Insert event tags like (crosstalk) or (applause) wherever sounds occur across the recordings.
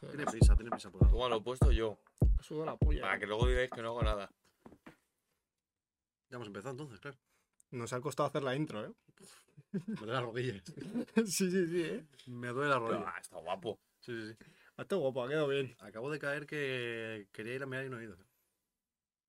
Tiene prisa, tiene prisa por algo. Toma, lo he puesto yo. Sudo la polla. Para que luego digáis que no hago nada. Ya hemos empezado entonces, claro. Nos ha costado hacer la intro, ¿eh? (laughs) Me duele las rodillas. (laughs) sí, sí, sí, ¿eh? Me duele las rodillas. Ah, está guapo. Sí, sí, sí. Está guapo, ha quedado bien. Acabo de caer que quería ir a mear y no he ido.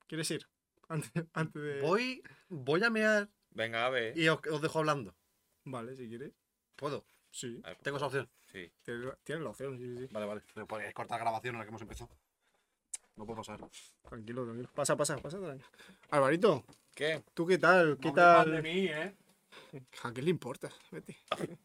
¿Quieres ir? Antes, antes de... Voy, voy a mear Venga, ave. y os, os dejo hablando. Vale, si quieres. Puedo, Sí, A ver, tengo esa opción. Sí. tienes la- tienes la opción, sí, sí, sí. Vale, vale. Pero podéis cortar grabación ahora que hemos empezado. No puedo pasar. Tranquilo, tranquilo. Pasa, pasa, pasa. tranquilo. Alvarito, ¿Qué? ¿tú qué tal? ¿Qué No hables tal? mal de (laughs) mí, ¿eh? ¿A qué le importa? Vete. (laughs)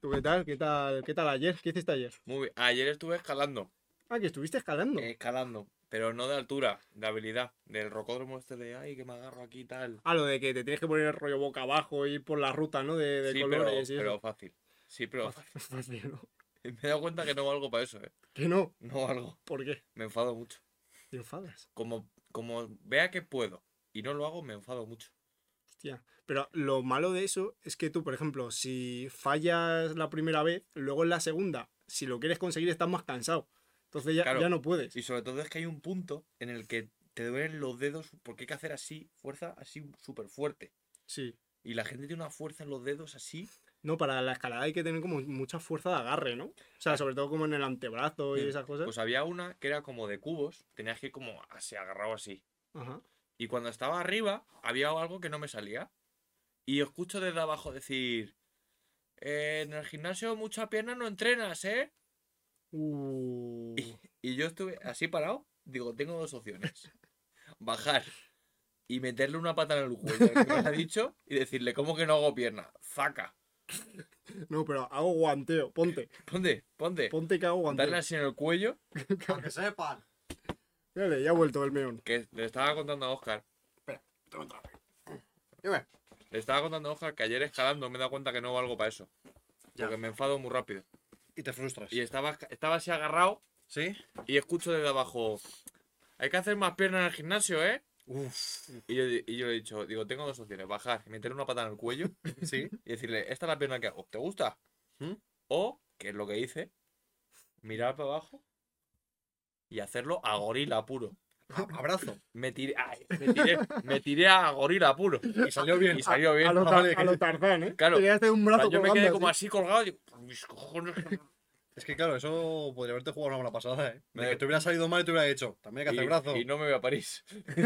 ¿Tú qué tal? ¿Qué tal? ¿Qué tal ayer? ¿Qué hiciste ayer? Muy bien. Ayer estuve escalando. Ah, que estuviste escalando. Escalando. Pero no de altura, de habilidad. Del rocódromo este de, ay, que me agarro aquí y tal. Ah, lo de que te tienes que poner el rollo boca abajo y ir por la ruta, ¿no? De, de sí, pero, colores y pero eso. fácil. (laughs) Sí, pero Fácil, ¿no? (laughs) me he dado cuenta que no valgo para eso, ¿eh? Que no. No valgo. ¿Por qué? Me enfado mucho. Te enfadas. Como, como vea que puedo y no lo hago, me enfado mucho. Hostia. Pero lo malo de eso es que tú, por ejemplo, si fallas la primera vez, luego en la segunda, si lo quieres conseguir, estás más cansado. Entonces ya, Claro. ya no puedes. Y sobre todo es que hay un punto en el que te duelen los dedos porque hay que hacer así, fuerza así súper fuerte. Sí. Y la gente tiene una fuerza en los dedos así. No, para la escalada hay que tener como mucha fuerza de agarre, ¿no? O sea, sobre todo como en el antebrazo y Sí. esas cosas. Pues había una que era como de cubos, tenías que ir como así, agarrado así. Ajá. Y cuando estaba arriba, había algo que no me salía. Y escucho desde abajo decir, "Eh, en el gimnasio mucha pierna no entrenas, ¿eh? Uh. Y yo estuve así parado, digo, tengo dos opciones. (laughs) Bajar y meterle una pata en el cuello que me ha dicho y decirle, ¿cómo que no hago pierna? Zaca. No, pero hago guanteo. (laughs) Ponte. Ponte, ponte. Ponte que hago guanteo. Darle así en el cuello Para que sepan. Dale, ya ha vuelto el meón. que le estaba contando a Oscar. Tengo un trapo. Dime. Le estaba contando a Oscar que ayer escalando me he dado cuenta que no valgo para eso. Ya. Porque me enfado muy rápido. Y te frustras. Y estaba, estaba así agarrado ¿Sí? y escucho desde abajo. Hay que hacer más piernas en el gimnasio, ¿eh? Uf. Y yo, di- y yo le he dicho, digo, tengo dos opciones, bajar y meterle una pata en el cuello (laughs) ¿Sí? y decirle, esta es la pierna que hago, ¿te gusta? ¿Mm? O, que es lo que hice, mirar para abajo y hacerlo a gorila puro. Ah, (laughs) Abrazo. Me tiré, ay, me tiré, me tiré a (laughs) gorila puro. Y salió bien. Y salió bien. A lo, Ah, tar- vale, a que- lo tarzán, ¿eh? Claro. Te quedaste un brazo O sea, yo me colgando quedé como así. así colgado y digo, mis cojones. Es que claro, eso podría haberte jugado una mala pasada, ¿eh? De Me- que te hubiera salido mal y te hubiera hecho. También hay que hacer Y- brazo. Y, no me voy a París. (laughs)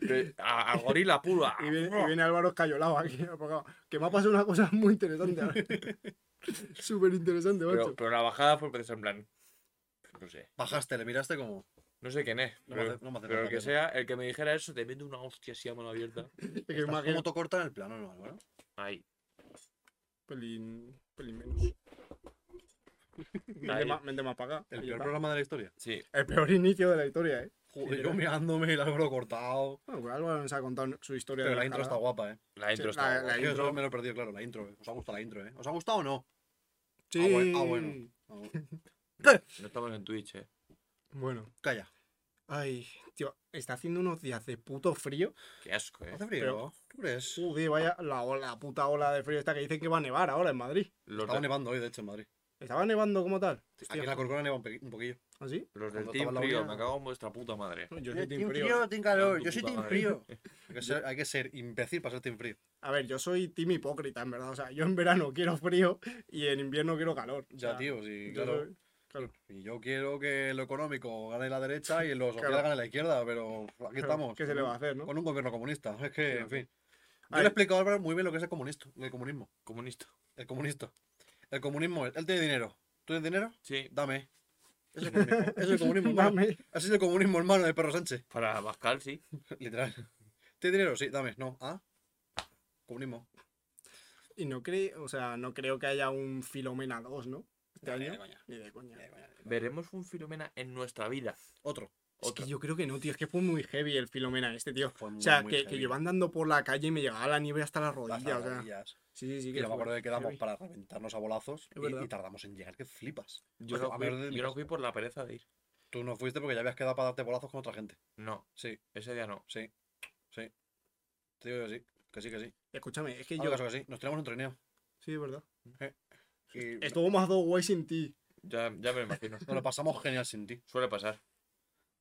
Pero a, a gorila puro. a- Y viene, y viene Álvaro escayolado aquí, (laughs) apagado. Que me ha pasado una cosa muy interesante. ahora. (laughs) Súper interesante, macho. pero, pero la bajada fue precioso en plan. No sé. Bajaste, le miraste como. No sé quién es. No me pero hace- no me hace pero el falta que verlo. sea, el que me dijera eso, te mete una hostia así a mano abierta. Es que Estás imagino- como te corta en el plano, ¿no? Álvaro? Ahí. Pelín, pelín menos. Mente Ahí. más, mente más apagada. El Ahí peor está. programa de la historia. Sí. El peor inicio de la historia, ¿eh? Joder, yo mirándome el árbol cortado. Bueno, pues Álvaro nos ha contado su historia. Pero de la intro está escalada. guapa, ¿eh? La intro Sí, está. la- guapa. Es que intro. eso me lo he perdido, claro, la intro. ¿eh? ¿Os ha gustado la intro, eh? ¿Os ha gustado o no? Sí. Ah, bueno, ah, bueno. No. No estamos en Twitch, eh. Bueno. (laughs) Calla. Ay, tío, está haciendo unos días de puto frío. Qué asco, eh. Hace frío. Pero- ¿Tú crees? Joder, vaya la, ola- la puta ola de frío esta que dicen que va a nevar ahora en Madrid. Los, Estaba de- nevando hoy, de hecho, en Madrid. Estaba nevando como tal. Aquí en la Corcona neva un, pequi- un poquillo. ¿Así? los del cuando Team estaba la Frío, olla- me cago en vuestra puta madre. Yo soy Eh, team frío. team calor, Ah, yo tu soy puta team madre. frío. eh. (laughs) Hay que, ser, hay que ser imbécil para ser team frío. A ver, yo soy team hipócrita, en verdad. O sea, yo en verano quiero frío y en invierno quiero calor. O Ya, sea, tío, sí, yo claro. soy- claro. Y yo quiero que lo económico gane la derecha y lo social Claro. gane la izquierda, pero aquí Pero, estamos. ¿qué se con le un- va a hacer, no? (laughs) Con un gobierno comunista. Es que, en Claro. A fin. Yo le he ver. explicado a Álvaro muy bien lo que es el comunista, el comunismo. Comunista. El comunista. El comunismo es, él tiene dinero. ¿Tú tienes dinero? Sí. Dame. Eso es el (laughs) comunismo. Eso es el comunismo, hermano. Dame. Así es el comunismo, hermano, de Perro Sánchez. (laughs) Para Bascal, sí. Literal. ¿Tienes dinero? Sí, dame. No. ¿Ah? Comunismo. Y no creo, o sea, no creo que haya un Filomena 2, ¿no? Este Ni de año. coña, Eh, Ni de coña. ni de coña. Veremos un Filomena en nuestra vida. Otro. Es Otra. que yo creo que no, tío. Es que fue muy heavy el Filomena este, tío. Fue o muy, sea, muy que, que heavy. yo iba andando por la calle y me llegaba la nieve hasta las Las rodillas. o sea. almohadillas. Sí, sí, sí. Y Que yo me fue acuerdo que quedamos heavy. para reventarnos a bolazos Es y, verdad. y tardamos en llegar, que flipas. Yo Porque no, Pues, a fui, ver, de mi yo no casa. fui por la pereza de ir. Tú no fuiste porque ya habías quedado para darte bolazos con otra gente. No, Sí, ese día no. sí, sí. Te digo que sí, que sí, que sí. Escúchame, es que Hazme yo. caso que sí. Nos tiramos un trineo. Sí, es verdad. Y Estuvo más dos guay sin ti. Ya, ya me lo (laughs) imagino. nos lo pasamos genial sin ti. Suele pasar.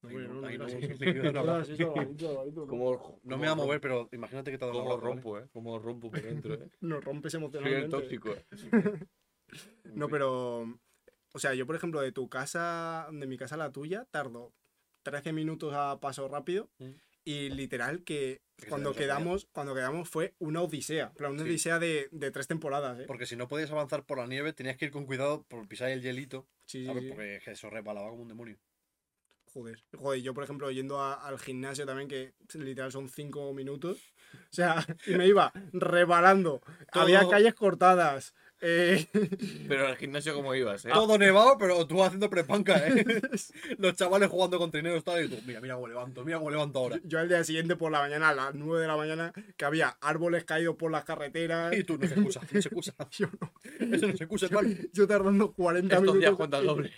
Ay, Bueno, no, no ay, no, digas sí, eso. sí, (laughs) yo No no- hagas eso, Alvarito, Alvarito, no. No me voy a mover, pero imagínate que te ha dado un Como abrazo, ¿vale? rompo, ¿eh? Como rompo por dentro, ¿eh? Nos rompes Soy el emocionalmente. tóxico. ¿eh? En No, fin. pero. O sea, yo, por ejemplo, de tu casa, de mi casa a la tuya, tardo 13 minutos a paso rápido. Mm. Y literal que Que se cuando nos olvida. quedamos, cuando quedamos fue una odisea. en plan, una Sí. odisea de, de tres temporadas, ¿eh? Porque si no podías avanzar por la nieve, tenías que ir con cuidado por pisar el hielito, Sí, sí, ¿sabes? sí. Porque es que eso resbalaba como un demonio. Joder. Joder, yo, por ejemplo, yendo a- al gimnasio también, que literal son cinco minutos. O sea, (laughs) y me iba rebalando. Todo- Había calles cortadas. eh, Pero al gimnasio como ibas, ¿eh? Todo nevado, pero tú haciendo prepanca, (laughs) ¿eh? Los chavales jugando con trineos tal, y tú, mira, mira cómo levanto, mira cómo levanto ahora. (laughs) yo al día siguiente por la mañana, a las 9 de la mañana, que había árboles caídos por las carreteras. Y tú, no se excusa, no se excusa. (laughs) Yo, no- Eso no se excusa, hermano. yo tardando 40 Estos días minutos. cuenta el doble.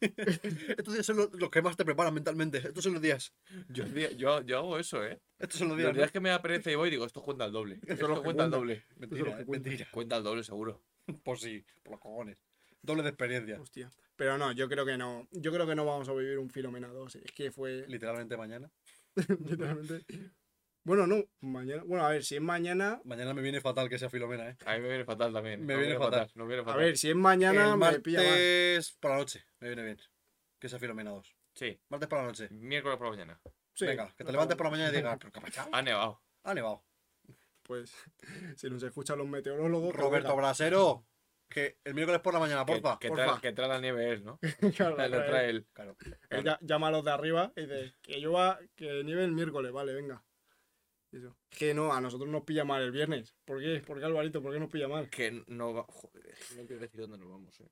Estos días son los, los que más te preparan mentalmente. Estos son los días. Yo, hacía- yo, yo hago eso, ¿eh? Estos son los días. Los ¿no? días que me da pereza y voy, digo, esto cuenta al doble. Esto lo lo que cuenta al cuenta. doble. Mentira, lo que eh, cuenta. mentira. (laughs) Cuenta al doble, seguro. Por sí, por los cojones. Doble de experiencia. Hostia. Pero no, yo creo que no. Yo creo que no vamos a vivir un Filomena 2. Es que fue Literalmente mañana. (laughs) literalmente. Bueno, no, mañana. Bueno, a ver, si es mañana. Mañana me viene fatal que sea Filomena, ¿eh? A mí me viene fatal también. Me No viene fatal. No viene A fatal. ver, si es mañana, el me pilla mal. martes por la noche me viene bien. Que sea Filomena 2. Sí, Martes por la noche. miércoles por la mañana. Ah, Sí, Venga, que te no, Oh, levantes por la mañana y digas, pero ¿qué ha pasado? Ha nevado. Ha nevado. Pues, (laughs) si nos escuchan los meteorólogos. que Roberto venga. Brasero, que el miércoles por la mañana, Que, porfa. que, porfa. trae, que trae la nieve él, ¿no? (laughs) Claro, La, la trae él. Claro. Él Pues ya- llama a los de arriba y dice, que yo va, que nieve el miércoles, vale, venga. Y eso. Que no, a nosotros nos pilla mal el viernes. ¿Por qué? ¿Por qué, Alvarito? ¿Por qué nos pilla mal? Que no va. Joder, es que no quiero decir dónde nos vamos. eh.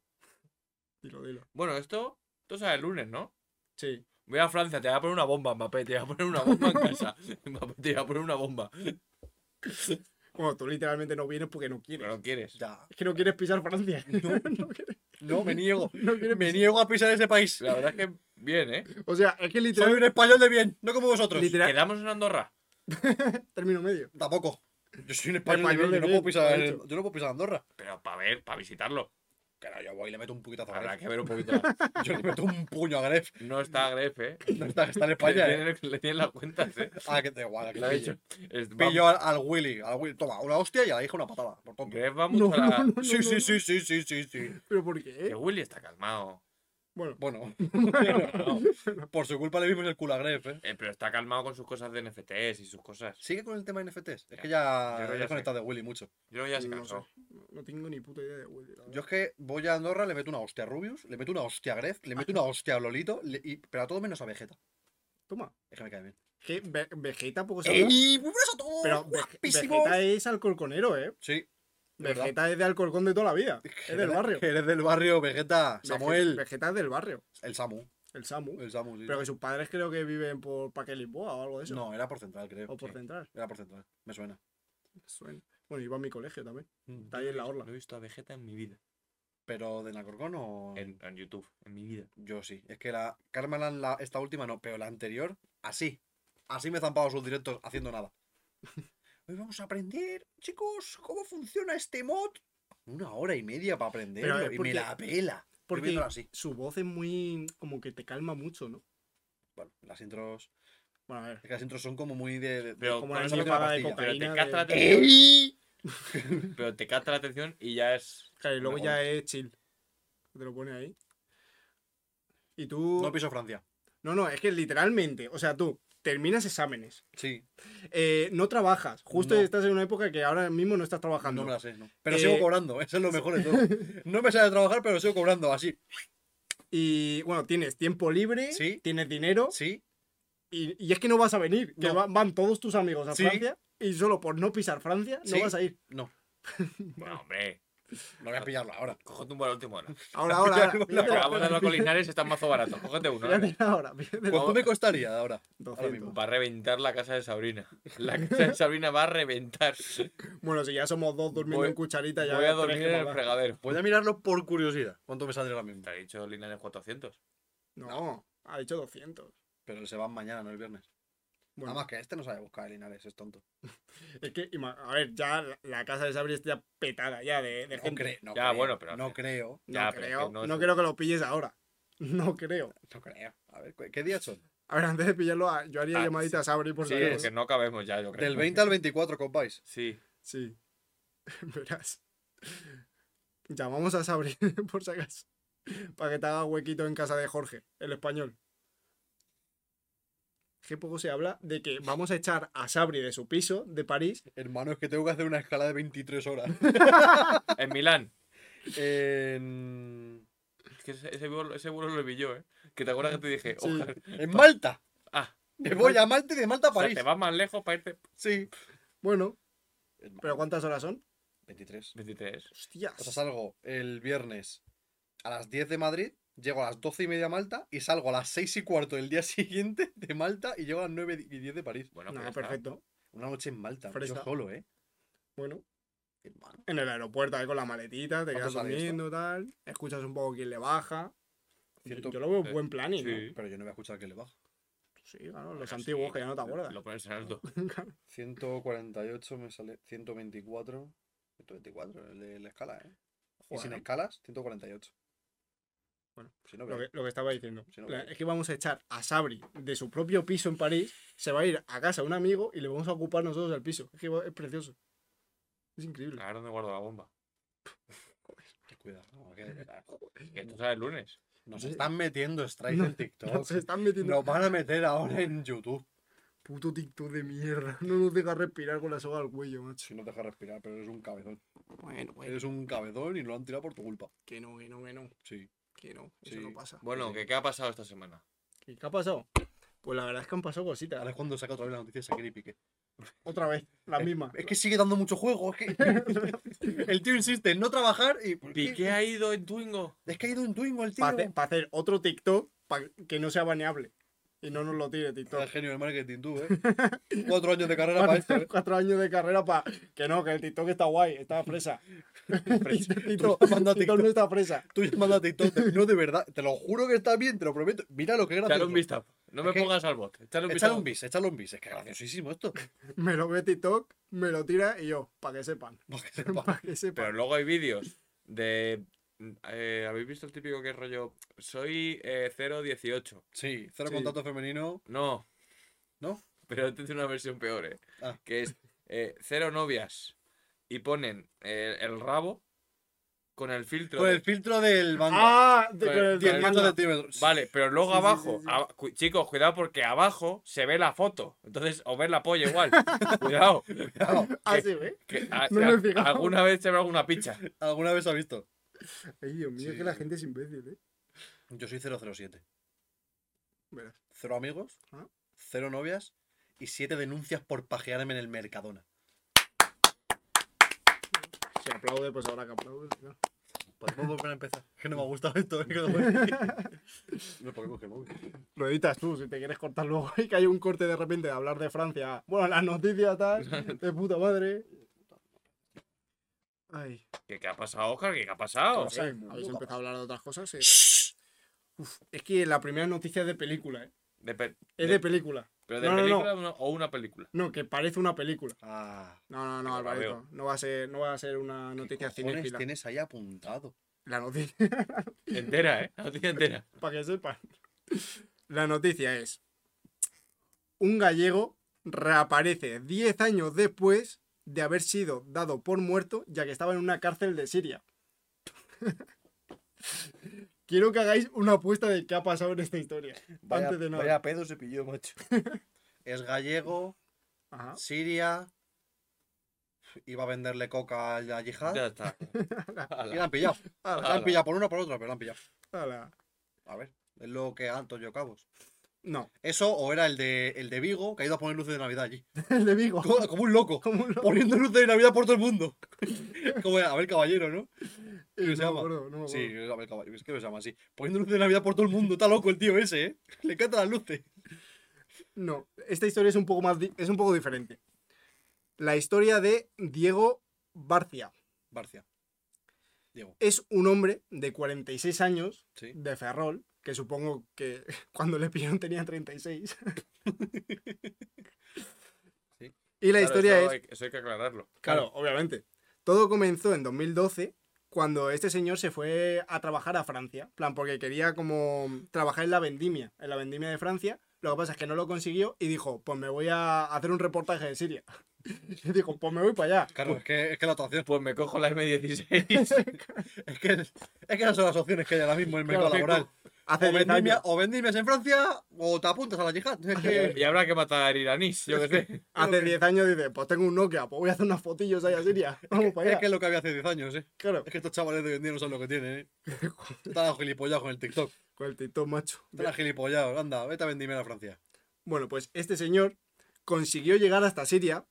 Dilo, dilo. Bueno, esto. Esto sale el lunes, ¿no? Sí. Voy a Francia, te voy a poner una bomba, Mbappé. Te voy a poner una bomba en (laughs) casa. Mbappé, te voy a poner una bomba. Bueno, tú literalmente no vienes porque no quieres. Pero no quieres. Ya. Es que no quieres pisar Francia. (laughs) No, quieres, No, me niego. no quieres Me pisar. niego a pisar ese país. La verdad es que bien, ¿eh? O sea, es que Soy literalmente... un español de bien, no como vosotros. Literal- Quedamos en Andorra. Término medio. Tampoco. Yo soy un español, Español de bien, de yo, no bien, puedo pisar, lo he el- dicho. yo no puedo pisar Andorra. Pero para ver, para visitarlo. Claro, yo voy y le meto un puñetazo a Habrá Gref. que ver un poquito. (laughs) la- Yo le meto un puño a (laughs) Gref. No está Gref, ¿eh? No está, está en Le España, eh. tienen, le tienen las cuentas, ¿eh? Ah, que te guarda, (laughs) que Lo ha te hecho. pillo. Es- va- Pillo al, al Willy, al Willy. Toma, una hostia y a la hija una patada. Por tonto. Gref va mucho No, a la... no, no, Sí, no, sí, no. sí, sí, sí, sí, sí. ¿Pero por qué? Que Willy está calmado. Bueno, (laughs) Bueno, (laughs) no, no. por su culpa le vimos el culo a Gref, eh. Eh, pero está calmado con sus cosas de NFTs y sus cosas. Sigue con el tema NFTs. Es Ya. que Yo ya, creo ya ya, he sé. conectado de Willy mucho. Yo ya se no, sé. cansó. no tengo ni puta idea de Willy. la Yo verdad. es que voy a Andorra, le meto una hostia a Rubius, le meto una hostia a Gref, le meto una hostia a Lolito, le- y- pero a todo menos a Vegeta. Toma. Es que me cae bien. Que Ve- Vegeta poco se habla. ¡Ey! ¡Muy buenos a todos! Pero Ve- ¡Guapísimos! Vegeta es alcorconero, ¿eh? Sí. de verdad. Vegeta es de Alcorcón de toda la vida. Es del barrio. Que (laughs) eres del barrio, Vegeta. Samuel. Vegeta es del barrio. El Samu. El Samu. El Samu, sí. Pero que sus padres creo que viven por Paque Lisboa o algo de eso. No, era por central, creo. O por Sí, Central. Era por central. Me suena. Suena. Bueno, iba a mi colegio también. Mm. Está ahí en la No orla. he visto a Vegeta en mi vida. ¿Pero de Nacorcon o...? En, en YouTube, en mi vida. Yo sí. Es que la Carmelan, la... esta última no, pero la anterior, así. Así me zampaba sus directos haciendo nada. Hoy vamos a aprender, chicos, cómo funciona este mod. Una hora y media para aprenderlo. Pero es y porque- me la pela. Yo Porque viéndolo así. su voz es muy. como que te calma mucho, ¿no? Bueno, las intros... Bueno, a ver. Es que las intros son como muy de... de- (laughs) Pero, Como con la eso niña eso- me da parada de pastilla. pero te cocaína. capta la de- atención. ¡Ey! Pero te capta la atención y ya es. Claro, y luego Una ya es chill. Te lo pone ahí. Y tú. No piso Francia. No, no, es que literalmente. O sea, tú terminas exámenes. Sí, eh, no trabajas. Justo No. estás en una época que ahora mismo no estás trabajando. No me la sé, no. Pero Eh, sigo cobrando, eso es lo mejor de todo. No me sale a trabajar, pero sigo cobrando, así. Y bueno, tienes tiempo libre, Sí. tienes dinero. Sí, Y, y es que no vas a venir. Que No. va- van todos tus amigos a Sí. Francia. Y solo por no pisar Francia, Sí. no vas a ir. no. Bueno, hombre. No voy a pillarlo ahora. Cógete un balón (laughs) último ahora. Ahora, ahora, ahora. Yo- pídatelo. Acabamos de hablar con Linares, está mazo barato. Cógete uno. Pídatelo ahora, pídatelo. ¿Cuánto me costaría ahora? ahora 200. mismo. Va a reventar la casa de Sabrina. (laughs) La casa de Sabrina va a reventar. Bueno, si ya somos dos durmiendo Voy- en cucharita, ya. Voy a tres dormir que en el más da. fregadero. Voy a mirarlo por curiosidad. ¿Cuánto me saldría ahora mismo? Te ha dicho Linares 400. No, ha dicho 200. Pero se van mañana, no el viernes. Bueno, Nada más que este no sabe buscar el Linares, es tonto. es que, ima- a ver, ya la- la casa de Sabri está petada ya de, de No, gente. cre- no Ya, creo, bueno, pero- No creo, No Ya, pero es que creo, no no, es- creo que lo pilles ahora. (laughs) No creo. no creo. A ver, ¿qué qué días son? A ver, antes de pillarlo, a- yo haría Ah, llamadita a Sabri por Sí, si es acaso. que no cabemos ya, yo creo. Del 20 al 24, compáis. Sí. Sí. (laughs) Verás. Llamamos a Sabri (laughs) por si acaso. Para que te haga huequito en casa de Jorge, el español. Qué poco se habla de que vamos a echar a Sabri de su piso de París. Hermano, es que tengo que hacer una escala de 23 (laughs) horas. En Milán. en... Es que ese, ese vuelo, ese vuelo lo vi yo, ¿eh? Que te acuerdas que te dije, Sí. ojalá. en Malta. Ah, Me voy a Malta y de Malta a o sea, París. te vas más lejos para irte. Sí. Bueno, En pero Malta. ¿cuántas horas son? 23. 23. Hostias. Pues O sea, salgo el viernes a las 10 de Madrid, llego a las 12 y media a Malta y salgo a las 6 y cuarto del día (laughs) siguiente de Malta y llego a las 9 y 10 de París. Bueno, no, pues ya está. perfecto. Una noche en Malta, Fresa. yo solo, ¿eh? Bueno, Hermano. en el aeropuerto ahí con la maletita, Ah, te pues ¿Cuánto quedas sale durmiendo, tal. Escuchas un poco quién le baja. Yo, Ciento- yo lo veo eh, buen planning, ¿no? Sí. Ah, Pero yo no voy a escuchar que le bajo. Sí, claro, los Sí, eh, antiguos que ya no te acuerdas. Lo pones en alto. (laughs) 148 me sale 124. 124, el de la escala, ¿eh? Y Joder, sin ¿no? escalas, 148. Bueno, si no, lo veo. que, lo que estaba diciendo. Sí, no, En plan, pero- es que vamos a echar a Sabri de su propio piso en París, se va a ir a casa de un amigo y le vamos a ocupar nosotros el piso. Es que va- es precioso. Es increíble. A ver dónde guardo la bomba. Ten cuidado. no, (laughs) que- Que esto sale el lunes. Nos Sí. están metiendo strikes No, en (laughs) TikTok. Nos están metiendo Nos van a meter ahora en YouTube. puto TikTok de mierda. No nos deja respirar con la soga al cuello, macho. Si no te deja respirar, pero eres un cabezón. Bueno, bueno, Eres un cabezón y lo han tirado por tu culpa. que no, que no, que no, Sí. que no. Sí. Eso no pasa. Bueno, que ¿qué ha pasado esta semana? ¿Y qué ha pasado? Pues la verdad es que han pasado cositas. Ahora es cuando saca otra vez la noticia de Shakira y Piqué. Otra vez, la misma. Es que sigue dando mucho juego. Es que (laughs) el tío insiste en no trabajar y. Pues Piqué ha ido en Twingo. Es que ha ido en Twingo el tío. Para hacer, pa' hacer otro TikTok para que no sea baneable. Y no nos lo tire Tú TikTok. eres genio del marketing, tú, (laughs) ¿eh? Cuatro años de carrera para Para esto, ¿eh? cuatro años de carrera para que no, que el TikTok está guay, está (laughs) presa. Fresa. TikTok, (laughs) Tú llamando a TikTok TikTok. no está presa. Tú llamando a TikTok. No, de verdad. Te lo juro que está bien, te lo prometo. Mira lo que es Echale un gracioso. vistazo. No Es me que- pongas al bot. Echale un Échale vistazo. un bis, échale un bis. Es que es graciosísimo (laughs) esto. Me lo ve TikTok, me lo tira y yo, para que sepan. Para que sepa. Para que sepan. Pero luego hay vídeos de. eh, ¿Habéis visto el típico que es rollo? Soy eh, 018. Sí, cero Sí. contacto femenino. No. ¿No? Pero este tiene una versión peor, ¿eh? Ah. Que es eh, cero novias. Y ponen eh, el rabo con el filtro. Con de- el filtro del banco. Ah, de- Con con el el- con el- manga. Diez (laughs) centímetros. (laughs) Vale, pero luego Sí, sí, abajo, sí, sí. aba- cu- chicos, cuidado porque abajo se ve la foto. Entonces, o ver la polla igual. cuidado. Claro, Ah, sí, ¿ves? que a- No me he a- fijado. alguna vez se ve alguna picha. ¿Alguna vez ha visto? Ay, Dios mío, Sí, que la sí. gente es imbécil, ¿eh? Yo soy 007. Verás. Cero amigos, Ah. cero novias y siete denuncias por pajearme en el Mercadona. Si aplaude, pues ahora que aplaude. ¿no? Podemos Pues volver a empezar. Que no me ha gustado esto. ¿eh? Que no me- (laughs) No podemos que el móvil. Lo editas tú, si te quieres cortar luego (laughs) y que hay un corte de repente de hablar de Francia. Bueno, las noticias tal, (laughs) de puta madre. Ay, ¿Qué, qué ha pasado, Oscar? ¿Qué, qué ha pasado? no sé, sí, habéis nunca empezado a hablar de otras cosas. sí. Uf, es que la primera noticia es de película, ¿eh? De pe- Es de- de película. ¿Pero de No, no, no. película o una película? No, que parece una película. Ah, No, no, no, Que no la Alvarito. No va a ser, no va a ser una ¿qué noticia cojones cinéfila. tienes ahí apuntado? La noticia, (laughs) Entera, ¿eh? (laughs) La noticia entera. para que sepan. La noticia es. Un gallego reaparece 10 años después de haber sido dado por muerto, ya que estaba en una cárcel de Siria. (laughs) Quiero que hagáis una apuesta de qué ha pasado en esta historia. antes de nada. pedo se pilló, (laughs) macho. Es gallego, Ajá. Siria. Iba a venderle coca a la ¿Ah? yihad. (laughs) Ya está. Y la han pillado. La Ala, Ah. han pillado por una o por otra, pero la han pillado. ala. A ver, es lo que anto yo cabos. No, (laughs) Eso o era el de, el de Vigo, que ha ido a poner luces de Navidad (laughs) allí. el de Vigo. (laughs) Co- Como un loco. Como un loco. Poniendo luces de Navidad por todo el mundo. (laughs) Como, a ver, caballero, ¿no? No se me llama? acuerdo, no me Sí, acuerdo. a ver, caballero. Es que lo llama así. Poniendo luces de Navidad por todo el mundo. Está loco el tío ese, ¿eh? (laughs) Le encantan las luces. No, esta historia es un poco más di- es un poco diferente. La historia de Diego Barcia. Barcia. Diego, Es un hombre de 46 años sí. de Ferrol, que supongo que (laughs) cuando le pillaron tenía 36. Sí. Y la Claro, historia ¿eh? eso es hay- eso hay que aclararlo. Claro, obviamente. Todo comenzó en 2012 cuando este señor se fue a trabajar a Francia, plan porque quería como trabajar en la vendimia, en la vendimia de Francia. Lo que pasa es que no lo consiguió y dijo, pues me voy a hacer un reportaje de Siria. (laughs) Y dijo, pues me voy para allá. Claro, es que, es que la actuación. Pues me cojo la M16. (laughs) Es que, es que esas son las opciones que hay ahora mismo en el mercado Claro, laboral. Hace O 10 vendimia, años, o vendimias en Francia o te apuntas a la yihad. Es que- y habrá que matar iraníes, yo qué (laughs) sé. hace 10 años dice, pues tengo un Nokia, pues voy a hacer unas fotillos ahí a (laughs) Siria. Vamos para es allá. que es lo que había hace 10 años, ¿eh? Claro, Es que estos chavales de hoy en día no saben lo que tienen, ¿eh? (laughs) Están gilipollados con el TikTok. con el TikTok macho. Están gilipollados. Anda, vete a vendimia a Francia. Bueno, pues este señor consiguió llegar hasta Siria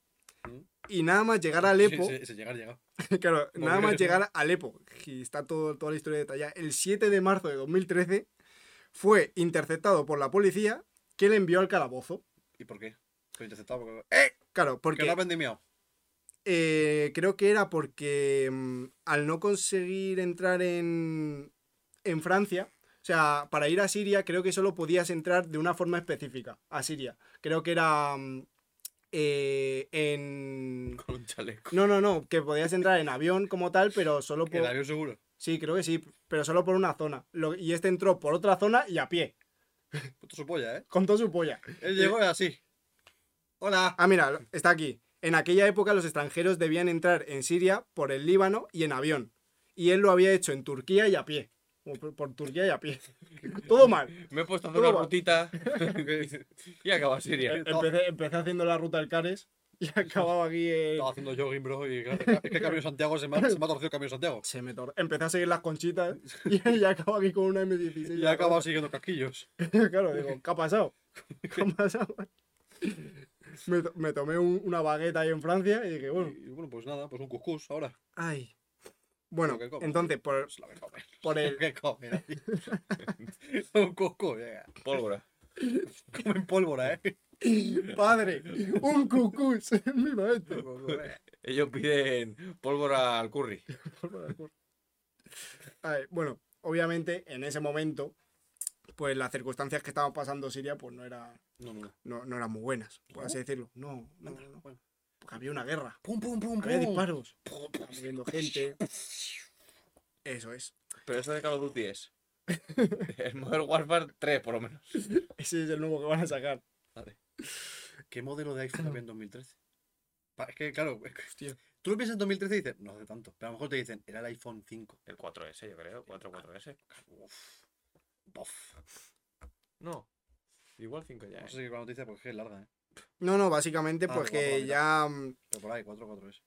Mm. y nada más llegar a Alepo... Sí, sí, sí, llegar, llegar. (laughs) Claro, nada más Pobre. llegar a Alepo, y está todo, toda la historia detallada, el 7 de marzo de 2013 fue interceptado por la policía que le envió al calabozo. ¿Y por qué? Fue interceptado porque... ¡Eh! Claro, Porque porque no has vendimiado. eh, creo que era porque mm, al no conseguir entrar en, en Francia, o sea, para ir a Siria creo que solo podías entrar de una forma específica a Siria. Creo que era mm, eh, en... Con un chaleco. No, no, no, que podías entrar en avión como tal, pero solo El por... avión seguro. Sí, creo que sí, pero solo por una zona. Lo- y este entró por otra zona y a pie, Puto su polla, ¿eh? con toda su polla. Él llegó y así. Hola. Ah, mira, lo- está aquí. En aquella época los extranjeros debían entrar en Siria por el Líbano y en avión. Y él lo había hecho en Turquía y a pie. O Por, por Turquía y a pie. (laughs) Todo mal. Me he puesto a hacer una Toma. rutita (laughs) y acaba Siria. Empecé, empecé haciendo la ruta del Cares (laughs) y acababa aquí. eh, Estaba haciendo jogging, bro, y claro, es que Camino Santiago se me ha, se me ha torcido Camino Santiago. Se me tor- Empecé a seguir las conchitas (laughs) y, y acabo aquí con una M16. Y ha acabado siguiendo casquillos. (laughs) Claro, digo, ¿qué ha pasado? (laughs) ¿Qué ha pasado? Me, to- me tomé un- una bagueta ahí en Francia y dije, bueno, Y bueno, pues nada, pues un cuscús ahora. Ay. Bueno, que como. entonces, por, Es lo que come. por el. (laughs) ¿Qué comen ahí? un cuscús, eh. Pólvora. Comen pólvora, eh. ¡Padre! ¡Un cucús! ¡Mi maestro! Ellos piden pólvora al curry. Ay, bueno, obviamente, en ese momento, pues las circunstancias que estaba pasando Siria, pues no, era, (laughs) No, no, no. no, no eran muy buenas, por ¿No? así decirlo. No, no, Anda, no. bueno. Porque había una guerra. Pum, pum, pum, pum. Había disparos. Pum, pum. Estaba muriendo gente. Eso es. Pero eso de Call of (laughs) Duty es. El Modern Warfare 3, por lo menos. Ese es el nuevo que van a sacar. ¿Qué modelo de iPhone había en 2013? Pa- Es que, claro, Hostia. tú lo piensas en 2013 y dices, no hace tanto. Pero a lo mejor te dicen, era el iPhone 5. El 4S, yo creo. 4, 4S. Uf. Bof. No. Igual 5 ya. No ¿eh? sé si con la noticia porque es que es larga, ¿eh? No, no, básicamente, Ah, pues lo vamos a que ya. mm, Pero por ahí, 4 4 es.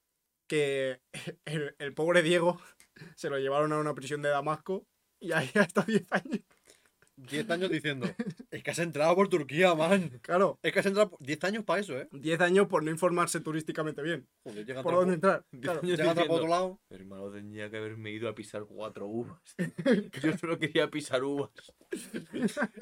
que (laughs) el, el pobre Diego (laughs) se lo llevaron a una prisión de Damasco y ahí (laughs) hasta 10 años. 10 años diciendo, es que has entrado por Turquía, man. Claro, Es que has entrado por... 10 años para eso, ¿eh? 10 años por no informarse turísticamente bien. Joder, llega ¿Por otro- dónde entrar? Diez (laughs) (laughs) Claro. años Llega otro por diciendo, otro (laughs) lado. Hermano, tenía que haberme ido a pisar cuatro uvas. Yo solo quería pisar uvas.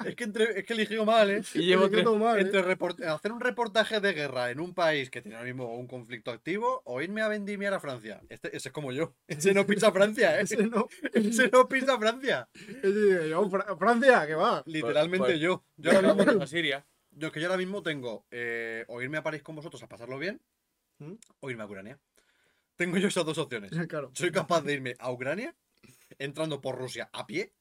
Es que, entre- es que eligió mal, ¿eh? Y llevo Estoy tres. todo mal, ¿eh? Entre report- hacer un reportaje de guerra en un país que tiene ahora mismo un conflicto activo o irme a vendimiar a Francia. Este, ese es como (laughs) yo. Ese no pisa Francia, (laughs) ¿eh? Ese no. Ese no pisa Francia. Ese dice, "Yo, Fra- Francia, que va. (laughs) Literalmente Vale. yo. Yo Yo ahora no mismo, voy a Siria. yo es que yo ahora mismo tengo eh, o irme a París con vosotros a pasarlo bien ¿Mm? o irme a Ucrania. Tengo yo esas dos opciones. Claro. Soy capaz de irme a Ucrania entrando por Rusia a pie.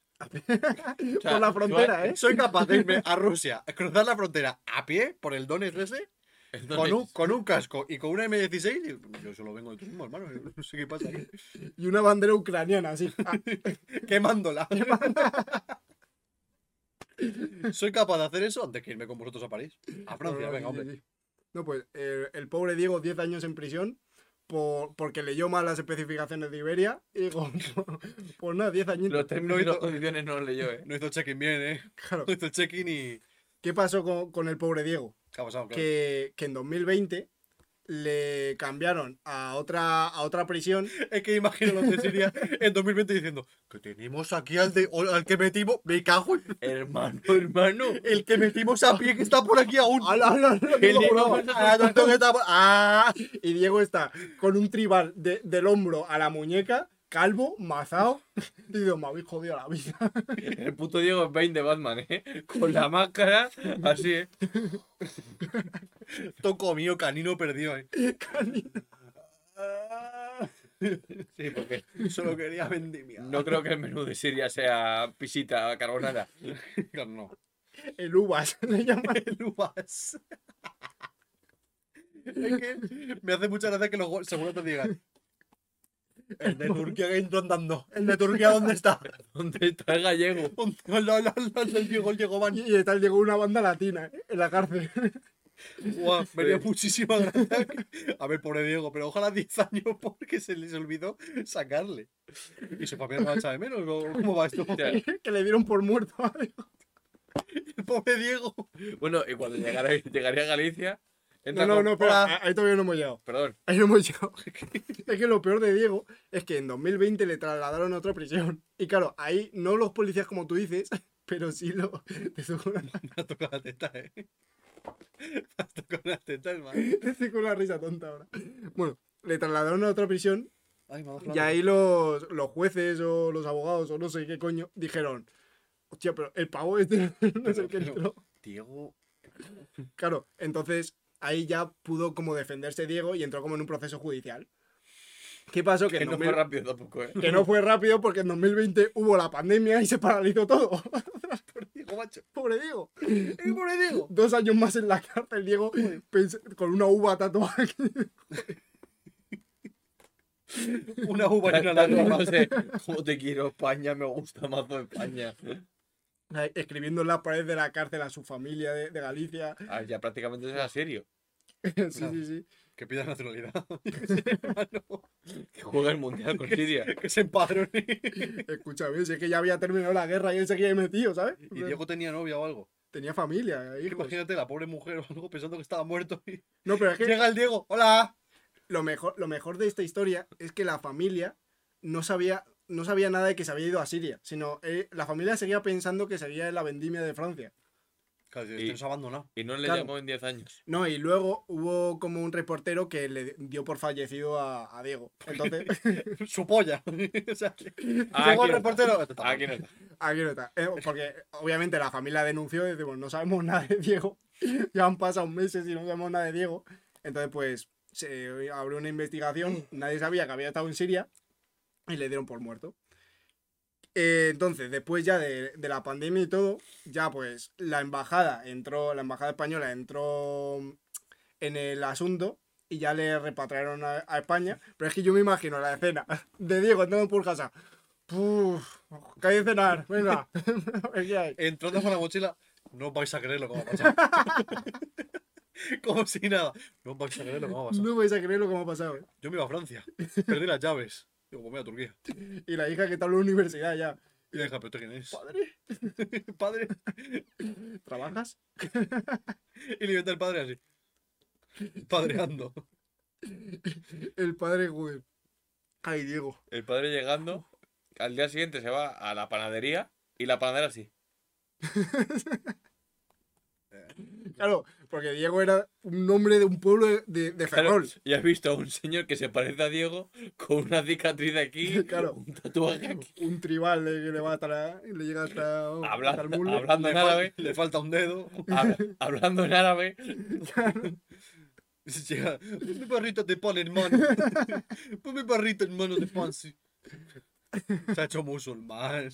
por la (laughs) frontera, ¿eh? Soy capaz de irme a Rusia, cruzar la frontera a pie por el Donetsk ese, eh, con un, con un casco y con una M16. y Yo solo vengo de turismo, hermano. yo no sé qué pasa aquí. Y una bandera ucraniana, así. (laughs) Ah, Quemándola. (laughs) Soy capaz de hacer eso antes que irme con vosotros a París. A Francia, no, venga, sí, hombre. sí, sí. No, pues el, el pobre Diego, 10 años en prisión. Por, porque leyó mal las especificaciones de Iberia y dijo, (laughs) pues nada, 10 añitos. Los términos No y las hizo- condiciones no los leyó, ¿eh? No hizo check-in bien, ¿eh? Claro. No hizo check-in y, ¿Qué pasó con, con el pobre Diego? ¿Qué ha pasado? Claro. Que, que en 2020 le cambiaron a otra, a otra (laughs) prisión. Es que imagino los de Siria en 2020 diciendo que tenemos aquí al, de, o- al que metimos. Me cago en Hermano, (laughs) hermano. el que metimos a pie que está por aquí aún. ¡Ala, ala, (laughs) ala! El Diego Ah, No, no se no. Ah, tonto que está por- ¡Ah! Y Diego está con un tribal de- del hombro a la muñeca, calvo, mazao. Y digo, me habéis jodido la vida. (laughs) El puto Diego es Bane de Batman, ¿eh? Con la máscara, así, ¿eh? Toco mío, canino perdido. eh. Canino. Ah, Sí, porque Solo quería vendimia. no creo que el menú de Siria sea pisita carbonara. Claro, no. El uvas, (laughs) le llaman. El uvas. Es que me hace mucha gracia que los gol- seguro te digan. El de Turquía que entró andando. El de Turquía, ¿dónde está? ¿Dónde está el gallego? ¿Dónde? Hola, hola, hola, el Diego, el Diego Van. Y, y tal llegó una banda latina ¿eh? en la cárcel. (laughs) Guau, (laughs) me dio Sí. muchísima gracia. A ver, pobre Diego, pero ojalá 10 años porque se les olvidó sacarle. ¿Y su papel no va a echar de menos? ¿O ¿Cómo va esto? O sea, que le dieron por muerto. a Diego. El pobre Diego. bueno, y cuando llegara, llegaría a Galicia. No, entra no, con- no, pero hola. ahí todavía no hemos llegado. Perdón. Ahí no hemos (laughs) llegado. Es que lo peor de Diego es que en 2020 le trasladaron a otra prisión. Y claro, ahí no los policías como tú dices, (laughs) pero sí lo... (laughs) Te tocó la, (laughs) Me ha tocado la teta, eh. Me ha tocado la teta, hermano. te tocó la risa tonta ahora. Bueno, le trasladaron a otra prisión Ay, me ha dado y flaco. ahí los, los jueces o los abogados o no sé qué coño dijeron, hostia, pero el pavo este (laughs) no es el que entró. Diego. Claro, entonces ahí ya pudo como defenderse Diego y entró como en un proceso judicial. ¿Qué pasó? Que, Que en no 2000 fue rápido tampoco, ¿eh? que no fue rápido porque en 2020 hubo la pandemia y se paralizó todo. (laughs) Diego, macho. Pobre Diego. El pobre Diego. Dos años más en la cárcel, Diego, pens- con una uva tatuada. Una uva y una lágrima. no sé. Como te quiero, España, me gusta más España. (laughs) Escribiendo en la pared de la cárcel a su familia de, de Galicia. (laughs) Ah, ya prácticamente es a serio. Sí, sí, sí. Que pida naturalidad. Que juega el mundial con Siria. (laughs) que (laughs) se empadrone. Escúchame, si es que ya había terminado la guerra y él seguía ahí metido, ¿sabes? Y Diego tenía novia o algo. Tenía familia, Es que hijos. Imagínate la pobre mujer o algo pensando que estaba muerto. Y... No, pero es que Llega el Diego. ¡Hola! lo mejor, lo mejor de esta historia es que la familia no sabía, no sabía nada de que se había ido a Siria, sino eh, la familia seguía pensando que seguía en la vendimia de Francia. Claro, tío, Y- este nos ha abandonado. (laughs) Y no le Claro. llamó en 10 años. No, y luego hubo como un reportero que le dio por fallecido a, a Diego. Entonces, Su polla. (laughs) o sea, Ah, llegó aquí el no está. reportero. Aquí no está. aquí no está. Eh, porque obviamente la familia denunció y decimos, no sabemos nada de Diego. Ya han pasado meses y no sabemos nada de Diego. Entonces, pues, se abrió una investigación. Nadie sabía que había estado en Siria y le dieron por muerto. Eh, entonces, después ya de, de la pandemia y todo, ya pues la embajada entró, la embajada española entró en el asunto y ya le repatriaron a, a España. Pero es que yo me imagino la escena (laughs) de Diego entrando por casa. Puf, que hay de cenar, venga. (laughs) A ver qué hay. Entrando con la mochila. No vais a creerlo cómo ha pasado. (laughs) Como si nada. No vais a creerlo cómo ha pasado. No vais a creer lo que me ha pasado. ¿eh? Yo me iba a Francia. Perdí las llaves. Digo, pues me voy a Turquía. Y la hija que está en la universidad ya. Y deja, pero ¿tú quién es? Padre, (laughs) Padre. ¿trabajas? Y le inventa el padre así. Padreando. El padre, güey. Ay, Diego. El padre llegando, al día siguiente se va a la panadería y la panadera sí. Claro, porque Diego era un nombre de un pueblo de, de, de Ferrol. Y has visto a un señor que se parece a Diego con una cicatriz aquí, Claro. un tatuaje aquí. Un tribal eh, que le va hasta la- le llega hasta, hasta el Hablando, muslo. hablando Le, en fal- árabe. le falta un dedo. hab- hablando en árabe. Llega, Pues mi perrito te pone en (laughs) mano. Pues mi perrito en mano de Pansy. Se ha hecho (laughs) musulmán.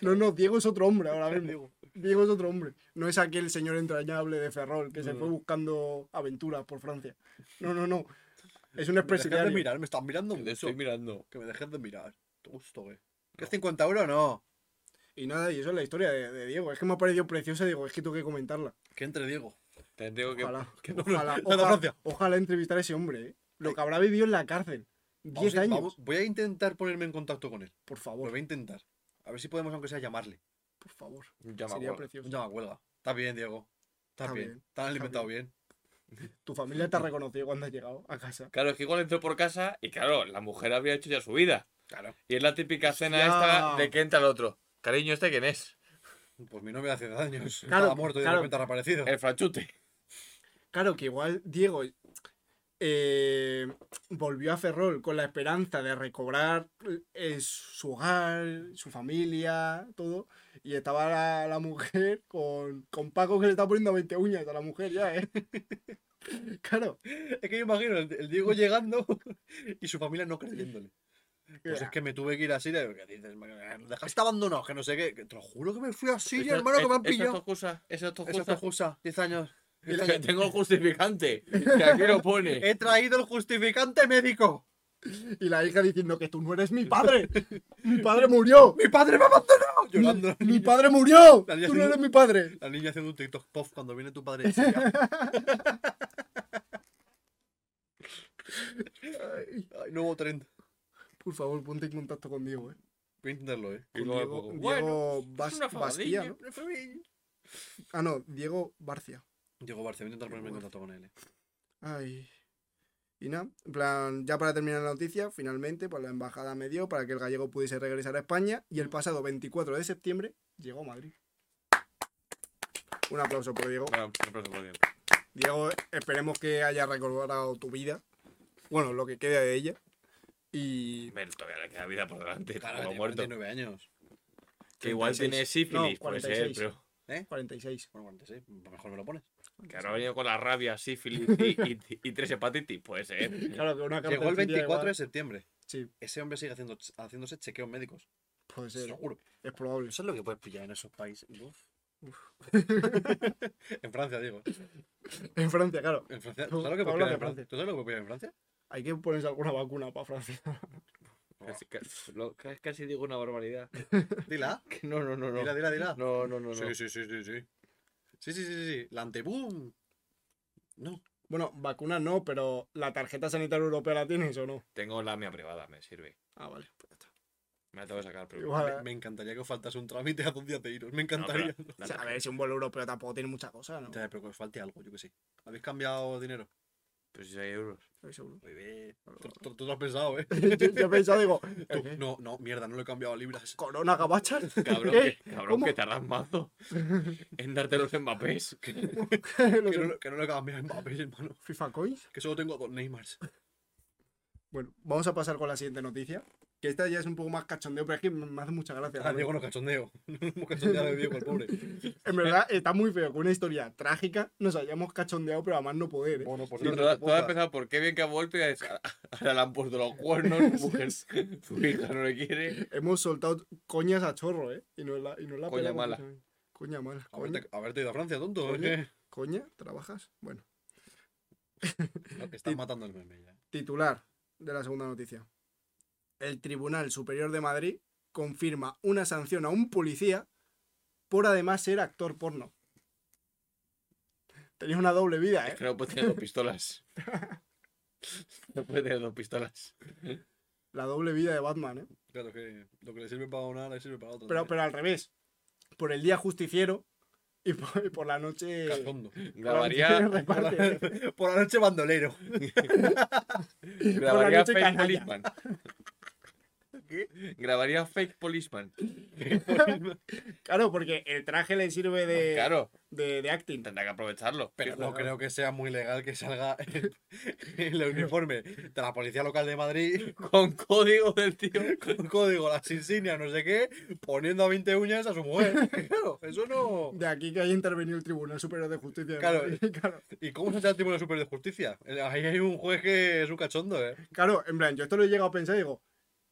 No, no, Diego es otro hombre ahora mismo. Digo, Diego es otro hombre. No es aquel señor entrañable de Ferrol que se No. fue buscando aventuras por Francia. No, no, (laughs) no. Es un me dejes de expresidiario. mirar, me están mirando Le mucho. estoy mirando. Que me dejes de mirar. Te gusto, güey. ¿Que es 50 euros no? Y nada, y eso es la historia de, de Diego. Es que me ha parecido preciosa, digo, es que tengo que comentarla. Que entre Diego. Te tengo que. (laughs) Ojalá, que- ojalá, no, no, ojalá, Francia. ojalá entrevistar a ese hombre, ¿eh? Lo que habrá vivido en la cárcel. Vamos 10 a- años, vamos- voy a intentar ponerme en contacto con él. por Lo favor, voy a intentar. A ver si podemos, aunque sea, llamarle. por favor. Ya me Sería acuerdo. precioso. Un llama huelga. Está bien, Diego. Está, Está bien. bien, Te han alimentado bien. Tu familia te ha reconocido cuando has llegado a casa. Claro, es que igual entró por casa y claro, la mujer habría hecho ya su vida. Claro. Y es la típica cena Hostia. esta de que entra el otro. Cariño, ¿este quién es? Pues mi novia hace años. Claro, Estaba muerto y claro. de repente ha (laughs) reaparecido. El (laughs) franchute. Claro que igual Diego eh, volvió a Ferrol con la esperanza de recobrar eh, su hogar, su familia, todo. Y estaba la, la mujer con, con Paco que le está poniendo 20 uñas a la mujer ya, ¿eh? (laughs) Claro. Es que yo imagino el, el Diego llegando (laughs) y su familia no creyéndole. Pues es que me tuve que ir a Siria. y dices, "Me dejaste abandonado, que no sé qué. Que te lo juro que me fui a Eso- Siria, hermano, que me han eso es pillado. Tocusa, Eso es Eso Tocusa. es justa, 10 años. (laughs) Que Tengo el justificante. Que aquí lo pone. (laughs) He traído el justificante médico. Y la hija diciendo que tú no eres mi (laughs) padre. Mi padre murió. ¡Mi padre me ha abandonado! Mi, Llorando. la mi niña. padre murió. La niña Tú no haciendo- eres mi padre. La niña haciendo un TikTok pop cuando viene tu padre. de Siria. Ay, Ay, nuevo trend. por favor, ponte en contacto con Diego, ¿eh? Voy a intentarlo, eh. Y Con luego al Diego, poco, Diego bueno, pues, Bas- es una Bastia, fabadilla. ¿no? Ah, no, Diego Barcia. Diego Barce, voy a intentar ponerme en contacto con él. eh. Ay. Y nada, en plan, ya para terminar la noticia, finalmente, pues la embajada me dio para que el gallego pudiese regresar a España y el pasado 24 de septiembre llegó a Madrid. Un aplauso por Diego. Bueno, un aplauso por Diego. Diego, esperemos que haya recobrado tu vida. Bueno, lo que queda de ella. Y. Hombre, todavía le queda vida por delante. Claro, como tiene muerto. 49 años. Que igual 36. tiene sífilis, No, puede ser, 46. pero. 46. Bueno, 46, mejor me lo pones. Que ahora ha venido con la rabia, sífilis (laughs) y, y, y tres hepatitis, puede ser. Claro que una Llegó el cartelería 24 de igual- septiembre. Sí, Ese hombre sigue haciendo, haciéndose chequeos médicos. puede ser. Seguro. Es probable. Eso es lo que puedes pillar en esos países. Uf. (laughs) en Francia, digo. En Francia, claro. En Francia. Tú- ¿Tú sabes lo tú que puedes hablas pillar de en Francia. Francia? ¿Tú sabes lo que puedes pillar en (laughs) Francia? Hay que ponerse alguna vacuna para Francia. Casi, ca- lo- ca- casi digo una barbaridad. Dila. Que No, no, no, no. Dila, dila, dila. No, no, no. no. Sí, sí, sí, sí, sí. Sí, sí, sí, sí. sí. La anteboom. No. Bueno, vacuna no, pero ¿la tarjeta sanitaria europea la tienes o no? Tengo la mía privada, me sirve. Ah, vale. pues ya está. Me la tengo que sacar, pero. Igual, Me, me encantaría que os faltase un trámite a dos días de iros. Me encantaría. No, pero- o sea, a ver, si un vuelo europeo tampoco tiene mucha cosa, ¿no? Ya, pero que os falte algo, yo que sé. ¿Habéis cambiado dinero? Pues 16 euros. Estoy seguro. (laughs) Muy bien. Tú, tú- tú lo has pensado, ¿eh? yo, yo he pensado, digo, Tú, ¿qué? no, no, mierda, no lo he cambiado a libras. ¿Corona (laughs) Gabachar? Cabrón, ¿Qué? que, cabrón ¿Cómo? que tardas mazo en darte los Mbappés. Que Los no, lo- que no lo he cambiado en papel, (laughs) hermano. FIFA Coins. Que solo tengo (laughs) dos Neymars. Bueno, vamos a pasar con la siguiente noticia. Que esta ya es un poco más cachondeo, pero es que me me hace mucha gracia. la Ah, Diego no cachondeo. (laughs) No hemos cachondeado de Diego, el (laughs) pobre. verdad. En verdad, está muy feo. Con una historia trágica nos hayamos cachondeado, pero además no poder. ¿eh? Bueno, pues No, no, todo, todo te ha pongas. empezado por qué bien que ha vuelto y ahora ah, ahora le han puesto los cuernos, su mujer, su hija no le quiere. Hemos soltado coñas a chorro, ¿eh? Y no es la, y no es la Coña pelamos mala. mucho. Coña mala. Coña, Haberte, haberte ido a Francia, tonto. Coño. ¿eh? coña, ¿trabajas? Bueno. No, que estás matando el meme ya. Titular de la segunda noticia. El Tribunal Superior de Madrid confirma una sanción a un policía por además ser actor porno. Tenías una doble vida, Es ¿eh? que no puede tener dos pistolas. No puede tener dos pistolas. La doble vida de Batman, ¿eh? Claro, que lo que le sirve para una le sirve para otra. Pero, pero al revés. Por el día justiciero y por, y por la noche... (laughs) Cachondo. por la Grabaría, noche reparte, (laughs) ¿eh? Por la noche bandolero. grabaría noche Fake canalla. Policeman. Grabaría Fake Policeman. Claro, porque el traje le sirve de, Pues Claro, de, de acting. tendrá que aprovecharlo. Pero no creo que sea muy legal que salga (laughs) el, el uniforme de la policía local de Madrid Con código del tío. con código, las insignias, no sé qué, poniendo a 20 uñas a su mujer. (laughs) Claro, eso no. De aquí que haya intervenido el Tribunal Superior de Justicia. de (laughs) Claro. Madrid, claro. ¿Y cómo se echa el Tribunal Superior de Justicia? Eh, Ahí hay un juez que es un cachondo, ¿eh? Claro, en plan, yo esto lo he llegado a pensar y digo,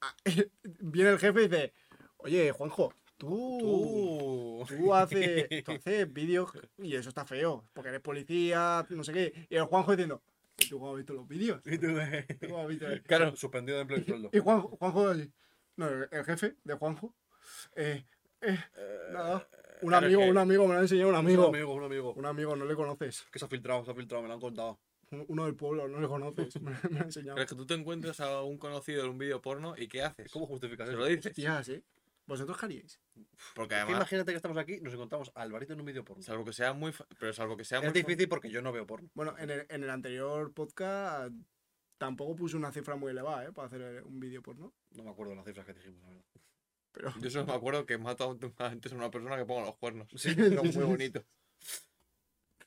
ah, (laughs) viene el jefe y dice, oye, Juanjo, tú, Tú. tú haces, tú haces vídeos y eso está feo, porque eres policía, no sé qué. Y el Juanjo diciendo, ¿y tú cómo has visto los vídeos? (laughs) Y tú, eh, ¿Tú cómo has visto el-?" Claro, Suspendido de empleo y sueldo. Y Juanjo, Juanjo así, no, el jefe de Juanjo, eh, eh, nada, Eh, un claro amigo, que- un amigo, me lo ha enseñado un Un amigo. amigo, un amigo. Un amigo, no le conoces. Que se ha filtrado, se ha filtrado, me lo han contado. Un- Uno del pueblo, no le (laughs) conoces. Me, me lo ha pero enseñado. es que tú te encuentras a un conocido en un vídeo porno y ¿qué haces? ¿Cómo justificas Se lo eso? dices. Tías, ¿eh? ¿Vosotros qué haríais? Porque Es que además, imagínate que estamos aquí y nos encontramos a Alvarito en un vídeo porno. salvo que sea muy. fa- Pero salvo que sea muy. Es fa- difícil porque yo no veo porno. Bueno, en el, en el anterior podcast tampoco puse una cifra muy elevada, ¿eh? Para hacer un vídeo porno. No me acuerdo las cifras que dijimos, la verdad. Pero Yo solo me acuerdo que mato a un- (laughs) antes a una persona que ponga los cuernos. (laughs) Sí. Eso (laughs) es muy bonito.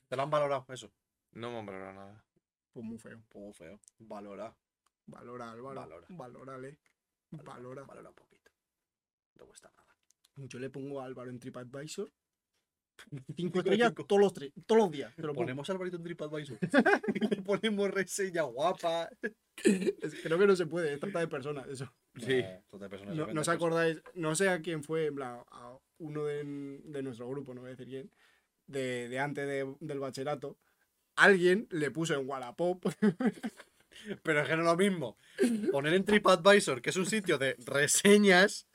Te lo han valorado, eso. No me han valorado (laughs) nada. pues muy feo. Poco feo. Valora. Valora, Álvaro. Valora. Valórale. Valora. Valora un poquito. No cuesta nada. Yo le pongo a Álvaro en (laughs) TripAdvisor. Cinco Cinco de estrellas cinco. todos los, tres- todos los días. te lo pongo. Ponemos a Alvarito en TripAdvisor. (laughs) y le ponemos reseña guapa. Es- Creo que no se puede, es trata de personas eso. Sí. Nah, son de Eh, No, no personas diferentes, os acordáis, no sé a quién fue, en plan, a uno de, de nuestro grupo, no voy a decir quién, de, de antes de- del bachillerato. Alguien le puso en Wallapop (laughs) pues. Pero es que no es lo mismo. Poner en TripAdvisor, que es un sitio de reseñas,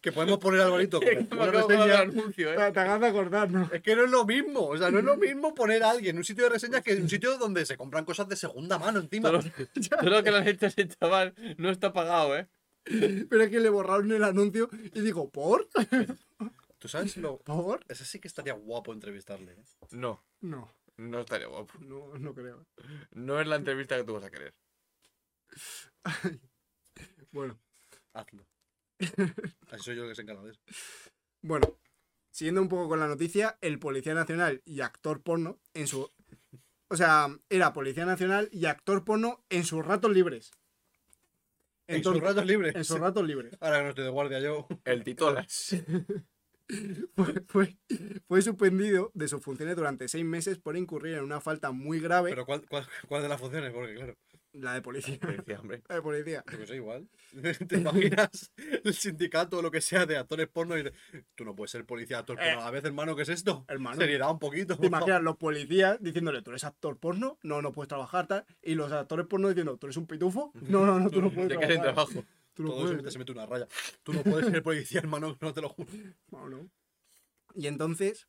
que podemos poner a Alvarito como Me una acabo de reseña. dar anuncio, ¿eh? Te, te hagas de acordar, ¿no? Es que no es lo mismo, o sea, no es lo mismo poner a alguien en un sitio de reseñas que en un sitio donde se compran cosas de segunda mano encima. Todo, (laughs) todo lo que le han hecho a ese chaval no está pagado, ¿eh? Pero es que le borraron el anuncio y digo, ¿por? ¿Tú sabes lo...? ¿Por? Ese sí que estaría guapo entrevistarle. ¿eh? No, No, no estaría guapo. no, no creo. No es la entrevista que tú vas a querer. Bueno, Hazlo. Así soy yo el que se encarga de eso. bueno. Siguiendo un poco con la noticia, el Policía Nacional y actor porno en su... O sea, era Policía Nacional y actor porno en sus ratos libres. En sus Entonces- ratos libres. En sus ratos libres. Ahora que no estoy de guardia yo. El titolas. (laughs) Fue, fue- fue suspendido de sus funciones durante seis meses por incurrir en una falta muy grave. Pero ¿cuál, cuál, cuál de las funciones? Porque claro, La de policía. (laughs) Decía, hombre. La de policía. yo que sé, igual. (laughs) ¿Te imaginas el sindicato o lo que sea de actores porno y... Tú no puedes ser policía actor porno a la vez, hermano, ¿qué es esto? Eh. Hermano. Seriedad un poquito. (laughs) ¿Te imaginas los policías diciéndole, tú eres actor porno? No, no puedes trabajar, tal. Y los actores porno diciendo, tú eres un pitufo? No, no, no, (laughs) tú no puedes Te quedas sin trabajar. trabajo. Tú no Todo eso puedes. mientras se mete una raya. Tú no puedes ser policía, hermano, (laughs) no te lo juro. No, no. Y entonces,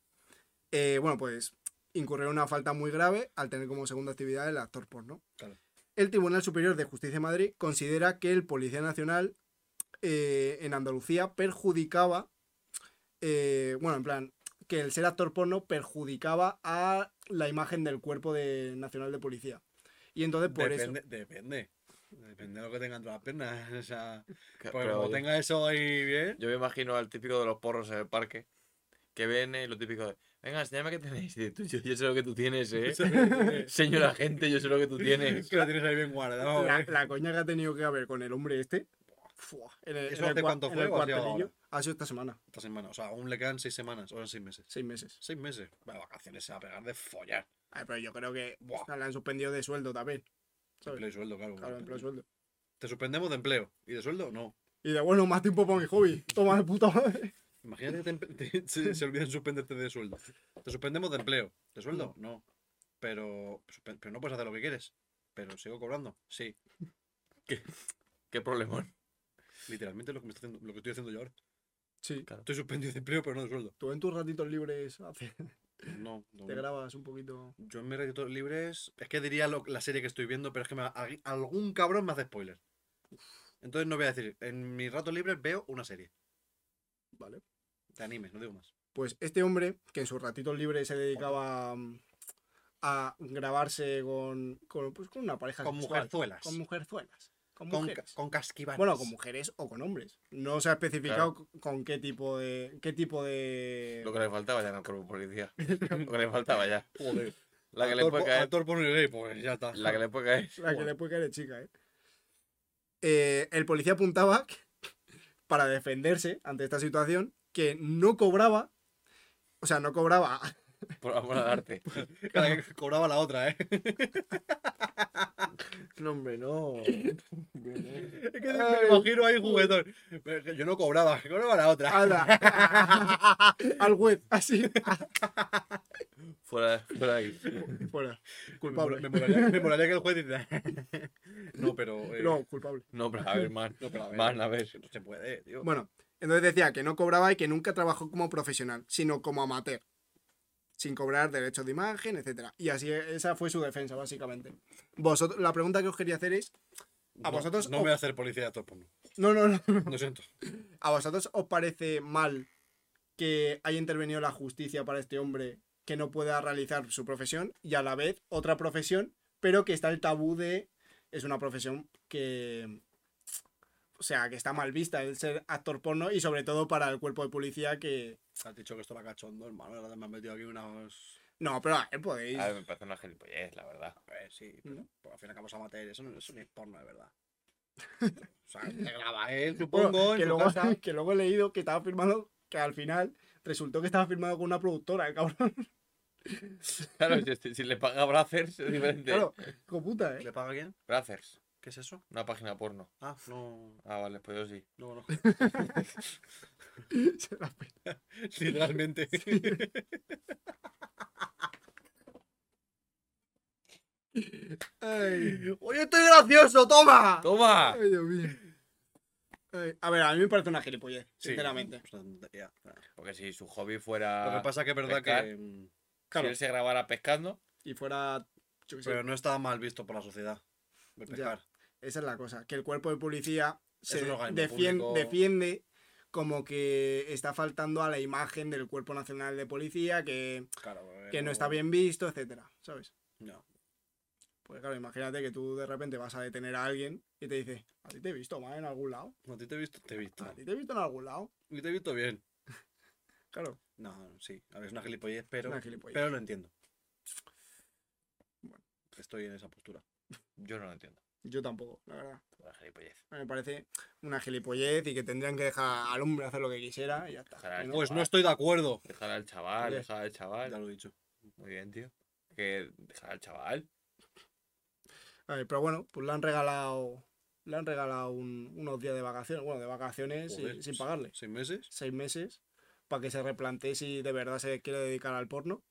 eh, bueno, pues incurrió en una falta muy grave al tener como segunda actividad el actor porno. Claro. El Tribunal Superior de Justicia de Madrid considera que el Policía Nacional eh, en Andalucía perjudicaba, eh, bueno, en plan, que el ser actor porno perjudicaba a la imagen del cuerpo de, nacional de policía. Y entonces por depende, eso... depende. Depende de lo que tenga entre las piernas. O sea, Que- pues pero como yo- tenga eso ahí bien. (laughs) Yo me imagino al típico de los porros en el parque. Que viene y lo típico de. Venga, enséñame qué tenéis. Y dice, "Tú, yo, (laughs) yo sé lo que tú tienes, ¿eh? Señora gente, yo sé lo que tú (laughs) tienes. que lo tienes ahí bien guardado. La, eh. la coña que ha tenido que haber con el hombre este... fua, en el- ¿Eso en el hace cua- cuánto en fue el o ha sido cuartelillo. ahora? Ha sido esta semana, Esta semana. O sea, aún le quedan seis semanas. O eran seis meses. seis meses. Seis meses. Vaya vacaciones se va a pegar de follar. Ay, pero yo creo que Buah. o sea, la han suspendido de sueldo también. ¿sabes? Empleo y sueldo, claro. Claro, empleo y sueldo. Te suspendemos de empleo. ¿Y de sueldo? No. Y de bueno, más tiempo para mi hobby. Toma de puta madre. Imagínate que te- (laughs) te- se, se olviden suspenderte de sueldo. Te suspendemos de empleo. ¿De sueldo? No. Pero, suspe- pero no puedes hacer lo que quieres. Pero sigo cobrando. Sí. Qué problemón. Literalmente lo que, me está haciendo- lo que estoy haciendo yo ahora. (laughs) Sí. Estoy suspendido de empleo, pero no de sueldo. Tú en tus ratitos libres haces- No. no, te no. grabas un poquito. Yo en mis ratitos libres. Es que diría lo- la serie que estoy viendo, pero es que me- a- algún cabrón me hace spoiler. Entonces no voy a decir. En mis ratos libres veo una serie. Vale. De anime, no digo más. Pues este hombre, que en sus ratitos libres se dedicaba mm, a grabarse con, con, pues, con una pareja Con sexual. mujerzuelas. Con mujerzuelas. Con Con, mujeres. con casquivanes. Bueno, con mujeres o con hombres. No se ha especificado con qué tipo de. qué tipo de. Lo que le faltaba ya en el cuerpo policía. (laughs) Lo que le faltaba ya. Joder. La que le puede po- caer. actor porno y gay, pues ya está. La que le puede caer. La que le puede caer es chica, ¿eh? Eh, El policía apuntaba, (laughs) para defenderse ante esta situación, que no cobraba, o sea, no cobraba, (laughs) Por amor al arte. Cada que cobraba la otra, ¿eh? No, hombre, no. Es que me imagino ahí juguetón. Pero es que Yo no cobraba, que cobraba la Ah, otra. ala, al juez, así, (laughs) Fuera, fuera de aquí. fuera, Me culpable. mol- Me molaría, me molaría que el juez dice. (laughs) No, pero. eh, No, culpable. No, pero a ver, man. no, pero a ver, Man, a ver. No se puede, tío. Bueno, entonces decía que no cobraba y que nunca trabajó como profesional, sino como amateur, sin cobrar derechos de imagen, etc. Y así esa fue su defensa, básicamente. Vosotros, la pregunta que os quería hacer es, a No, vosotros oh. No, os- (laughs) me voy a hacer policía de actor porno. No, no, no. Lo siento. ¿A vosotros os parece mal que haya intervenido la justicia para este hombre que no pueda realizar su profesión y a la vez otra profesión, pero que está el tabú de es una profesión que o sea, que está mal vista el ser actor porno y sobre todo para el cuerpo de policía que Te has dicho que esto era cachondo, hermano. Ahora me has metido aquí unas. no, pero a ver, podéis A ver, me parece una gilipollez, la verdad. (laughs) A ver, sí, pero ¿No? pues al fin y al cabo es amateur, eso no, eso ni es porno, (laughs) de verdad. o sea, te graba él, supongo, en que su luego, (laughs) casa. que luego he leído que estaba firmado que al final resultó que estaba firmado con una productora, (laughs) el cabrón. Claro, si, este- si le paga Brazzers es diferente. Claro, hijo puta, ¿eh? ¿Le paga quién? Brazzers, ¿Qué es eso? una página porno. Ah, no, Ah, vale, pues yo sí. no (laughs) conozco. (laughs) Se la pe- Literalmente. Ay. (laughs) ¡Oye, estoy gracioso! ¡Toma! ¡Toma! Ay, Dios mío. Ay, a ver, a mí me parece una gilipollez, Sí, sinceramente. pues, tontería. Porque si su hobby fuera. Lo que pasa que es verdad pescar. que. mm, Claro. Si él se grabara pescando, Y fuera. yo qué sé, Pero no está mal visto por la sociedad. El Ya. pescar. Esa es la cosa. Que el cuerpo de policía se un organismo defien- público. defiende como que está faltando a la imagen del cuerpo nacional de policía, que, Claro, eh, que no está bien visto, etcétera. ¿Sabes? No. Pues claro, imagínate que tú de repente vas a detener a alguien y te dice, ¿a ti te he visto mal en algún lado? No, a ti te he visto, te he visto. ¿A ti te he visto en algún lado? Y te he visto bien. Claro, No, sí. A ver, es una gilipollez, pero, una gilipollez. pero lo entiendo. Bueno. Estoy en esa postura. yo no lo entiendo. Yo tampoco, la verdad. Una gilipollez. A mí Ah, Me parece una gilipollez y que tendrían que dejar al hombre hacer lo que quisiera y ya está. Ojalá. Y no- Pues no va. estoy de acuerdo. Dejar al chaval, Oye, dejar al Ya chaval. lo he dicho. Muy bien, tío. Que dejar al chaval. A ver, pero bueno, pues le han regalado, le han regalado un- unos días de vacaciones, bueno, de vacaciones Joder, pues, sin, sin pagarle, ¿Seis meses? seis meses, para que se replantee si de verdad se quiere dedicar al porno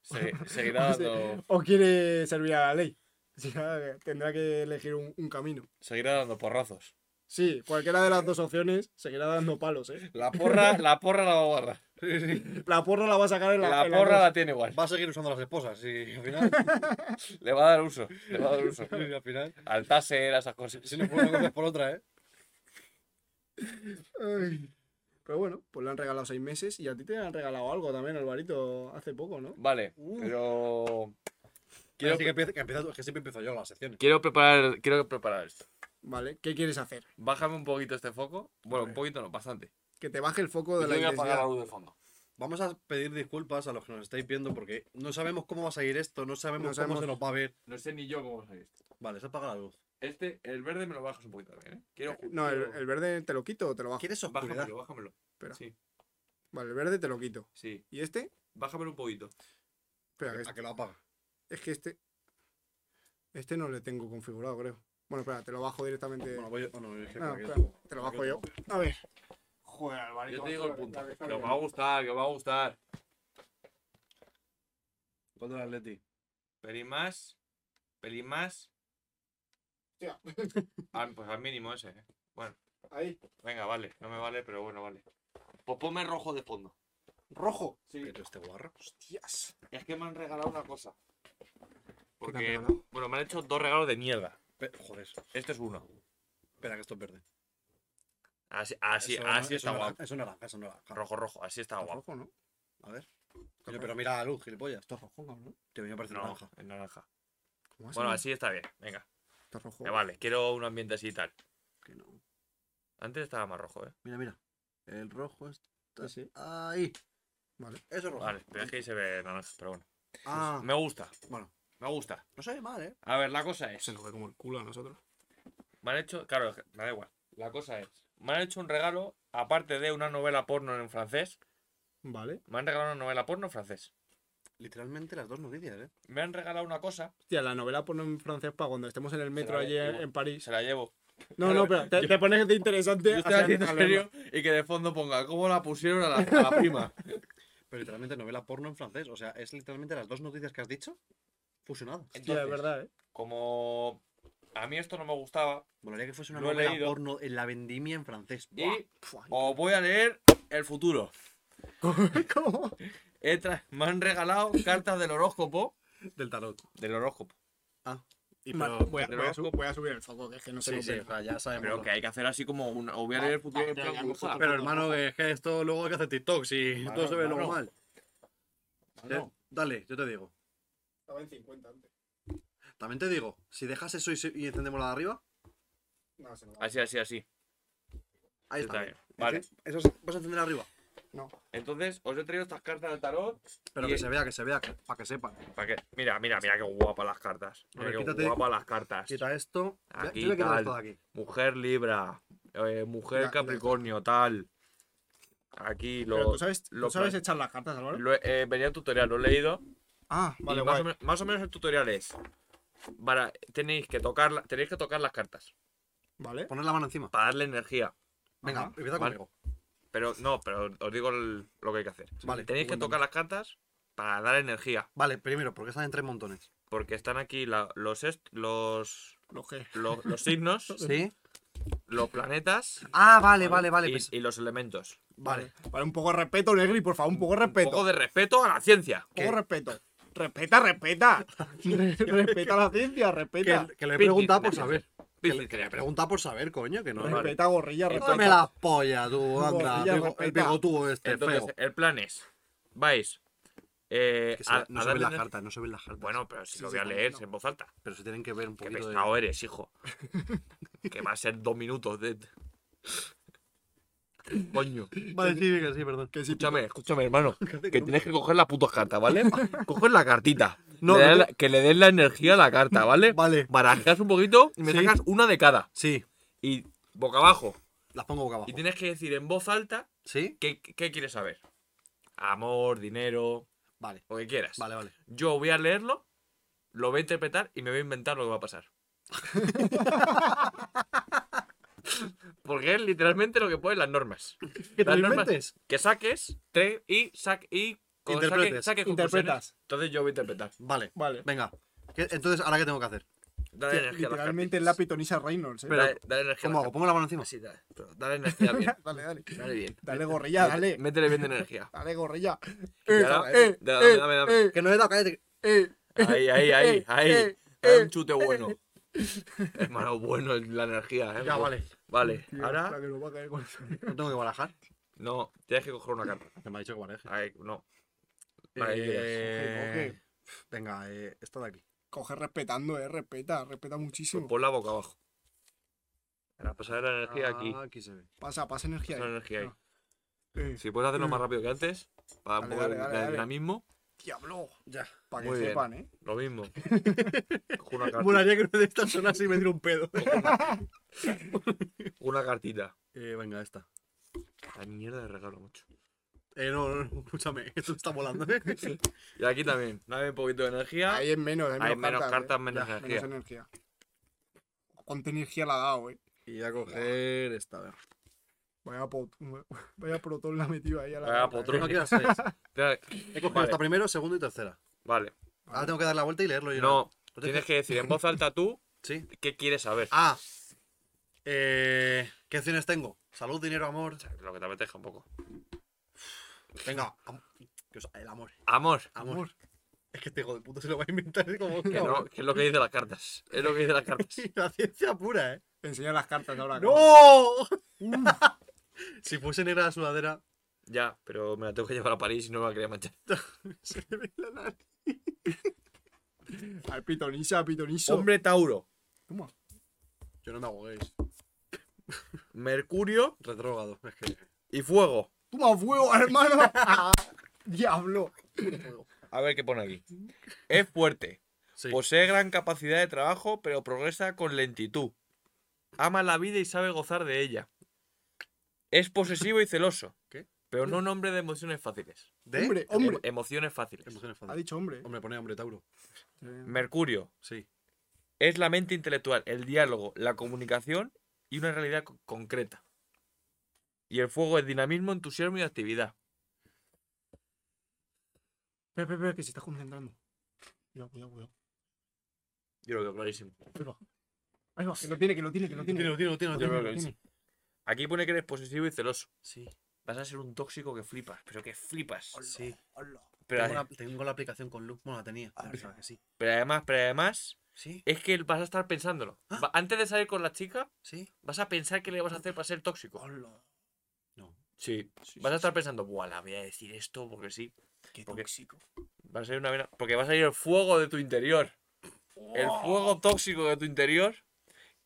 Se- (laughs) seguirá O sea, dando, o quiere servir a la ley. (laughs) Si no, Tendrá que elegir un, un camino. seguirá dando porrazos. Sí, cualquiera de las dos opciones seguirá dando palos, ¿eh? La porra, la porra la va a guardar. Sí, sí. La porra la va a sacar en la, La en la porra dos. la tiene igual. Va a seguir usando las esposas y al final. (laughs) Le va a dar uso. Le va a dar uso. y al final. Al taser, a esas cosas. Si no puedo negociar por otra, ¿eh? Ay. Pero bueno, pues le han regalado seis meses y a ti te han regalado algo también, Alvarito, hace poco, ¿no? Vale, Uh. pero. Quiero Quiero, que, empiece- que, empieza- que siempre empiezo yo las secciones. quiero preparar quiero preparar esto. Vale, ¿qué quieres hacer? Bájame un poquito este foco. Bueno, un Vale. poquito no, bastante. Que te baje el foco de Yo la voy a apagar la intensidad. luz de fondo. Vamos a pedir disculpas a los que nos estáis viendo porque no sabemos cómo va a seguir esto, no sabemos, No sabemos. cómo se nos va a ver. No sé ni yo cómo salir. Vale, se apaga la luz. Este, el verde me lo bajas un poquito también, ¿eh? Quiero. No, el, quiero- el verde te lo quito o te lo bajo. ¿Quieres oscuridad? Bájamelo, bájamelo. Espera. Sí, Vale, el verde te lo quito. sí. ¿Y este? Bájamelo un poquito. Espera, que A este- que lo apaga. es que este. Este no le tengo configurado, creo. Bueno, espera, te lo bajo directamente. Bueno, voy yo. Bueno, es que No, aquí- espera, te lo bajo yo. A ver. Joder, Alvarito. Yo te digo el punto. Dale, Que dale. os va a gustar, que os va a gustar. Contra el Atleti. Pelín más. Pelín más. Hostia. (laughs) Al- pues al mínimo ese, ¿eh? Ahí, Venga, vale. No me vale, pero bueno, vale. Pues ponme rojo de fondo. rojo. Sí. Pero este guarro. Hostias. Es que me han regalado una cosa. ¿Qué te han Porque, regalado? bueno, me han hecho dos regalos de mierda. Pe- joder. Este es uno. Espera, que esto es verde. Así, así, Eso- así eso está naranja, guapo. Eso naranja, eso naranja. Rojo, rojo, así está Esto es guapo. rojo, ¿no? A ver. Coño, pero mira la luz, gilipollas. Esto es rojo, cabrón. Tío, a mí me parece No, naranja. es naranja. ¿Cómo vas a Bueno, ver? así está bien. Venga, Esto es rojo. me vale. Quiero un ambiente así y tal. Que no. Antes estaba más rojo, ¿eh? Mira, mira. El rojo está Sí, sí. ahí. Vale. Eso es rojo. Vale, pero es que ahí se ve naranja, pero bueno. Ah, Me gusta, bueno. me gusta. No sabe mal, ¿eh? A ver, la cosa es. Se nos ve como el culo a nosotros. Me han hecho. Claro, es que me da igual. La cosa es. Me han hecho un regalo, aparte de una novela porno en francés. Vale. Me han regalado una novela porno en francés. Literalmente las dos noticias, ¿eh? Me han regalado una cosa, Hostia, la novela pone en francés para cuando estemos en el metro la- allí en, igual. en París. se la llevo. No, no, pero te, te pones de interesante. Yo estoy así haciendo al leerlo. serio y que de fondo ponga cómo la pusieron a la, a (laughs) la prima. Pero literalmente novela porno en francés. O sea, es literalmente las dos noticias que has dicho fusionadas. Hostia, Entonces, es verdad, ¿eh? Como a mí esto no me gustaba, Volaría que fuese una Lo he novela leído. porno en la vendimia en francés. y Buah. Fua. os voy a leer el futuro. (laughs) ¿Cómo? He tra- me han regalado cartas del horóscopo. Del tarot. Del horóscopo. Ah. Y Ma- pero- voy, a, pero- voy a su- voy a subir el foco, que es que no sé Sí, cómo sí, o sea, ya sabemos. Pero lo- que hay que hacer así como una. O voy a leer el futuro. Ah, en ya, plan ya, como, ya, "Buah, Pero hermano, es que esto luego hay que hacer TikTok si Claro, todo se ve luego claro. mal. Eh, hermano". Dale, yo te digo. Estaba en 50 antes. También te digo, si dejas eso y, se- y encendemos la de arriba, No, se nos va. Así, así, así. ahí Está está. bien, vale. Enci- Eso es- vas a encender arriba. Entonces, os he traído estas cartas del tarot. Pero Y- que se vea, que se vea, para que sepan. ¿Para qué? Mira, mira, mira qué guapa las cartas. A ver, Mira qué quítate. guapa las cartas. Quita esto. Ya- Aquí, yo le quito tal. esto de aquí. Mujer Libra. eh, mujer Ya, ya. Capricornio, tal. Aquí Pero lo. tú sabes, tú lo- sabes echar las cartas, Álvaro. lo he- eh, venía el tutorial, lo he leído. Ah, y vale, más, o guay. men- más o menos el tutorial es. Para, tenéis, que tocar, la- tenéis que tocar las cartas. Vale. Poner la mano encima. Para darle energía. Venga, Ajá. empieza Vale. conmigo. Pero no, pero os digo el- lo que hay que hacer. Vale, Tenéis que cuéntame. tocar las cartas para dar energía. Vale, primero, porque están en tres montones. Porque están aquí la- los, est- los, Lo pues que. lo- los, signos, (laughs) ¿Sí? los planetas Ah, vale, vale, vale. y, pues- y los elementos. vale. Vale. Vale, un poco de respeto, Negri, por favor, un poco de respeto. Un poco de respeto a la ciencia. Un poco de respeto. Respeta, (laughs) respeta. Re- respeta la ciencia, respeta. Que, que le he Pinky, preguntado por gracias. saber. Pinky, Que le he gracias. preguntado por saber, coño, que no. Vale. Respeta, gorrilla, Dame Dame respeta. la polla, tú, anda. Gorrilla, bigo- el respeta. bigotudo este, Entonces, feo. el plan es, vais eh, Que se- a, no a se ven darle las ener- cartas, no se ven las cartas. Bueno, pero si Sí, lo sí, voy a también, leer no. en voz alta. pero se tienen que ver un Qué poquito de... pescado eres, (laughs) hijo. que va a ser dos minutos de... Coño. Vale, sí, que sí, perdón. Que sí, Escúchame, escúchame, (laughs) hermano. hace Que con- tienes que coger las putas cartas, ¿vale? Coges la cartita. No, Le no das te- la- que le des la energía a la carta, ¿vale? (laughs) Vale. Barajeas un poquito y me Sí. sacas una de cada. Sí, Y boca abajo. las pongo boca abajo. Y tienes que decir en voz alta ¿Sí? qué, qué quieres saber. Amor, dinero, Vale, lo que quieras. vale, vale. Yo voy a leerlo, lo voy a interpretar y me voy a inventar lo que va a pasar. Porque es literalmente lo que ponen las normas. ¿Qué Las te normas- inventes? Que saques tres y sac y co- saque- Interpretes. saques conclusiones. Interpretas. Entonces yo voy a interpretar. Vale, Vale. venga. ¿Qué- Entonces, ¿ahora qué tengo que hacer? Dale Tía, energía a las Literalmente es la cartitas. pitonisa Reynolds, eh. Pero- dale, dale energía. a ¿Cómo las hago? ¿Pongo la mano encima? cartitas. Sí, dale, pero dale energía bien. dale, dale. Dale (laughs) bien. Dale, gorrilla, dale. Métele bien de energía. Dale, gorrilla. Y Eh, ahora- eh, dame, eh, dame, dame. eh, Que no he dado, cállate. eh. Ahí, ahí, ahí, eh, ahí. eh, Dale eh, un chute bueno. Hermano, bueno es la energía, eh. Ya, vale. Vale, Tío, la ahora que nos va a caer con eso. No tengo que barajar. no, tienes que coger una carta. Que me ha dicho que baraje. Ahí, no. Eh, Eh, coge, Venga, eh, esta de aquí. Coge respetando, eh. Respeta, respeta pues muchísimo. pon la boca abajo. Para pasar la energía aquí. Ah, aquí se ve. Pasa, pasa energía. Pasar la ahí. pues, energía ahí. Eh, Si puedes hacerlo más rápido que antes, para un Dale, poco de dale, dale, de dale. dinamismo, Diablo. Ya. Para Muy que bien. sepan, eh. lo mismo. Coge una cartita. Molaría que una de estas sonas y me diera un pedo. Una cartita. Eh, venga, esta. La mierda de regalo, mucho. Eh, no, no, no, escúchame, (laughs) esto está volando. ¿eh? Y aquí también. Dame un poquito de Ah. energía. Ahí es menos, hay menos, Hay menos cartas, eh. cartas, menos Ya, energía. Menos energía. ¿Cuánta energía la ha dado, eh? y voy a coger esta, a ver. Vaya, pot- vaya protón la ha metido ahí a la. Vaya carta, eh. potrón. Tengo aquí las tres. Claro, He cogido Vale. esta primero, segundo y tercera. Vale. Ahora tengo que dar la vuelta y leerlo yo. No, tienes que decir en voz alta tú Sí. qué quieres saber. Ah. Eh, ¿Qué opciones tengo? Salud, dinero, amor. Lo que te apetezca un poco. Venga. am- que os- El amor. Amor. Amor. Es que este hijo de puta se lo va a inventar es como Que no, que es lo que dicen las cartas. Es lo que dicen las cartas. (laughs) (laughs) La ciencia pura, ¿eh? Enseña las cartas ahora. cabrón. ¡No! (laughs) si fuese negra la sudadera. (laughs) Ya, pero me la tengo que llevar a París y no me la quería manchar. se le ve la nariz. Al pitonisa, pitoniso. (laughs) Hombre Tauro. Toma. Yo no me hago gays. Mercurio Retrógado. Es que. y fuego. Toma fuego, (laughs) hermano. Diablo. A ver qué pone aquí. Es (laughs) fuerte. Sí. Posee gran capacidad de trabajo, pero progresa con lentitud. Ama la vida y sabe gozar de ella. Es posesivo y (laughs) celoso. ¿Qué? Pero no un hombre de emociones fáciles. ¿De? Hombre, hombre. Em- emociones fáciles. Emociones Ha fáciles. dicho hombre. Hombre, pone hombre Tauro. Eh, Mercurio. Sí. Es la mente intelectual, el diálogo, la comunicación y una realidad co- concreta. Y el fuego es dinamismo, entusiasmo y actividad. Espera, espera, espera, que se está concentrando. Cuidado, cuidado, cuidado. Yo lo veo clarísimo. Ahí va. Ahí va, que lo tiene, que lo tiene, que lo tiene. Tiene, tiene, tiene. Yo creo tiene. que tiene. sí. Aquí pone que eres posesivo y celoso. Sí. Vas a ser un tóxico que flipas, pero que flipas. Sí. Hola. Pero, tengo, la, tengo la aplicación con Lu. Bueno, la tenía. Ah, pensaba que sí. pero además, pero además, Sí, es que vas a estar pensándolo. ¡Ah! Va- Antes de salir con la chica, sí. vas a pensar qué le vas a hacer para ser tóxico. Hola. No. Sí. Vas a estar pensando, buah, la voy a decir esto porque sí. Qué Porque- tóxico. Va a ser una vena- Porque va a salir el fuego de tu interior. El fuego tóxico de tu interior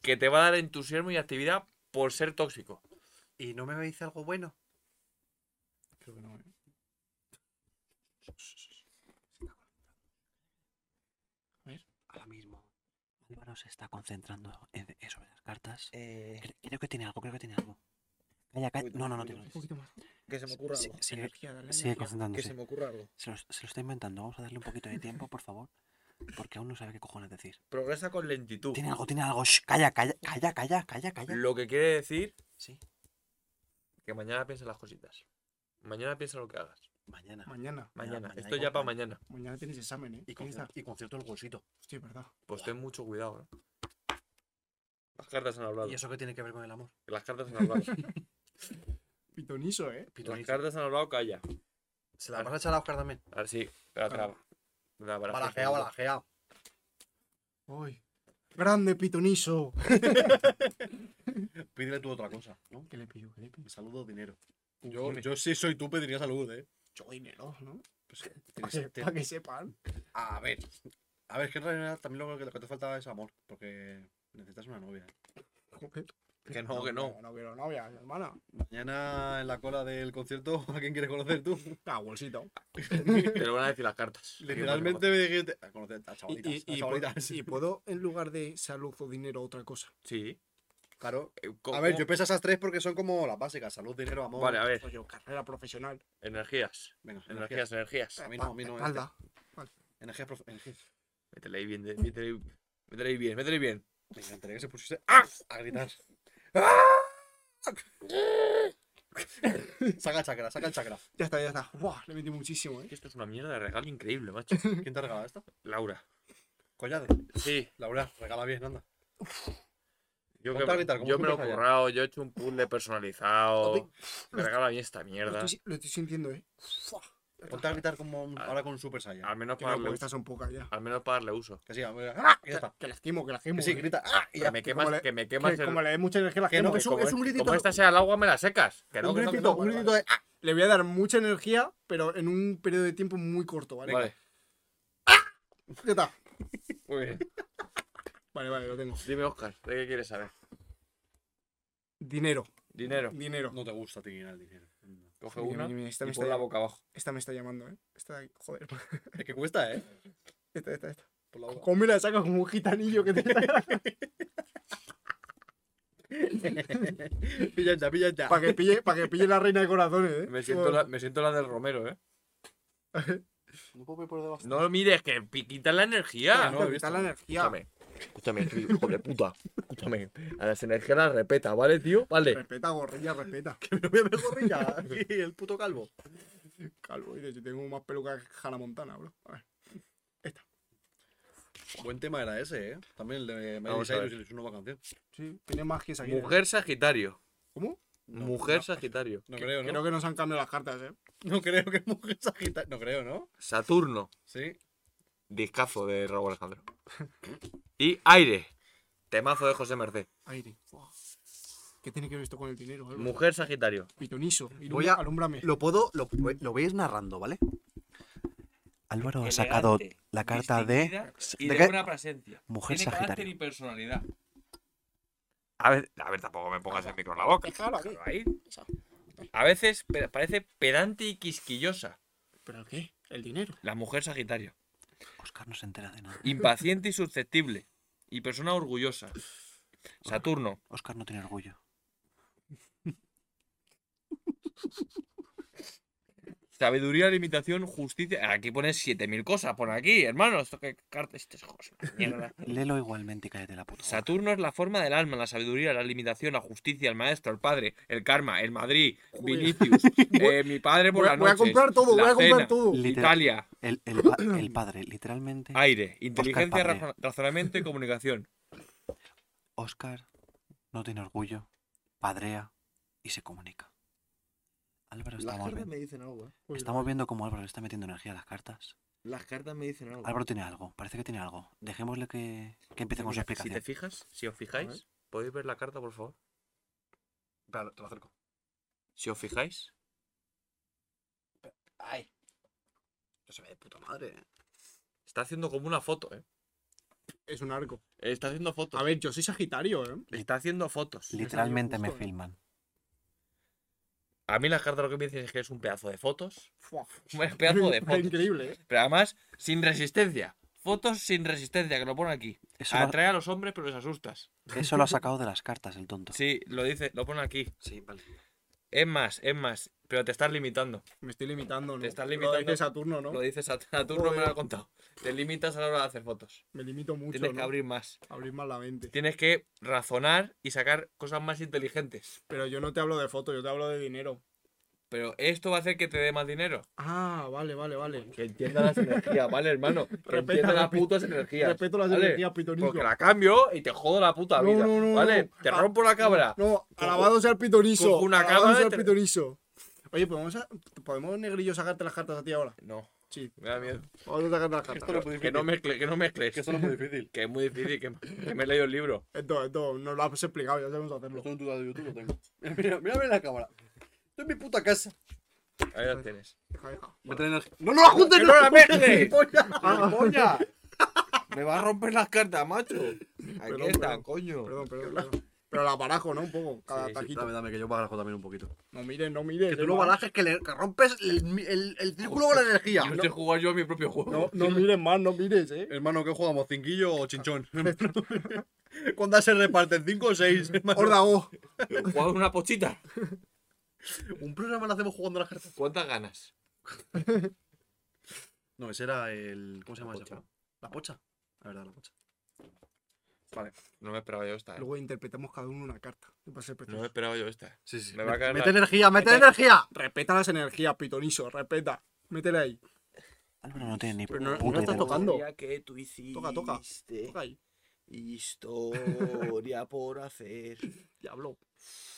que te va a dar entusiasmo y actividad por ser tóxico. ¿Y no me dice algo bueno? Creo que no, eh. Ahora mismo. Álvaro se está concentrando en, en- sobre las cartas. Cre- Creo que tiene algo, creo que tiene algo. Calla, calla. poquito más, No, no, no un tiene. poquito Un poquito más. que se me ocurra Sí, algo. sigue- Energía, dale sigue energía. Que concentrándose. se me ocurra algo. Se, los- se lo está inventando. Vamos a darle un poquito de tiempo, por favor. Porque aún no sabe qué cojones decir. Progresa con lentitud. Tiene algo, tiene algo. Shh, calla, calla, calla, calla, calla, calla. Lo que quiere decir Sí, que mañana piensa las cositas. Mañana piensa lo que hagas. mañana. Mañana. Mañana. mañana Esto hay ya para copa. mañana. Mañana tienes examen, ¿eh? Y con, Piensa. y con cierto el bolsito. Hostia, verdad. Pues ten mucho cuidado, ¿no? Las cartas han hablado. ¿Y eso qué tiene que ver con el amor? Las cartas han (laughs) hablado. Pitonizo, ¿eh? Las Pitonizo. cartas han hablado, calla. ¿Se la vas a echar a Oscar también? A ver si. La traba. La baraja. Balajeado, balajeado. Uy. Grande pitonizo. (laughs) Pídele tú otra cosa, ¿no? ¿Qué le pido? ¿Qué le pido? Saludo, dinero. Yo- Yo, si soy tú, pediría salud, ¿eh? Mucho dinero, ¿no? Para Tienes- que, te- pa' que sepan. A ver. A ver, que en realidad también lo que, lo que te falta es amor. Porque necesitas una novia. ¿eh? Joder. Que no, que no. No quiero novia, hermana. Mañana en la cola del concierto, (laughs) ¿a quién quieres conocer tú? Ah, bolsito. (laughs) Te lo van a decir las cartas. (laughs) Literalmente me dijiste. A conocer a Y, chavalitas. y- a y chavalitas. puedo, (laughs) y puedo, en lugar de salud o dinero, otra cosa. Sí. (laughs) Claro. Eh, A ¿cómo- ver, yo peso esas tres porque son como las básicas: salud, dinero, amor. Vale, a ver. Oye, carrera profesional. Energías. Venga, Energías, energías. energías. A mí no, a mí no. eh. Espalda. Energías. prof- energías. Métele ahí bien, de- métele ahí- métele ahí bien, métele ahí bien. Me encantaría que se (laughs) pusiese ¡Ah! a gritar. (laughs) ¡Ah! saca el chakra, saca el chakra. Ya está, ya está. Buah, le metí muchísimo, ¿eh? Que Esto es una mierda de regalo increíble, (laughs) macho. ¿Quién te ha regalado esto? Laura. Collado. Sí, Laura, regala bien, anda. yo, Ponte que- a gritar, como yo tú me lo he empiezas ya. currado, yo he hecho un puzzle personalizado. Papi, Me regala bien esta Lo mierda. estoy, si- lo estoy sintiendo, ¿eh? Buah. Ponte a gritar como un- ahora con un Super Saiyan. Al menos Que para no, darle porque uso. estas son pocas ya. Al menos para darle uso. Que sí, a ver, ¡ah! Y ya está. Que las quemo, que las quemo. Que sí, ¿eh? grita. ¡ah! Y Que ya. me que quemas, como le- que me Que quemas el- como le dé mucha energía, las Que quemo. no, que es un- como es un es- gritito. Como esta sea el agua, me la secas. Que no, Un que no, que gritito, no. un Vale, gritito de. ¡ah! Le voy a dar mucha energía, pero en un periodo de tiempo muy corto, ¿vale? Vale, Vale, Ya está. muy bien. Vale, vale, lo tengo. Dime, Oscar, ¿de qué quieres saber? Dinero, Dinero. dinero. No te gusta a ti el dinero. Coge Mira, una mira, mira, esta, me y está pon la llam- boca abajo. esta me está llamando, ¿eh? Esta, joder. Es que cuesta, ¿eh? (laughs) Esta, esta, esta. Por la boca. ¿Cómo me la sacas como un gitanillo que te (laughs) pilla ya, pilla ya. Para que, pille, (laughs) pa' que pille la reina de corazones, ¿eh? Me siento, la, me siento la del Romero, ¿eh? (laughs) No puedo ver por debajo. No lo mires, que pi- quita la energía. Ah, no, he visto. está la energía. Escúchame, escúchame, hijo de puta. Escúchame. A las energías las respeta, ¿vale, tío? Vale. (laughs) Respeta, gorrilla, respeta. No voy a ver gorrilla. aquí, El puto calvo. Calvo, dice, yo tengo más peluca que Hannah Montana, bro. A ver. Buen tema era ese, ¿eh? También el de Miley Vamos a ver. Cyrus y su nueva canción. Sí, tiene más que esa guía. Mujer Sagitario. ¿Cómo? Mujer Sagitario. No creo, ¿no? Creo que nos han cambiado las cartas, ¿eh? No creo que mujer sagitario. No creo, ¿no? Saturno. Sí. Discazo de Raúl (laughs) Alejandro. Y aire. Temazo de José Merced. Aire. Buah. ¿Qué tiene que ver esto con el dinero, Álvaro? Mujer Sagitario. Pitonizo. Voy a- Alúmbrame. Lo puedo, lo, lo veis narrando, ¿vale? Álvaro ha sacado Elegante, la carta de. Y ¿de de qué? buena presencia. Mujer Tiene carácter Sagitario. y personalidad. A ver, a ver, tampoco me pongas el micro en la boca. Déjalo ahí. A veces pe- parece pedante y quisquillosa. ¿Pero qué? El dinero. La mujer Sagitario. Oscar no se entera de nada. Impaciente y susceptible. Y persona orgullosa. Saturno. Oscar no tiene orgullo. Sabiduría, limitación, justicia. Aquí pones 7000 cosas. Pon aquí, hermano. Esto que carta. Este es joder, mierda. Léelo igualmente y cállate la puta. boca. Saturno es la forma del alma, la sabiduría, la limitación, la justicia, el maestro, el padre, el karma, el Madrid, Vinicius, eh, mi padre por Voy a- la noche. voy a comprar todo, voy a comprar todo. Literal- Italia, El, el pa- el padre, literalmente. aire, inteligencia, padre. razo- razonamiento y (laughs) comunicación. Oscar no tiene orgullo, padrea y se comunica. Álvaro está Las cartas moviendo. me dicen algo, eh. Uy, Estamos viendo cómo Álvaro le está metiendo energía a las cartas. Las cartas me dicen algo. Álvaro tiene algo, parece que tiene algo. Dejémosle que, que empiece con su Mira, si te explicación. fijas, si os fijáis, ¿podéis ver la carta, por favor? Espera, te lo acerco. Si os fijáis, Ay. No se ve de puta madre. está haciendo como una foto, ¿eh? Es un arco. Está haciendo fotos. A ver, yo soy Sagitario, ¿eh? Está haciendo fotos. Literalmente me justo, eh. filman. A mí las cartas lo que me dicen es que es un pedazo de fotos. Fua. Un (laughs) pedazo de Era fotos. increíble, ¿eh? Pero además, sin resistencia. Fotos sin resistencia, que lo pone aquí. Eso, lo, Atrae a los hombres, pero les asustas. eso lo ha sacado de las cartas, el tonto. Sí, lo dice, lo pone aquí. Sí, vale. Es más, es más. Pero te estás limitando. Me estoy limitando, ¿no? Te estás Lo limitando. de Saturno, ¿no? Lo dices a, a turno, me lo Joder. has contado. Te limitas a la hora de hacer fotos. Me limito mucho, Tienes que ¿no? abrir más. Abrir más la mente. Tienes que razonar y sacar cosas más inteligentes. Pero yo no te hablo de fotos, yo te hablo de dinero. Pero esto va a hacer que te dé más dinero. Ah, vale, vale, vale. Que entienda las energías, ¿vale, hermano? Que Respeta, entienda las respe- putas energías. Respeto las ¿vale? energías, pitonico. Porque la cambio y te jodo la puta No, vida. no, no, ¿Vale? no. Te Ah, rompo la cabra. No, alabado sea el pitonizo. cojo una alabado cámara y sea el te- pitonizo. Oye, ¿podemos, a- ¿podemos negrillo sacarte las cartas a ti ahora? No, Sí. me da miedo. Vamos a sacarte las Esto lo cartas. (laughs) puedes Que no mezcle, que no mezcles. Que esto no es muy difícil. Que es muy difícil, que, que me he leído el libro. Esto, esto, nos lo has explicado, ya sabemos hacerlo. Esto en tu lado de YouTube lo tengo. (laughs) Mira, mira, mira la cámara. Esto es mi puta casa. Ahí lo tienes. Deja, deja. Voy a tener energía. Ah. ¡No, no la juntes! ¡Que no la mezcles! ¡Polla! ¡Polla! Me va a romper las cartas, (laughs) macho. Aquí Perdón, está, perdón. coño. Perdón, perdón, perdón. Pero la barajo, ¿no? Un poco, cada Sí, sí, taquito. Dame, dame, que yo barajo también un poquito. no mires, no mires. Ah, Que tú eh, lo mal. barajes, que, le, que rompes el, el, el círculo con la energía. Yo sé jugar yo a mi propio juego. No, no mires más, no mires, ¿eh? Hermano, ¿qué jugamos? ¿Cinquillo o (laughs) chinchón? ¿Cuándo se reparten? ¿Cinco o seis? hermano? Órdago. Jugar una pochita. ¿Un programa lo hacemos jugando a las cartas? ¿Cuántas ganas? No, ese era el... ¿Cómo se llama La ese pocha. juego? La pocha. La verdad, la pocha. No me esperaba yo esta. eh. Luego interpretamos cada uno una carta. Que pase No precioso. me esperaba yo esta. Sí, sí. Me va a Mete- caer la- Mete energía, mete Mete- energía. Respeta las energías, pitonizo, respeta. Métela ahí. Álvaro no tiene ni Pero no- puta no estás idea. tocando. que tú hiciste. Toca, toca. Toca ahí. Historia por hacer. (laughs) Diablo.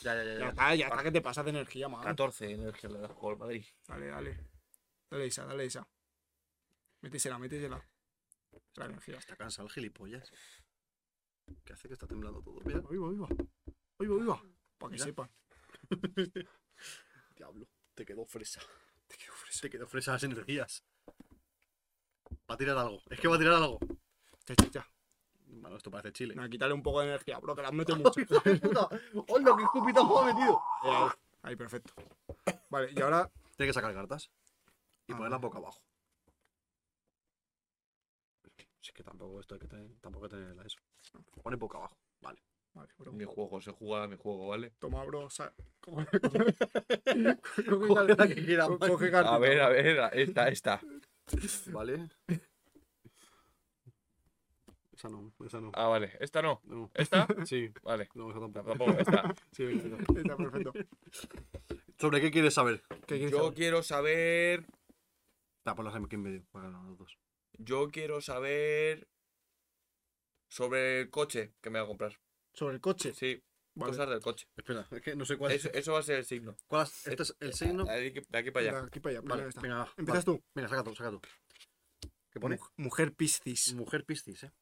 Ya, ya, ya. Ya ya. está, ya está que te pasas de energía, man. 14 energía le da el juego al Madrid. Dale, dale. Dale esa, dale esa. Métesela, métesela. La energía. Está cansado el gilipollas. ¿Qué hace que está temblando todo? Mira. Oigo, oigo. Oigo, oigo. Para que Mira. sepan. Diablo, te quedó fresa. Te quedó fresa. Te quedó fresa las energías. Va a tirar algo. Es que va a tirar algo. Ya, ya, ya. Bueno, esto parece (laughs) chile. Nada, quítale un poco de energía, bro, que las (laughs) mete mucho. puta! ¡Hola, qué escupitajo ha metido! Ahí, ahí. Ahí, perfecto. Vale, y ahora. Tiene que sacar cartas. Y Ah, ponerlas vale. boca abajo. Si es que tampoco esto hay que tener, tampoco hay que tenerla eso. Pone boca (laughs) abajo. Vale. Vale, bro. Mi juego, se juega a mi juego, ¿vale? Toma, bro. sa- (laughs) Coge, Coge la que quieras, co- man. coge cartita. A ver, a ver, a- esta, esta. Vale. (laughs) Esa no, esa no. Ah, vale. Esta no. No, ¿Esta? ¿Eh? sí. Vale. No, esa tampoco. Tampoco, esta. Sí, venga, venga. Está perfecto. ¿Sobre qué quieres saber? ¿Qué quieres Yo saber? quiero saber. Ah, ponlas aquí en medio. Para los dos. Yo quiero saber. Sobre el coche que me voy a comprar. Sobre el coche. Sí, Vale. cosas del coche. Espera, es que no sé cuál es. Eso, eso va a ser el signo. ¿Cuál es? Este es el signo. De aquí, de aquí para allá. Venga, aquí para allá. Vale, Vale, está. venga, va, Empiezas tú. Venga, saca tú, saca tú. ¿Qué pone? Muj- Mujer Piscis. Mujer Piscis, ¿eh?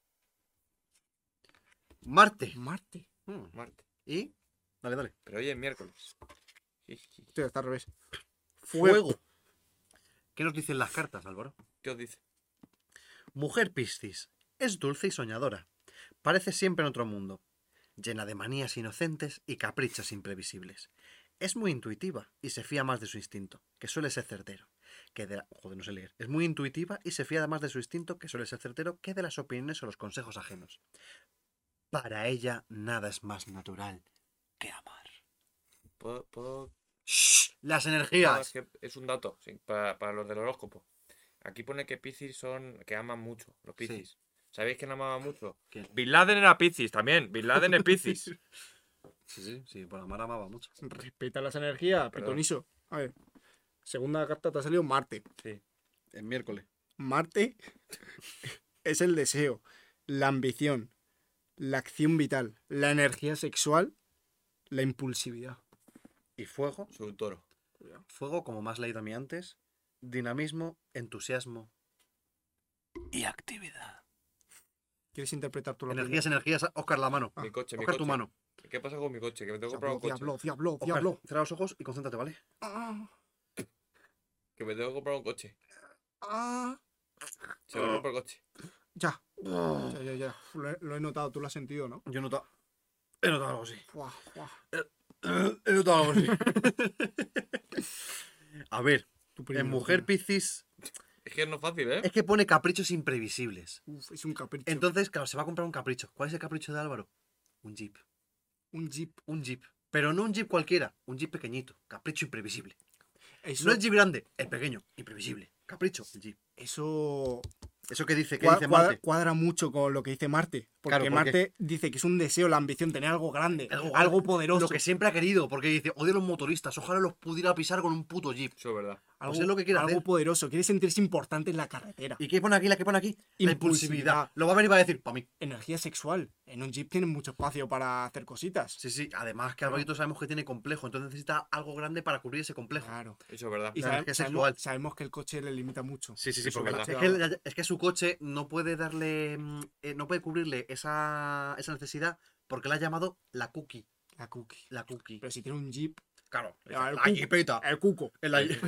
Marte. Marte. Mm, Marte. Y. Dale, dale. Pero hoy es miércoles. ¿Qué Tío, está al revés. Fuego. ¿Qué nos dicen las cartas, Álvaro? os dice? Mujer Piscis. Es dulce y soñadora. Parece siempre en otro mundo. Llena de manías inocentes y caprichos imprevisibles. Es muy intuitiva y se fía más de su instinto, que suele ser certero. Que de la- Joder, no sé leer. Es muy intuitiva y se fía más de su instinto, que suele ser certero, que de las opiniones o los consejos ajenos. Para ella nada es más natural que amar. ¿Puedo, puedo... ¡Shh! Las No, es, energías. que es un dato sí, para, para los del horóscopo. Aquí pone que Piscis son... que aman mucho, los Sí. Piscis. ¿Sabéis quién amaba mucho? ¿Quién? Bin Laden era Piscis también. Bin Laden es (laughs) Piscis. Sí, Ah, sí, sí, por amar amaba mucho. Respeta las energías, pitoniso. A ver. Segunda carta te ha salido Marte. Sí. El miércoles. Marte (laughs) es el deseo, la ambición, la acción vital, la energía sexual, la impulsividad. ¿Y fuego? Soy un toro. Cuidado. Fuego, como más leído a mí antes. Dinamismo, entusiasmo. Y actividad. ¿Quieres interpretar tú lo que Energías, energías. Oscar, la mano. Mi coche, mi Oscar, coche. Ah, tu mano. ¿Qué pasa con mi coche? Que me tengo que comprar Diablo, un diablo, coche. diablo, Oscar, diablo. cierra los ojos y concéntrate, ¿vale? Ah, Que me tengo que comprar un coche. ah. Se me rompe el coche. Ya, Ah. ya, ya, ya. Lo he, lo he notado, tú lo has sentido, ¿no? Yo he notado. He notado algo así. Fuá, fuá. He notado (laughs) algo así. A ver, Tu primero, en mujer primero. Piscis Es que no es fácil, ¿eh? es que pone caprichos imprevisibles. Uf, es un capricho. Entonces, claro, se va a comprar un capricho. ¿Cuál es el capricho de Álvaro? Un jeep. un jeep. Un jeep. Pero no un jeep cualquiera, un jeep pequeñito. Capricho imprevisible. Eso, No el jeep grande, el pequeño, imprevisible. Capricho, el jeep. eso Eso que dice, que cua- dice cuadra, Marte. cuadra mucho con lo que dice Marte. Porque, Claro, porque- Marte dice que es un deseo, la ambición, tener algo grande, Algo algo, grande. poderoso. Lo que siempre ha querido, porque dice, odio a los motoristas, ojalá los pudiera pisar con un puto jeep. Eso es verdad. algo, pues es lo que quiere algo hacer. poderoso, quiere sentirse importante en la carretera. ¿Y qué pone aquí? ¿La que pone aquí? La Impulsividad. impulsividad. Lo va a ver y va a decir, para mí. Energía sexual. En un jeep tienen mucho espacio para hacer cositas. Sí, sí. Además que Alvarito sabemos que tiene complejo, entonces necesita algo grande para cubrir ese complejo. Claro. Eso es verdad. Y La sabe- energía sabemos, sexual. sabemos que el coche le limita mucho. Sí, sí, sí, Eso porque es la- es, verdad. que, el- es que su coche no puede darle, mm, eh, no puede cubrirle esa, esa necesidad porque la ha llamado la cookie. La cookie. La cookie. Pero si tiene un jeep, Claro, Ah, el la cuco. jipeta. el cuco. El la- el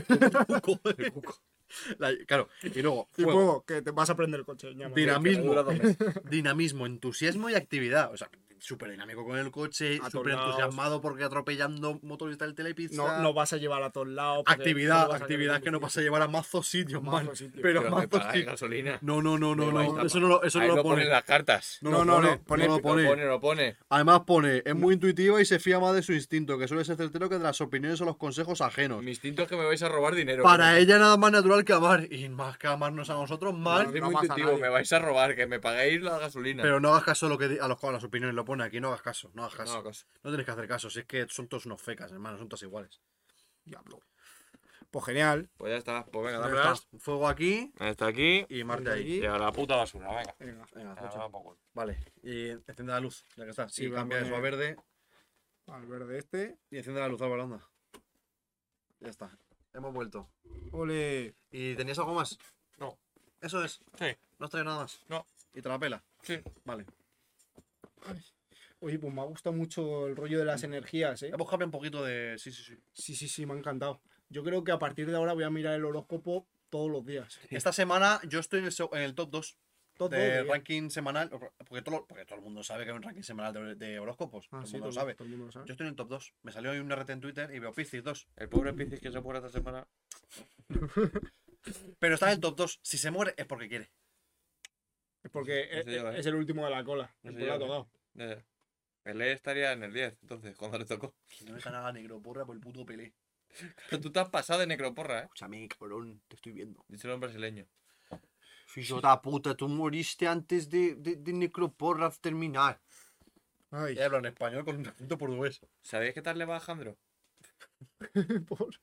cuco. El cuco. (laughs) La- claro, y luego, Y fuego, fuego, que te vas a prender el coche. ñama. Que me dinamismo, dura dos meses. dinamismo, entusiasmo y actividad. O sea, súper dinámico con el coche, Atornaos. súper entusiasmado porque atropellando motorista del telepizza. No, no vas a llevar a todos lados. porque no actividad, vas a actividad querer que no vas a llevar a mazos sitios, Mazo man. sitio. Pero Pero me mazos pagáis sitios. gasolina. No, no, no, no, Me vais no. a Eso no lo, eso Ahí no lo pone. ponen las cartas. No, lo No, no, pone, no, pone- no lo Lo pone, pone. lo pone. Además pone, es muy intuitiva y se fía más de su instinto, que suele ser certero que de las opiniones o los consejos ajenos. Mi instinto es que me vais a robar dinero. Para ella nada más natural que amar, y más que amarnos a nosotros, Mal, mal. No, soy no muy pasa intuitivo, nadie. me vais a robar, que me pagáis la gasolina. Pero no hagas caso a, lo que, di- a, los, a las opiniones, lo pone aquí, no hagas caso, no hagas no, caso. No, acaso. tienes que hacer caso, si es que son todos unos fecas, hermano, son todos iguales. Diablo. Pues genial. Pues ya está, pues venga, Ya dame está, las. Fuego aquí Está aquí y Marte ahí. y a la puta basura, venga. Venga. Venga, A la mucho. poco. Vale, y enciende la luz, ya que está. Sí, Sí, voy a cambia eso a poner- verde Al verde este. y enciende la luz, Álvaro, anda. Ya está, hemos vuelto. Ole. ¿Y tenías algo más? No. Eso es. Sí. No has traído nada más. No. Y te la pela. Sí. Vale. Oye, pues me ha gustado mucho el rollo de Mm. las energías, ¿eh? Hemos cambiado un poquito de. Sí, sí, sí. Sí, sí, sí, me ha encantado. Yo creo que a partir de ahora voy a mirar el horóscopo todos los días. Esta semana yo estoy en el, seg- en el top 2 Todos los del días. ranking semanal. Porque todo, lo- porque todo el mundo sabe que hay un ranking semanal de, de horóscopos. Ah, todo sí, el mundo lo todo- sabe. todo el mundo lo sabe. Yo estoy en el top 2. Me salió hoy un RT en Twitter y veo Piscis 2. El pobre Piscis que se muere esta semana. Pero está en el top 2. Si se muere es porque quiere. Es porque No es, sé yo, ¿eh? es el último de la cola. No el sé que le ha yo, ¿eh? tocado. Ya, ya. El E estaría en el 10, entonces, cuando le tocó. Que no me ganaba negro, porra, por el puto pelé. Pero tú te has pasado de necroporra, ¿eh? Escúchame, cabrón, te estoy viendo. Díselo en brasileño. Fijota puta, tú moriste antes de, de, de necroporra terminar. Ay, Y habla en español con un acento portugués. ¿Sabéis qué tal le va a Alejandro? por-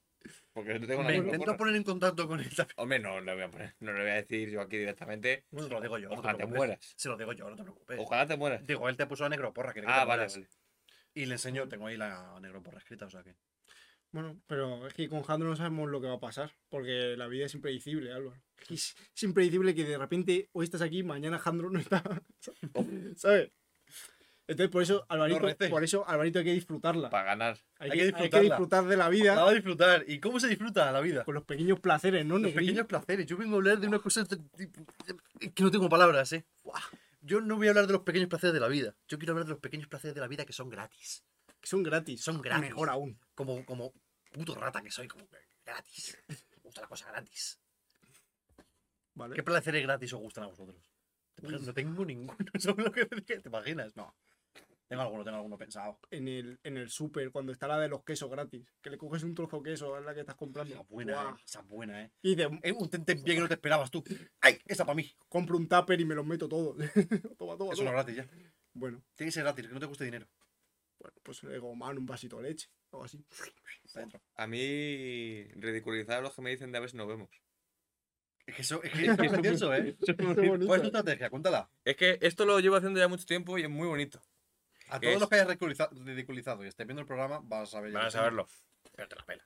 Porque no tengo una Me intento necroporra. poner en contacto con él también. Hombre, no le voy a poner, no le voy a decir yo aquí directamente. Bueno, se lo digo yo. Ojalá te preocupes. mueras. Se lo digo yo, no te preocupes. Ojalá te mueras. Digo, él te puso a Necroporra. quiere que Ah, te vale, mueras. vale. Y le enseño, tengo ahí la Necroporra escrita, o sea que. Bueno, pero es que con Jandro no sabemos lo que va a pasar, porque la vida es impredecible, Álvaro. Es, es impredecible que de repente hoy estás aquí, mañana Jandro no está. Oh. (laughs) ¿Sabes? Entonces, por eso, Alvarito, recéis. por eso, Alvarito, hay que disfrutarla. Para ganar. Hay, que, hay hay que que disfrutarla. disfrutar de la La vida va a disfrutar. ¿Y cómo se disfruta la vida? con los pequeños placeres, ¿no? Los Negrín? pequeños placeres. Yo vengo a hablar de una cosa de- de- de- que no tengo palabras, ¿eh? Buah. Yo no voy a hablar de los pequeños placeres de la vida. Yo quiero hablar de los pequeños placeres de la vida que son gratis. que son gratis. Son gratis. Mejor aún. Como, como puto rata que soy, como que gratis. Me gusta la cosa gratis. ¿Vale? ¿Qué placeres gratis os gustan a vosotros? ¿Te imaginas? No tengo ninguno. (laughs) ¿Sabes lo que te digo? ¿Te imaginas? No. Tengo alguno, tengo alguno pensado. En el, en el súper, cuando está la de los quesos gratis, que le coges un trozo de queso a la que estás Esa comprando. es buena, Buah. eh. Esa es buena, eh. Y dices, Es un tentempié que no te esperabas tú. ¡Ay! Esa para mí. compro un tupper y me los meto todos. (laughs) toma, toma, Eso toma. no es gratis ya. Tiene Bueno, que ser gratis, que no te cueste dinero. bueno, pues le digo, man, un vasito de leche, algo así. Está dentro. A mí, ridiculizar a los que me dicen de a ver si nos vemos. Es que eso, es (laughs) que eso es gracioso, ¿eh? Qué bonito. ¿Cuál es tu estrategia? Cuéntala. Es que esto lo llevo haciendo ya mucho tiempo y es muy bonito. A ¿Qué todos es? los que hayas ridiculiza- ridiculizado y estés viendo el programa, vas a saber. ya Van a que sí. saberlo. Pero te la pela.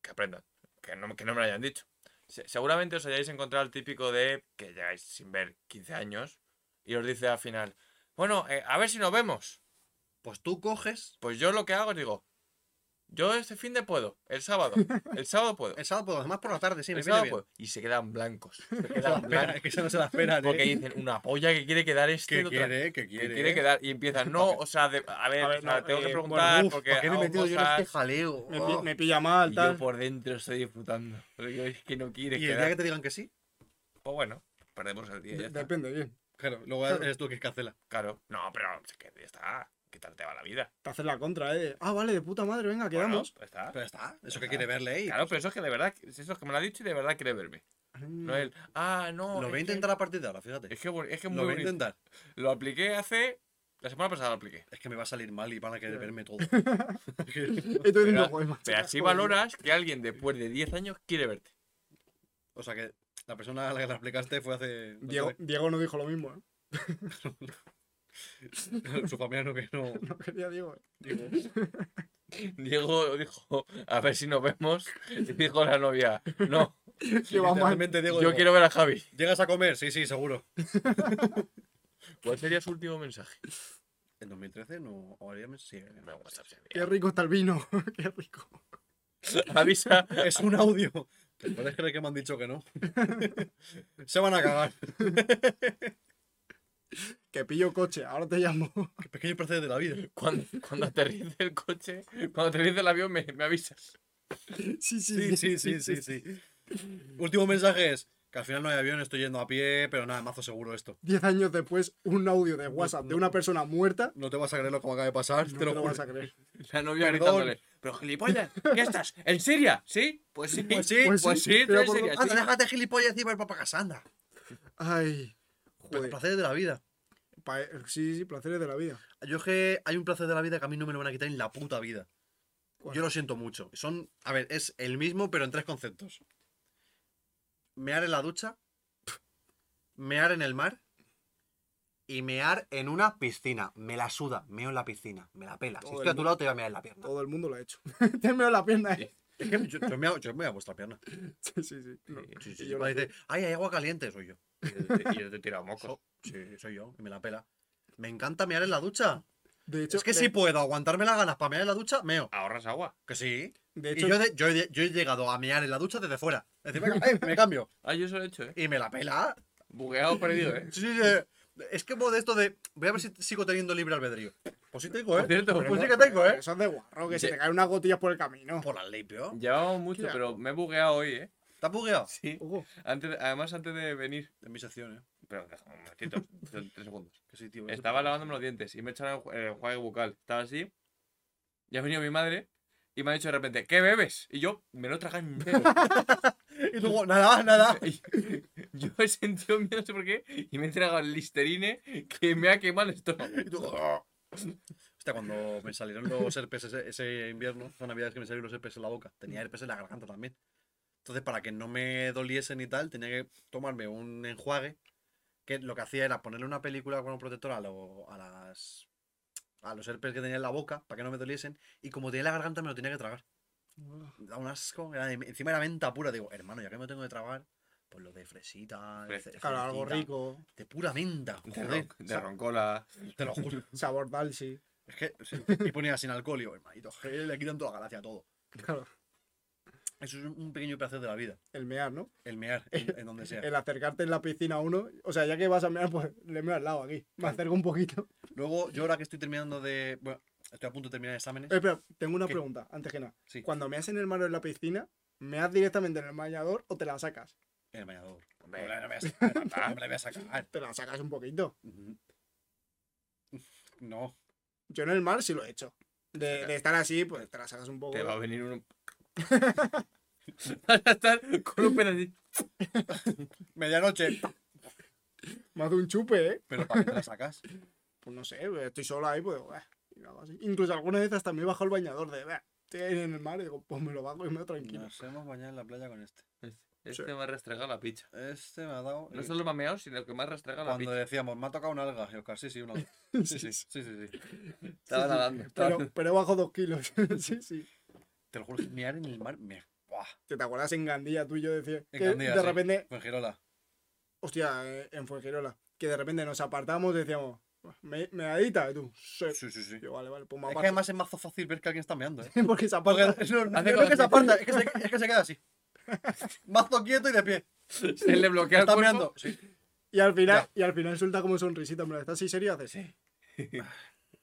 que aprendan, que no, que no me lo hayan dicho. Se- seguramente os hayáis encontrado el típico de que llegáis sin ver 15 años y os dice al final, bueno, eh, a ver si nos vemos. Pues tú coges. Pues yo lo que hago es digo, yo este fin de puedo, el sábado, el sábado puedo. El sábado, puedo, además por la tarde, sí, me el viene sábado bien. puedo. pues, Y se quedan (laughs) blancos. Se Se la quedan esperan, blancos. que eso no se la esperan, Porque ¿eh? dicen, una polla que quiere quedar este Que de otra- quiere, que que quiere. quiere quedar. Y (laughs) empiezan, no, o sea, de- a ver, A ver, o sea, no, tengo que eh, bueno, preguntar Uf, porque. ¿Por qué me he hago metido yo en este cosas". jaleo? Me, Oh. pi- me pilla mal, Y yo pues, tal. por dentro estoy disfrutando. Porque yo es que no quiere Y el día quedar. que te digan que sí, Pues bueno, perdemos el día. Ya De- está. Depende, bien. claro, luego Claro. eres tú quien cancela. Claro. No, pero es que ya está. ¿Qué tal te va la vida? Te haces la contra, ¿eh? Ah, vale, de puta madre, venga, Bueno, quedamos. pues está. Pero ya está, eso está. que quiere verle ahí. Claro, pero eso es que de verdad, eso es que me lo ha dicho y de verdad quiere verme. (laughs) No el, ah, no. Mm. Lo es voy a que- intentar a partir de ahora, fíjate. Es que, bu- es que es Lo muy voy a bonito. intentar. Lo apliqué hace. La semana pasada lo apliqué. Es que me va a salir mal y van a querer Claro. (laughs) verme todo. Y tú diciendo, Pero- joder, macho, Pero qué así asco, valoras que alguien después de 10 años quiere verte. o sea que la persona a la que la explicaste fue hace. tío. Diego, Diego no dijo lo mismo, ¿eh? (laughs) (laughs) Su familia no que no. No quería Diego. ¿eh? Diego dijo, a ver si nos vemos. Y dijo la novia, no, Que va mal. Literalmente, Diego, yo digo, quiero ver a Javi. ¿Llegas a comer? Sí, sí, seguro. ¿Cuál sería su último mensaje? En 2013 no. o haría- Sí, haría- No, WhatsApp sería. (laughs) Qué rico está el vino. Qué rico. Avisa, Es un audio. ¿Te puedes creer que me han dicho que (laughs) no? Se van a cagar. Que pillo coche, ahora te llamo. Qué pequeño placer de la vida. cuando, cuando aterrice el coche, cuando aterrice el avión, me, me avisas. Sí, sí, Sí, sí, sí, sí, sí. Último mensaje es que al final no hay avión, estoy yendo a pie, pero nada, mazo seguro esto. Diez años después, un audio de WhatsApp de una persona muerta. No te vas a creer lo que me acaba de pasar, No te lo juro. vas a creer. La novia Perdón. gritándole, pero gilipollas, ¿qué estás? ¿En Siria? ¿Sí? Pues sí, Pues sí, pues pues sí, sí, tú pero en por- Siria, Anda, sí. déjate gilipollas y va para casa, anda. Ay. Pero Joder. Pues placeres de la vida. Pa- sí, sí, placeres de la vida. Yo es que hay un placer de la vida que a mí no me lo van a quitar en la puta vida. ¿Cuál? Yo lo siento mucho. Son, a ver, es el mismo, pero en tres conceptos. Mear en la ducha, mear en el mar y mear en una piscina. Me la suda, meo en la piscina, me la pela. Si Todo estoy a el tu mu- lado te voy a mear en la pierna. Todo el mundo lo ha hecho. (laughs) te meo la pierna, ¿eh? Es que yo, yo meo, yo meo a vuestra pierna. Sí, sí, sí. No. Sí, Y yo sí, sí. lo- Cuando dice, ay, hay agua caliente, soy yo. Y yo te he tirado mocos. So- sí, soy yo, y me la pela. Me encanta mear en la ducha. De hecho, Es que de, si puedo aguantarme las ganas para mear en la ducha, meo. ¿Ahorras agua? Que sí. de Y hecho, yo, de- yo he, yo he llegado a mear en la ducha desde fuera. Es decir, venga, eh, me cambio. Ah, yo eso lo he hecho, ¿eh? Y me la pela. Bugueado perdido, (laughs) ¿eh? Sí, sí, sí. Es que modo de esto de, voy a ver si sigo teniendo libre albedrío. Pues sí tengo, Por ¿eh? cierto, Pues sí hemos- que tengo, ¿eh? eso es de guarro, que se Ya- te caen unas gotillas por el camino. Por las limpio. llevamos mucho, Qué asco. pero me he bugueado hoy, ¿eh? ¿Te has bugueado? Sí. Ojo, Antes de- además, antes de venir. En mi sección, ¿eh? Pero déjame un momentito, son tres segundos. Que sí, tío. eso- Estaba lavándome los dientes y me he echado el enju- el enjuague bucal. Estaba así. Y ha venido mi madre y me ha dicho de repente, ¿qué bebes? Y yo me lo tragan (laughs) entero. Y luego, nada, nada. Y- yo he sentido miedo, no sé por qué, y me he tragado el listerine que me ha quemado el estómago. (laughs) Y tú, ¡ah! Hostia, cuando me salieron los herpes ese, ese invierno, son navidades que me salieron los herpes en la boca. Mm. Tenía herpes en la garganta también. Entonces, para que no me doliesen y tal, tenía que tomarme un enjuague. Que lo que hacía era ponerle una película con un protector a, lo- a las. A los herpes que tenía en la boca para que no me doliesen. Y como tenía la garganta, me lo tenía que tragar. Da un asco. era de- encima era menta pura. Digo, hermano, ya que me lo tengo que tragar, pues lo de fresita. de Fresca. ce- claro, algo cerecita, rico. De pura menta. De, Joder. ron- O de sea, roncola. te lo juro. Sabor dal, sí. Es que sí, y ponía sin alcohol y yo, hermanito, que le quitan toda la gracia a todo. Claro, Eso es un pequeño placer de la vida, el mear, ¿no? el mear en, en donde sea. El acercarte en la piscina a uno. O sea, ya que vas a mear, pues le meo al lado aquí. Me acerco un poquito. Luego, yo ahora que estoy terminando de. Bueno, estoy a punto de terminar exámenes. Eh, espera, tengo una ¿Qué? pregunta, antes que nada. Sí. Cuando meas en el mar o en la piscina, ¿meas directamente en el bañador o te la sacas? En el bañador. Hombre, No me la voy a sacar, no me la voy a sacar. Te la sacas un poquito. No. Yo en el mar sí lo he hecho. De, de estar así, pues te la sacas un poco. Te va a venir (laughs) uno. (laughs) Vas a estar con un pedacito. Medianoche. Me hace un chupe, ¿eh? Pero para qué te la sacas. Pues no sé, pues, estoy solo ahí, pues. bah, y lo hago así. Incluso alguna vez hasta me he bajado el bañador de. bah, estoy ahí en el mar y digo, pues me lo bajo y me lo tranquilo. Nos hemos bañado en la playa con este. Este Sí. me ha restregado la picha. Este me ha dado. No el- solo me ha meado, sino que me ha restregado la Cuando picha. decíamos, me ha tocado una alga. Y Oscar, sí, sí, una alga. Sí, sí, sí, sí. Estaba sí. sí, sí. nadando. estaba Pero, pero bajo dos kilos. (laughs) sí, sí. Te lo juro, mear en el mar. Me... ¡Buah! Buah, Que te acuerdas en Gandía, tú y yo decía. En que Gandía, de sí. repente, Fuengirola. hostia, eh, en Fuengirola, que de repente nos apartamos y decíamos, me, meadita, y tú, sí. Sí, sí, sí. Yo, vale, vale, pues me Es que aparto. además es mazo fácil ver que alguien está meando, ¿eh? Porque se (laughs) Porque aparta. no, no, Hace con yo creo que se las aparta, es que se, es que se queda así. (laughs) Mazo quieto y de pie. (laughs) Se le bloquea el Está cuerpo. meando. Sí. (laughs) Y al final, y al final suelta como sonrisita, hombre, ¿estás así serio? Haces,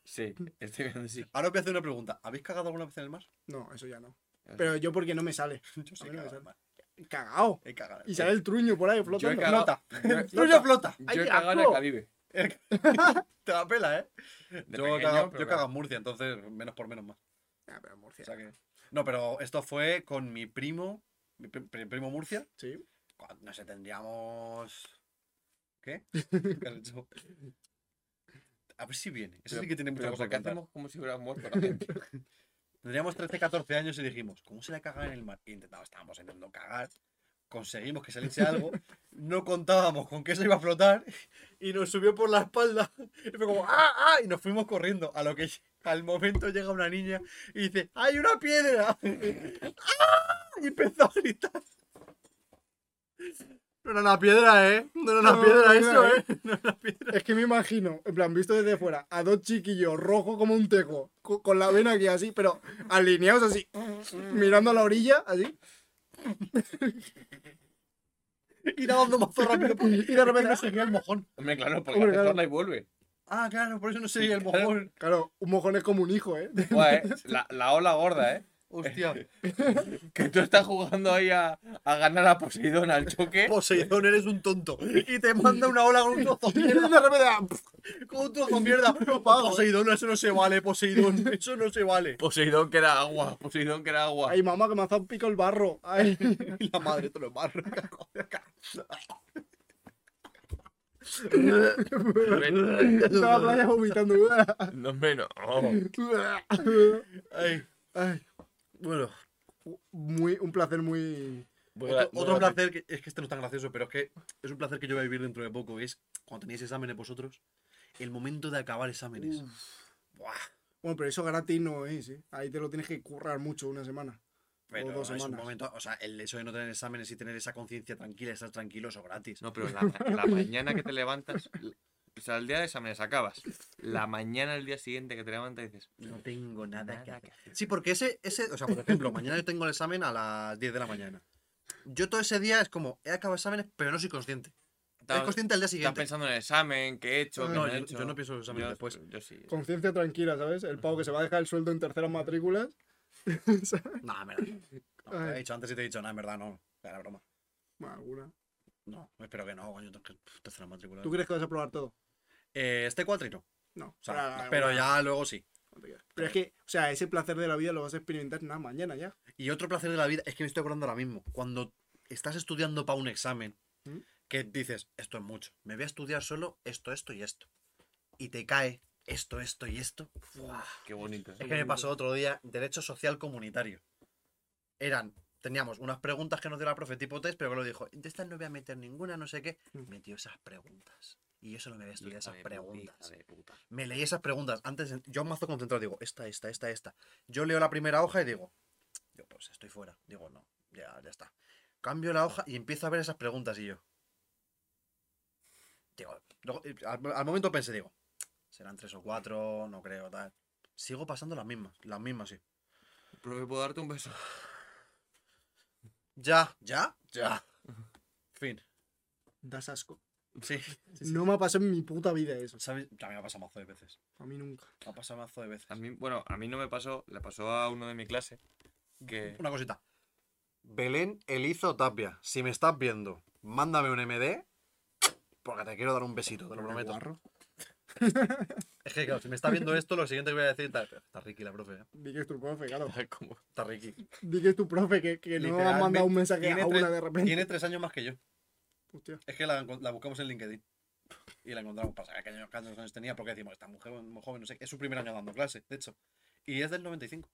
Sí, estoy viendo sí. Ahora os voy a hacer una pregunta. ¿Habéis cagado alguna vez en el mar? no, eso ya no. Pero yo porque no me sale. Yo sí A he mí no me cagado en sale. el mar. Cagao. He cagado en Y el sale el truño por ahí he flotando. mar. cagado. Flota. (laughs) Yo- Truño flota. Ay, Yo he qué cagado en el asco. Caribe. Te la pela, ¿eh? Yo pequeño, cago, pero yo claro. cago en Murcia, entonces menos por menos más. Ah, pero Murcia. O sea que- No, pero esto fue con mi primo, mi pri- pri- primo Murcia. Sí. Cuando, no sé, tendríamos. (laughs) ¿Qué? ¿Qué has hecho? A ver si viene. Eso sí que tiene mucha Pero cosa ¿por que qué contar. hacemos como si hubiera muerto la (laughs) gente? Tendríamos 13, 14 años y dijimos, ¿cómo se la caga en el mar? Y intentamos, estábamos intentando cagar. Conseguimos que saliese algo. No contábamos con que se iba a flotar. Y nos subió por la espalda. Y fue como, ¡ah, ah! Y nos fuimos corriendo. A lo que al momento llega una niña y dice, ¡hay una piedra! (laughs) ¡Ah! Y empezó a gritar. No era una piedra, ¿eh? No era una No, piedra no era, eso, ¿eh? ¿eh? No era una piedra. Es que me imagino, en plan, visto desde fuera, a dos chiquillos rojo como un teco, co- con la vena aquí así, pero alineados así, mirando a la orilla, así, Y nada, dando (laughs) mazo rápido. Y de repente no ¿eh? seguía el mojón. Hombre, claro, porque Hombre, hace claro. torna y vuelve. Ah, claro, por eso no seguía el Claro. mojón. claro, un mojón es como un hijo, ¿eh? Buah, eh, La, la ola gorda, ¿eh? (laughs) Hostia, Que tú estás jugando ahí a, a ganar a Poseidón al choque. Poseidón, eres un tonto. Y te manda una ola con un trozo de Y de mierda. repente, ah, pf, Con un trozo de mierda. Poseidón, eso no se vale, (laughs) Poseidón. Eso no se vale. Poseidón que era agua, Poseidón que era agua. ay mamá, que me ha dado un pico el barro, ay. Y la madre te lo embarra. Estaba en la playa vomitando. No, hombre, no. Ay, Ay, bueno, muy, un placer muy... Voy a- otro, voy a- otro placer, que, es que este no es tan gracioso, pero es que es un placer que yo voy a vivir dentro de poco, es cuando tenéis exámenes vosotros, el momento de acabar exámenes. Buah, Bueno, pero eso gratis no es, ¿eh? Ahí te lo tienes que currar mucho, una semana. pero dos es un semanas. momento, o sea, el hecho de no tener exámenes y tener esa conciencia tranquila, estar tranquilos o gratis. No, pero la, la mañana que te levantas, l- o sea, el día de exámenes acabas. La mañana el día siguiente que te levantas dices, No tengo nada que Nada hacer. que Sí, porque ese, ese, o sea, por ejemplo, mañana yo tengo el examen a las 10 de la mañana. Yo todo ese día es como, he acabado exámenes, pero no soy consciente. Soy estás, consciente el día estás siguiente. Ah, pensando en el examen, qué he hecho, qué No, he yo, hecho. yo no pienso en los exámenes Yo- después. Yo sí. Conciencia tranquila, ¿sabes? El pavo que se va a dejar el sueldo en terceras matrículas. Nah, en verdad. No, te lo he Ay. dicho antes y te he dicho, no, en verdad no. Era broma. Bueno, alguna. No, espero que no, coño, que- pff, tercera matrícula. ¿Tú crees que vas a probar todo? Eh, este cuatrino. No. O sea, Para- pero ya luego sí. no te creas. Pero es que, o sea, ese placer de la vida lo vas a experimentar nada mañana ya. Y otro placer de la vida es que me estoy acordando ahora mismo. Cuando estás estudiando para un examen, ¿Mm? que dices, esto es mucho, me voy a estudiar solo esto, esto y esto. Y te cae esto, esto y esto. ¡Fua! Qué bonito. ¿eh? Es que me pasó otro día, Derecho Social Comunitario. Eran, teníamos unas preguntas que nos dio la profe tipo test, pero que lo dijo, de estas no voy a meter ninguna, no sé qué. Mm. Metió esas preguntas. Y yo solo me voy a estudiar Hija esas de puta, preguntas. hija de puta. Me leí esas preguntas. Antes, yo mazo concentrado, digo, esta, esta, esta, esta. Yo leo la primera hoja y digo, yo pues estoy fuera. Digo, no, ya, ya está. Cambio la hoja y empiezo a ver esas preguntas y yo. Digo, luego, eh, al, al momento pensé, digo, serán tres o cuatro, no creo, tal. Sigo pasando las mismas, las mismas, sí. Profe, ¿puedo darte un beso? Ya, ya, ya. Fin. Das asco. Sí. sí, sí. No me ha pasado en mi puta vida eso. ¿Sabes? Ya me ha pasado mazo de veces. A mí nunca. Me ha pasado mazo de veces. A mí, bueno, a mí no me pasó, le pasó a uno de mi clase (laughs) que... Una cosita. Belén Elizo Tapia, si me estás viendo, mándame un MD porque te quiero dar un besito, te lo prometo. Guarro. Es que claro, si me está viendo esto, lo siguiente que voy a decir tal, pero está Ricky la profe, ¿eh? Di que es tu profe, (laughs) claro. (laughs) Como... Está Ricky. Di que es tu profe, que, que no ha Literalmente, mandado un mensaje tiene a una tres- de repente. Tiene tres años más que yo. Hostia. Es que la, encon- la buscamos en LinkedIn. Y la encontramos para saber qué año- cuántos años tenía, porque decimos, esta mujer muy joven, no sé, qué. es su primer año dando clase, de hecho. Y es del 95.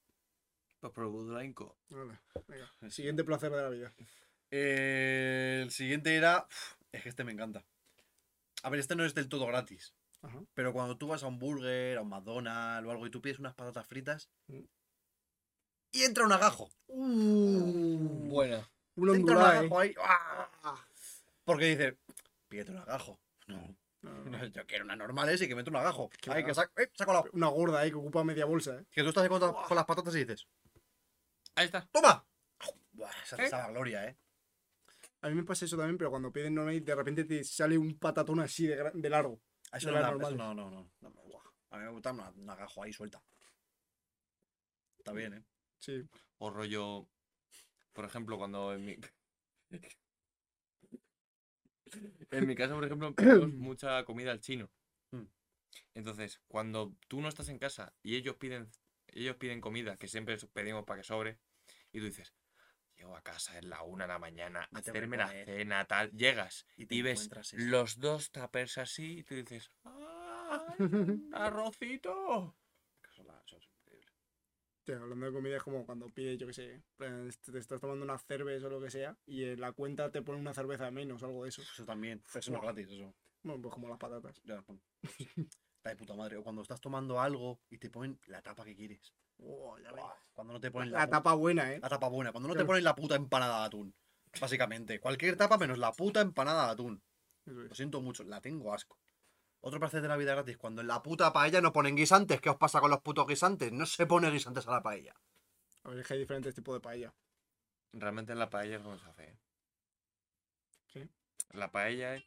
Pues por Budlanco. Vale, venga. Siguiente placer de la vida. Eh, el siguiente era. Uf, Es que este me encanta. A ver, este no es del todo gratis. Ajá. Pero cuando tú vas a un burger, a un McDonald's o algo y tú pides unas patatas fritas, Mm. y entra un agajo. Uh, Buena. un Entra un ondulado, agajo ahí. ¡ah! Porque dice, pídete un agajo. No, eh. no, yo quiero una normal ese y que me entre un agajo. Claro. Ahí que saco, eh, saco la... Una gorda ahí que ocupa media bolsa, ¿eh? Que tú estás ahí con, con las patatas y dices, Ahí está. ¡toma! Buah, esa te ¿Eh? sabe a gloria, ¿eh? A mí me pasa eso también, pero cuando piden no de repente te sale un patatón así de, gra- de largo. A Eso De no, las me da- eso normales. no, no, no, no me gusta. A mí me gusta una- un agajo ahí suelta. Está bien, ¿eh? Sí. (laughs) O rollo. Por ejemplo, cuando en mi. (laughs) en mi casa, por ejemplo, pedimos (coughs) mucha comida al chino. Mm. Entonces, cuando tú no estás en casa y ellos piden, ellos piden comida, que siempre so- pedimos para que sobre, y tú dices, llego a casa, es la una de la mañana, Me tengo que hacerme la poner". cena, tal, llegas te y ves encuentras eso. los dos tapers así, y tú (laughs) dices, ¡ay, un arrocito! Eso la- eso es increíble. Tío, hablando de comida es como cuando pides, yo qué sé, en plan, est- te estás tomando una cerveza o lo que sea y en la cuenta te ponen una cerveza menos o algo de eso. Eso también. Eso no es gratis, eso. Bueno, pues como las patatas. Ya, bueno. Está de puta madre. O cuando estás tomando algo y te ponen la tapa que quieres. Oh, ya ves. Buah, Cuando no te ponen la, La pu- tapa buena, ¿eh? la tapa buena. Cuando no te Claro. ponen la puta empanada de atún. Básicamente. Cualquier tapa menos la puta empanada de atún. Eso Lo es. siento mucho. La tengo asco. Otro placer de la vida gratis. Cuando en la puta paella no ponen guisantes. ¿Qué os pasa con los putos guisantes? No se pone guisantes a la paella. A ver, es que hay diferentes tipos de paella. Realmente la paella es como se hace. ¿eh? Sí. La paella, es-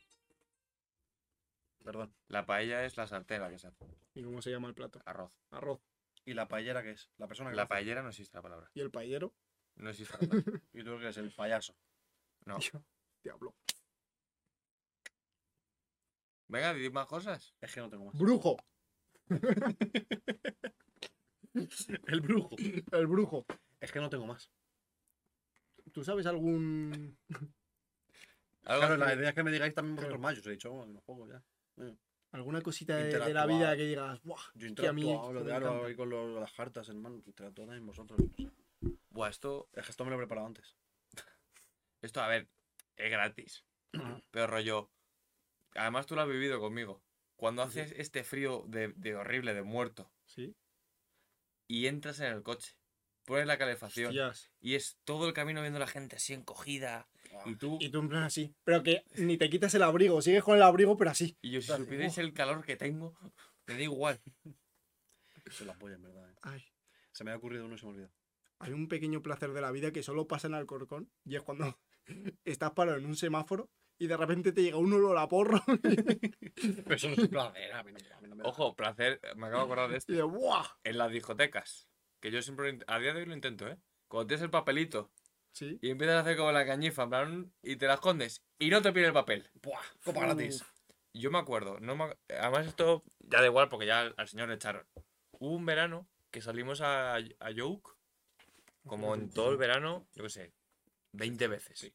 Perdón. la paella es la sartén la que se hace. ¿Y cómo se llama el plato? Arroz. Arroz. ¿Y la paellera qué es? La persona que La lo hace. paellera no existe la palabra. ¿Y el paellero? No existe (laughs) la palabra. ¿Y tú qué es? El payaso. No. Tío, (laughs) Diablo. Venga, di más cosas. Es que no tengo más. Brujo. (laughs) El brujo. El brujo. Es que no tengo más. ¿Tú sabes algún. Algo Claro, así. la idea es que me digáis también vosotros Claro. más. Yo os he dicho, bueno, juego ya. alguna cosita de, de la vida Interactuar. que digas, ¡buah! Yo que a mí interactúo, hablo me de algo encanta"? ahí con lo- las cartas, hermano. Interactúo también vosotros. no sé. Buah, esto, Es que esto me lo he preparado antes. esto, a ver, es gratis. Pero rollo. Además, tú lo has vivido conmigo. Cuando haces este frío de, de horrible, de muerto, Sí. y entras en el coche, pones la calefacción, Hostias. y es todo el camino viendo a la gente así encogida, y tú, Y tú en plan así. Pero que ni te quitas el abrigo, sigues con el abrigo, pero así. y yo si Dale, supierais uf. el calor que tengo, me da igual. Se la apoya, en verdad. eh. Ay. Se me ha ocurrido uno y se me olvida. Hay un pequeño placer de la vida que solo pasa en Alcorcón y es cuando (laughs) estás parado en un semáforo y de repente te llega un olor a porro (laughs) Pero eso no es un placer. A mí no, a mí no me da. Ojo, placer, me acabo de acordar de esto. y de ¡buah! En las discotecas, que yo siempre, lo int- a día de hoy lo intento, ¿eh? Cuando tienes el papelito Sí. y empiezas a hacer como la cañifa, en plan, y te la escondes y no te pide el papel. Buah, copa gratis. Yo me acuerdo, no me ac- además esto ya da igual porque ya al, al señor le echaron. Hubo un verano que salimos a, a Yoke, como en todo el verano, yo qué sé, 20 veces.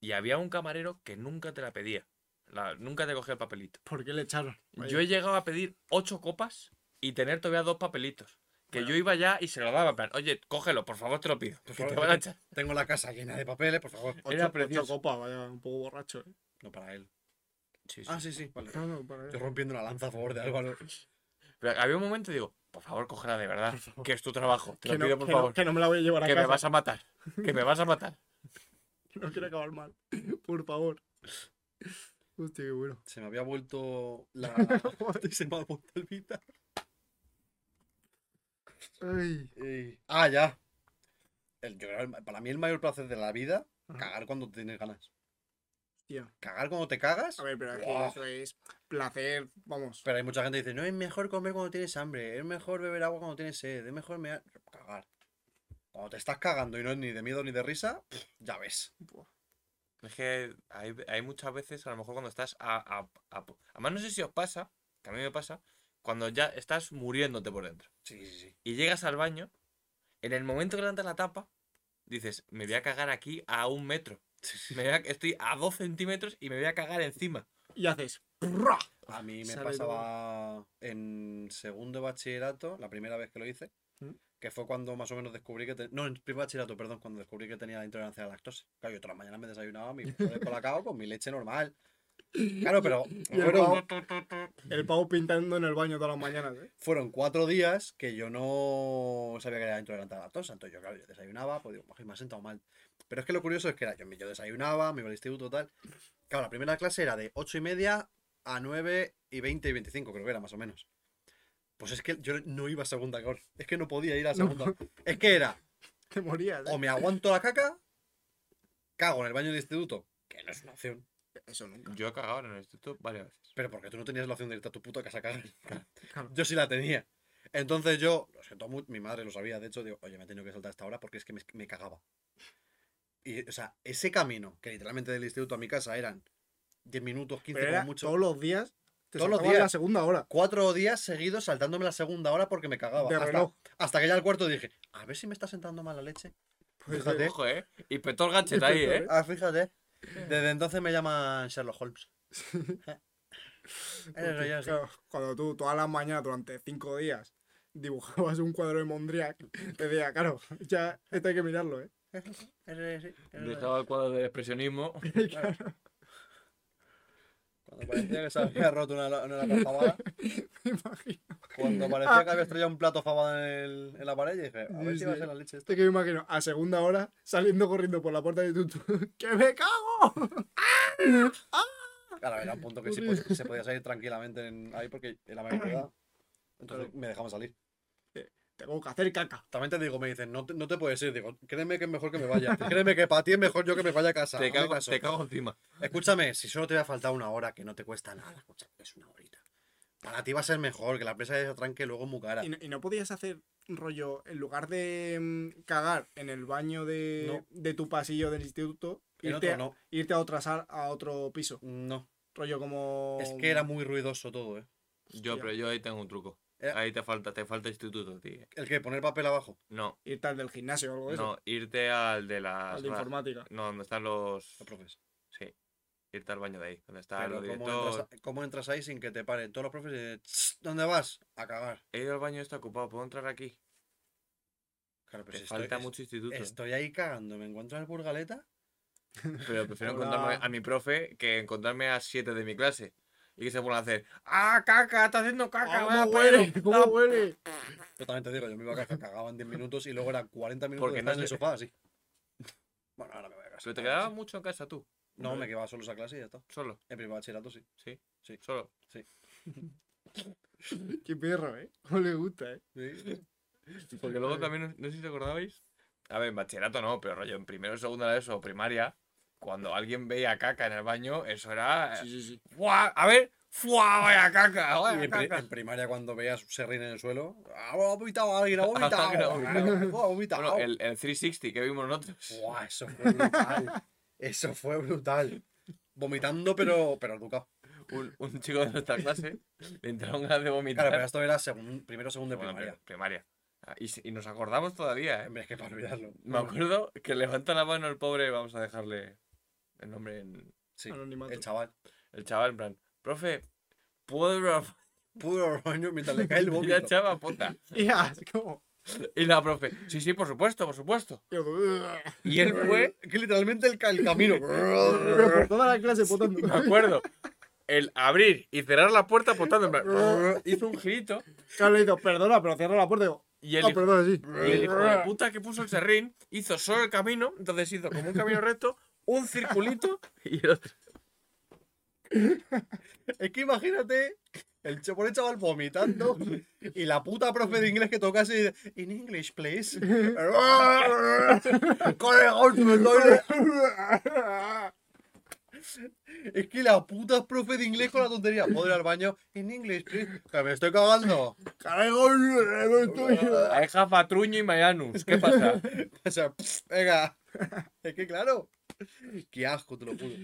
Y había un camarero que nunca te la pedía, la- nunca te cogía el papelito. ¿Por qué le echaron? Vaya. Yo he llegado a pedir ocho copas y tener todavía dos papelitos. Que yo iba ya y se lo daba, en plan, oye, cógelo, por favor, te lo pido. que (laughs) favor, te van a echar". Tengo la casa llena de papeles, por favor. Ocho- era ocho precioso. copas, vaya, un poco borracho, ¿eh? No para él. Sí, sí. Ah, sí, sí. Vale. No, no, para Estoy rompiendo una lanza a favor de Álvaro. Pero había un momento y digo, por favor, cógela de verdad, que es tu trabajo, te que, lo no, pido, por que no- favor, que no me la voy a llevar a que casa. me vas a matar, que me vas a matar. No quiero acabar mal. (laughs) Por favor. Hostia, qué bueno. Se me había vuelto (laughs) la. se me ha vuelto el vida. Ay. Y- Ah, ya. El- yo creo el- para mí el mayor placer de la vida, Ajá. cagar cuando tienes ganas. Hostia. Cagar cuando te cagas. A ver, pero es que Buah. eso es placer, vamos. Pero hay mucha gente que dice, no, es mejor comer cuando tienes hambre, es mejor beber agua cuando tienes sed, es mejor mea-". cagar. Cuando te estás cagando y no es ni de miedo ni de risa, pff, ya ves. Buah. Es que hay, hay muchas veces, a lo mejor cuando estás a, a- a pu- Además, no sé si os pasa, que a mí me pasa, cuando ya estás muriéndote por dentro. Sí, sí, sí. Y llegas al baño, en el momento que levantas la tapa, dices, me voy a cagar aquí a un metro. Me voy a- estoy a dos centímetros y me voy a cagar encima. Y haces. ¡prrra! A mí me Sabe pasaba en segundo de bachillerato, la primera vez que lo hice, ¿Mm? que fue cuando más o menos descubrí que... te- No, en primer bachillerato, perdón, cuando (laughs) descubrí que tenía la intolerancia a la lactosa. Claro, yo todas las mañanas me desayunaba mi polacao con mi leche normal. Claro, pero el fueron, pavo- El pavo pintando en el baño todas las mañanas, ¿eh? fueron cuatro días que yo no sabía que era intolerante a la lactosa. Entonces yo, claro, yo desayunaba, pues digo, "Joder, me ha sentado mal. Pero es que lo curioso es que era, yo, yo desayunaba, me iba al instituto, tal. Claro, la primera clase era de ocho y media a 9 y 20 y 25, creo que era más o menos. Pues es que yo no iba a segunda, cabrón. Es que no podía ir a segunda. Es que era Te morías, ¿eh? o me aguanto la caca, cago en el baño del instituto, que no es una opción. Eso nunca. Yo he cagado en el instituto varias veces. Pero porque tú no tenías la opción de irte a tu puta casa a cagar. (laughs) Claro. Yo sí la tenía. Entonces yo, lo siento mucho, mi madre lo sabía, de hecho, digo, oye, me he tenido que saltar esta hora porque es que me, me cagaba. Y, o sea, ese camino, que literalmente del instituto a mi casa eran 10 minutos, 15 Pero era como mucho. todos los días. Te Todos los saltabas días. la segunda hora. Cuatro días seguidos saltándome la segunda hora porque me cagaba. De hasta, reloj. hasta que ya al cuarto dije, a ver si me está sentando mal la leche. Pues, Fíjate. eh, Ojo, eh. Inspector Gadget ahí, eh. Ah, fíjate. Desde entonces me llaman Sherlock (laughs) Holmes. (laughs) Eres porque, rollo, claro, cuando tú todas las mañanas durante cinco días dibujabas un cuadro de Mondrian, te decía, claro, ya esto hay que mirarlo, ¿eh? (laughs) eres- eres- eres- Dejaba el cuadro del (laughs) expresionismo. Claro, Cuando parecía (laughs) que se había roto una, la- una lata fabada, me imagino. cuando parecía que había estrellado un plato fabada en, el- en la pared, yo dije, a ver Sí, si va a sí. ser la leche esto. Esto que me imagino, a segunda hora, saliendo corriendo por la puerta de tu... (laughs) ¡Que me cago! Claro, era un punto que sí, pues, se podía salir tranquilamente en- ahí porque era mayor de edad. Entonces me dejaban salir. Tengo que hacer caca. También te digo, me dicen, no te, no te puedes ir. Digo, créeme que es mejor que me vaya. Créeme que para ti es mejor yo que me vaya a casa. Te hazme cago, caso. te cago encima. Escúchame, si solo te va a faltar una hora, que no te cuesta nada, escúchame, que es una horita. Para ti va a ser mejor, que la presa de tranque luego es muy cara. ¿Y no, y no podías hacer un rollo, en lugar de mm, cagar en el baño de, de tu pasillo del instituto, En irte, otro no. a, irte a, otra sal- a otro piso? No, Rollo como... es Oh. que era muy ruidoso todo, ¿eh? Yo, pero yo ahí tengo un truco. Eh. Ahí te falta, te falta instituto, tío. El que poner papel abajo. No, Irte al del gimnasio o algo de eso. no, irte al de las. al de informática. No, donde están los. Los profes. Sí. Irte al baño de ahí, donde está Pero el ¿cómo entras, director. a- cómo entras ahí sin que te paren todos los profes y de, "Tss, ¿dónde vas? A cagar. He ido al baño, está ocupado, puedo entrar aquí. Claro, pero Te si estoy- falta es- mucho instituto. eh. Estoy ahí cagando, me encuentro en el burgaleta. Pero prefiero Hola. encontrarme a mi profe que encontrarme a siete de mi clase. Y que se pongan a hacer. ¡Ah, caca! ¡Está haciendo caca! ¡Ah, vaya ¿Cómo pelo! huele? ¿Cómo Ah, huele? Yo también te digo, yo me iba a cagar, cagaba en 10 minutos y luego eran 40 minutos Porque de no estar en el sé- sofá, así. Bueno, ahora me voy a casa. Pero te quedabas mucho en casa tú, No, me quedaba solo esa clase y ya está. solo, En primer bachillerato sí. sí, Sí. solo. Qué perro, ¿eh? ¿Cómo le gusta, eh? Sí. Porque luego también, no sé si te acordabais. A ver, en bachillerato no, pero rollo, en primero, segundo de eso, primaria, cuando alguien veía caca en el baño, eso era. Sí, sí, sí. ¡Fuah! A ver, ¡fuah! ¡Vaya (laughs) caca! Y ¡Vaya en, pri- caca! en primaria cuando veías serrín en el suelo, ¡ah, ha vomitado (laughs) alguien, ha Alguien ha vomitado! vomitado. ¡Ha vomitado! Bueno, el, el 360 que vimos nosotros. Buah, eso fue brutal. Eso fue brutal. Vomitando, pero, pero educado. Un, un chico de nuestra clase le entraron ganas de vomitar. Claro, pero esto era segun- primero segundo de Bueno, primaria. pri- primaria. Ah, Y, se- y nos acordamos todavía, ¿eh? Hombre, es que para olvidarlo. Me acuerdo que levanta la mano el pobre, vamos a dejarle el nombre en. Sí, Anonimato. el chaval. El chaval, en plan, profe, ¿puedo ir al Puro baño mientras le (laughs) cae el baño?" Y la vómito. chava puta. (laughs) Y asco. Y la profe, sí, sí, por supuesto, por supuesto. Yo, Y él fue, Que literalmente el, ca- el camino. (laughs) Pero por toda la clase potando. me acuerdo, el abrir y cerrar la puerta apuntando, en plan, hizo un girito. (laughs) Claro, le digo, perdona, pero cierra la puerta. y Digo, Y el, ah, hijo- perdona, sí. y el hijo de puta que puso el serrín hizo solo el camino, entonces hizo como un camino recto, un circulito y el otro. Es que imagínate el ch- pobre chaval vomitando y la puta profe de inglés que tocase y dice, In English, please. Corre, go to the toilet. Es que la puta profe de inglés con la tontería. Puedo ir al baño en inglés, please. Que me estoy cagando. Caray, eh, gol, gol tuyo. Hay Jafatruño y Mayanus, ¿qué pasa? (laughs) O sea, (laughs) venga. Es que claro. Qué asco, te lo juro.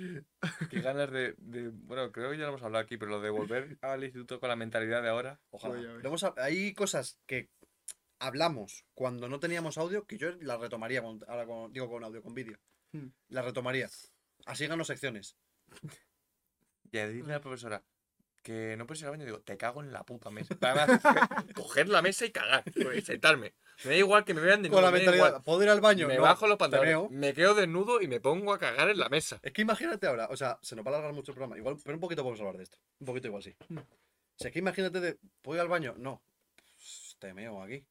Qué ganas de, de- Bueno, creo que ya lo hemos hablado aquí, pero lo de volver al instituto con la mentalidad de ahora. Ojalá. Pues ya ves. Lo hemos hab- hay cosas que hablamos cuando no teníamos audio que yo las retomaría con, ahora con- digo con audio, con vídeo. Hmm. Las retomaría. Así gano secciones. Y a decirle a la profesora (laughs) que no puedes ir al baño, digo, te cago en la puta mesa. Para nada, coger la mesa y cagar. Y pues, sentarme. Me da igual que me vean de Con la me da igual. mentalidad, ¿puedo ir al baño? Me No, bajo los te pantalones, meo. me quedo desnudo y me pongo a cagar en la mesa. Es que imagínate ahora, o sea, se nos va a alargar mucho el programa, igual, pero un poquito podemos hablar de esto. Un poquito igual sí. Mm. O sea, que imagínate de, ¿puedo ir al baño? No. Pff, Te meo (laughs) aquí.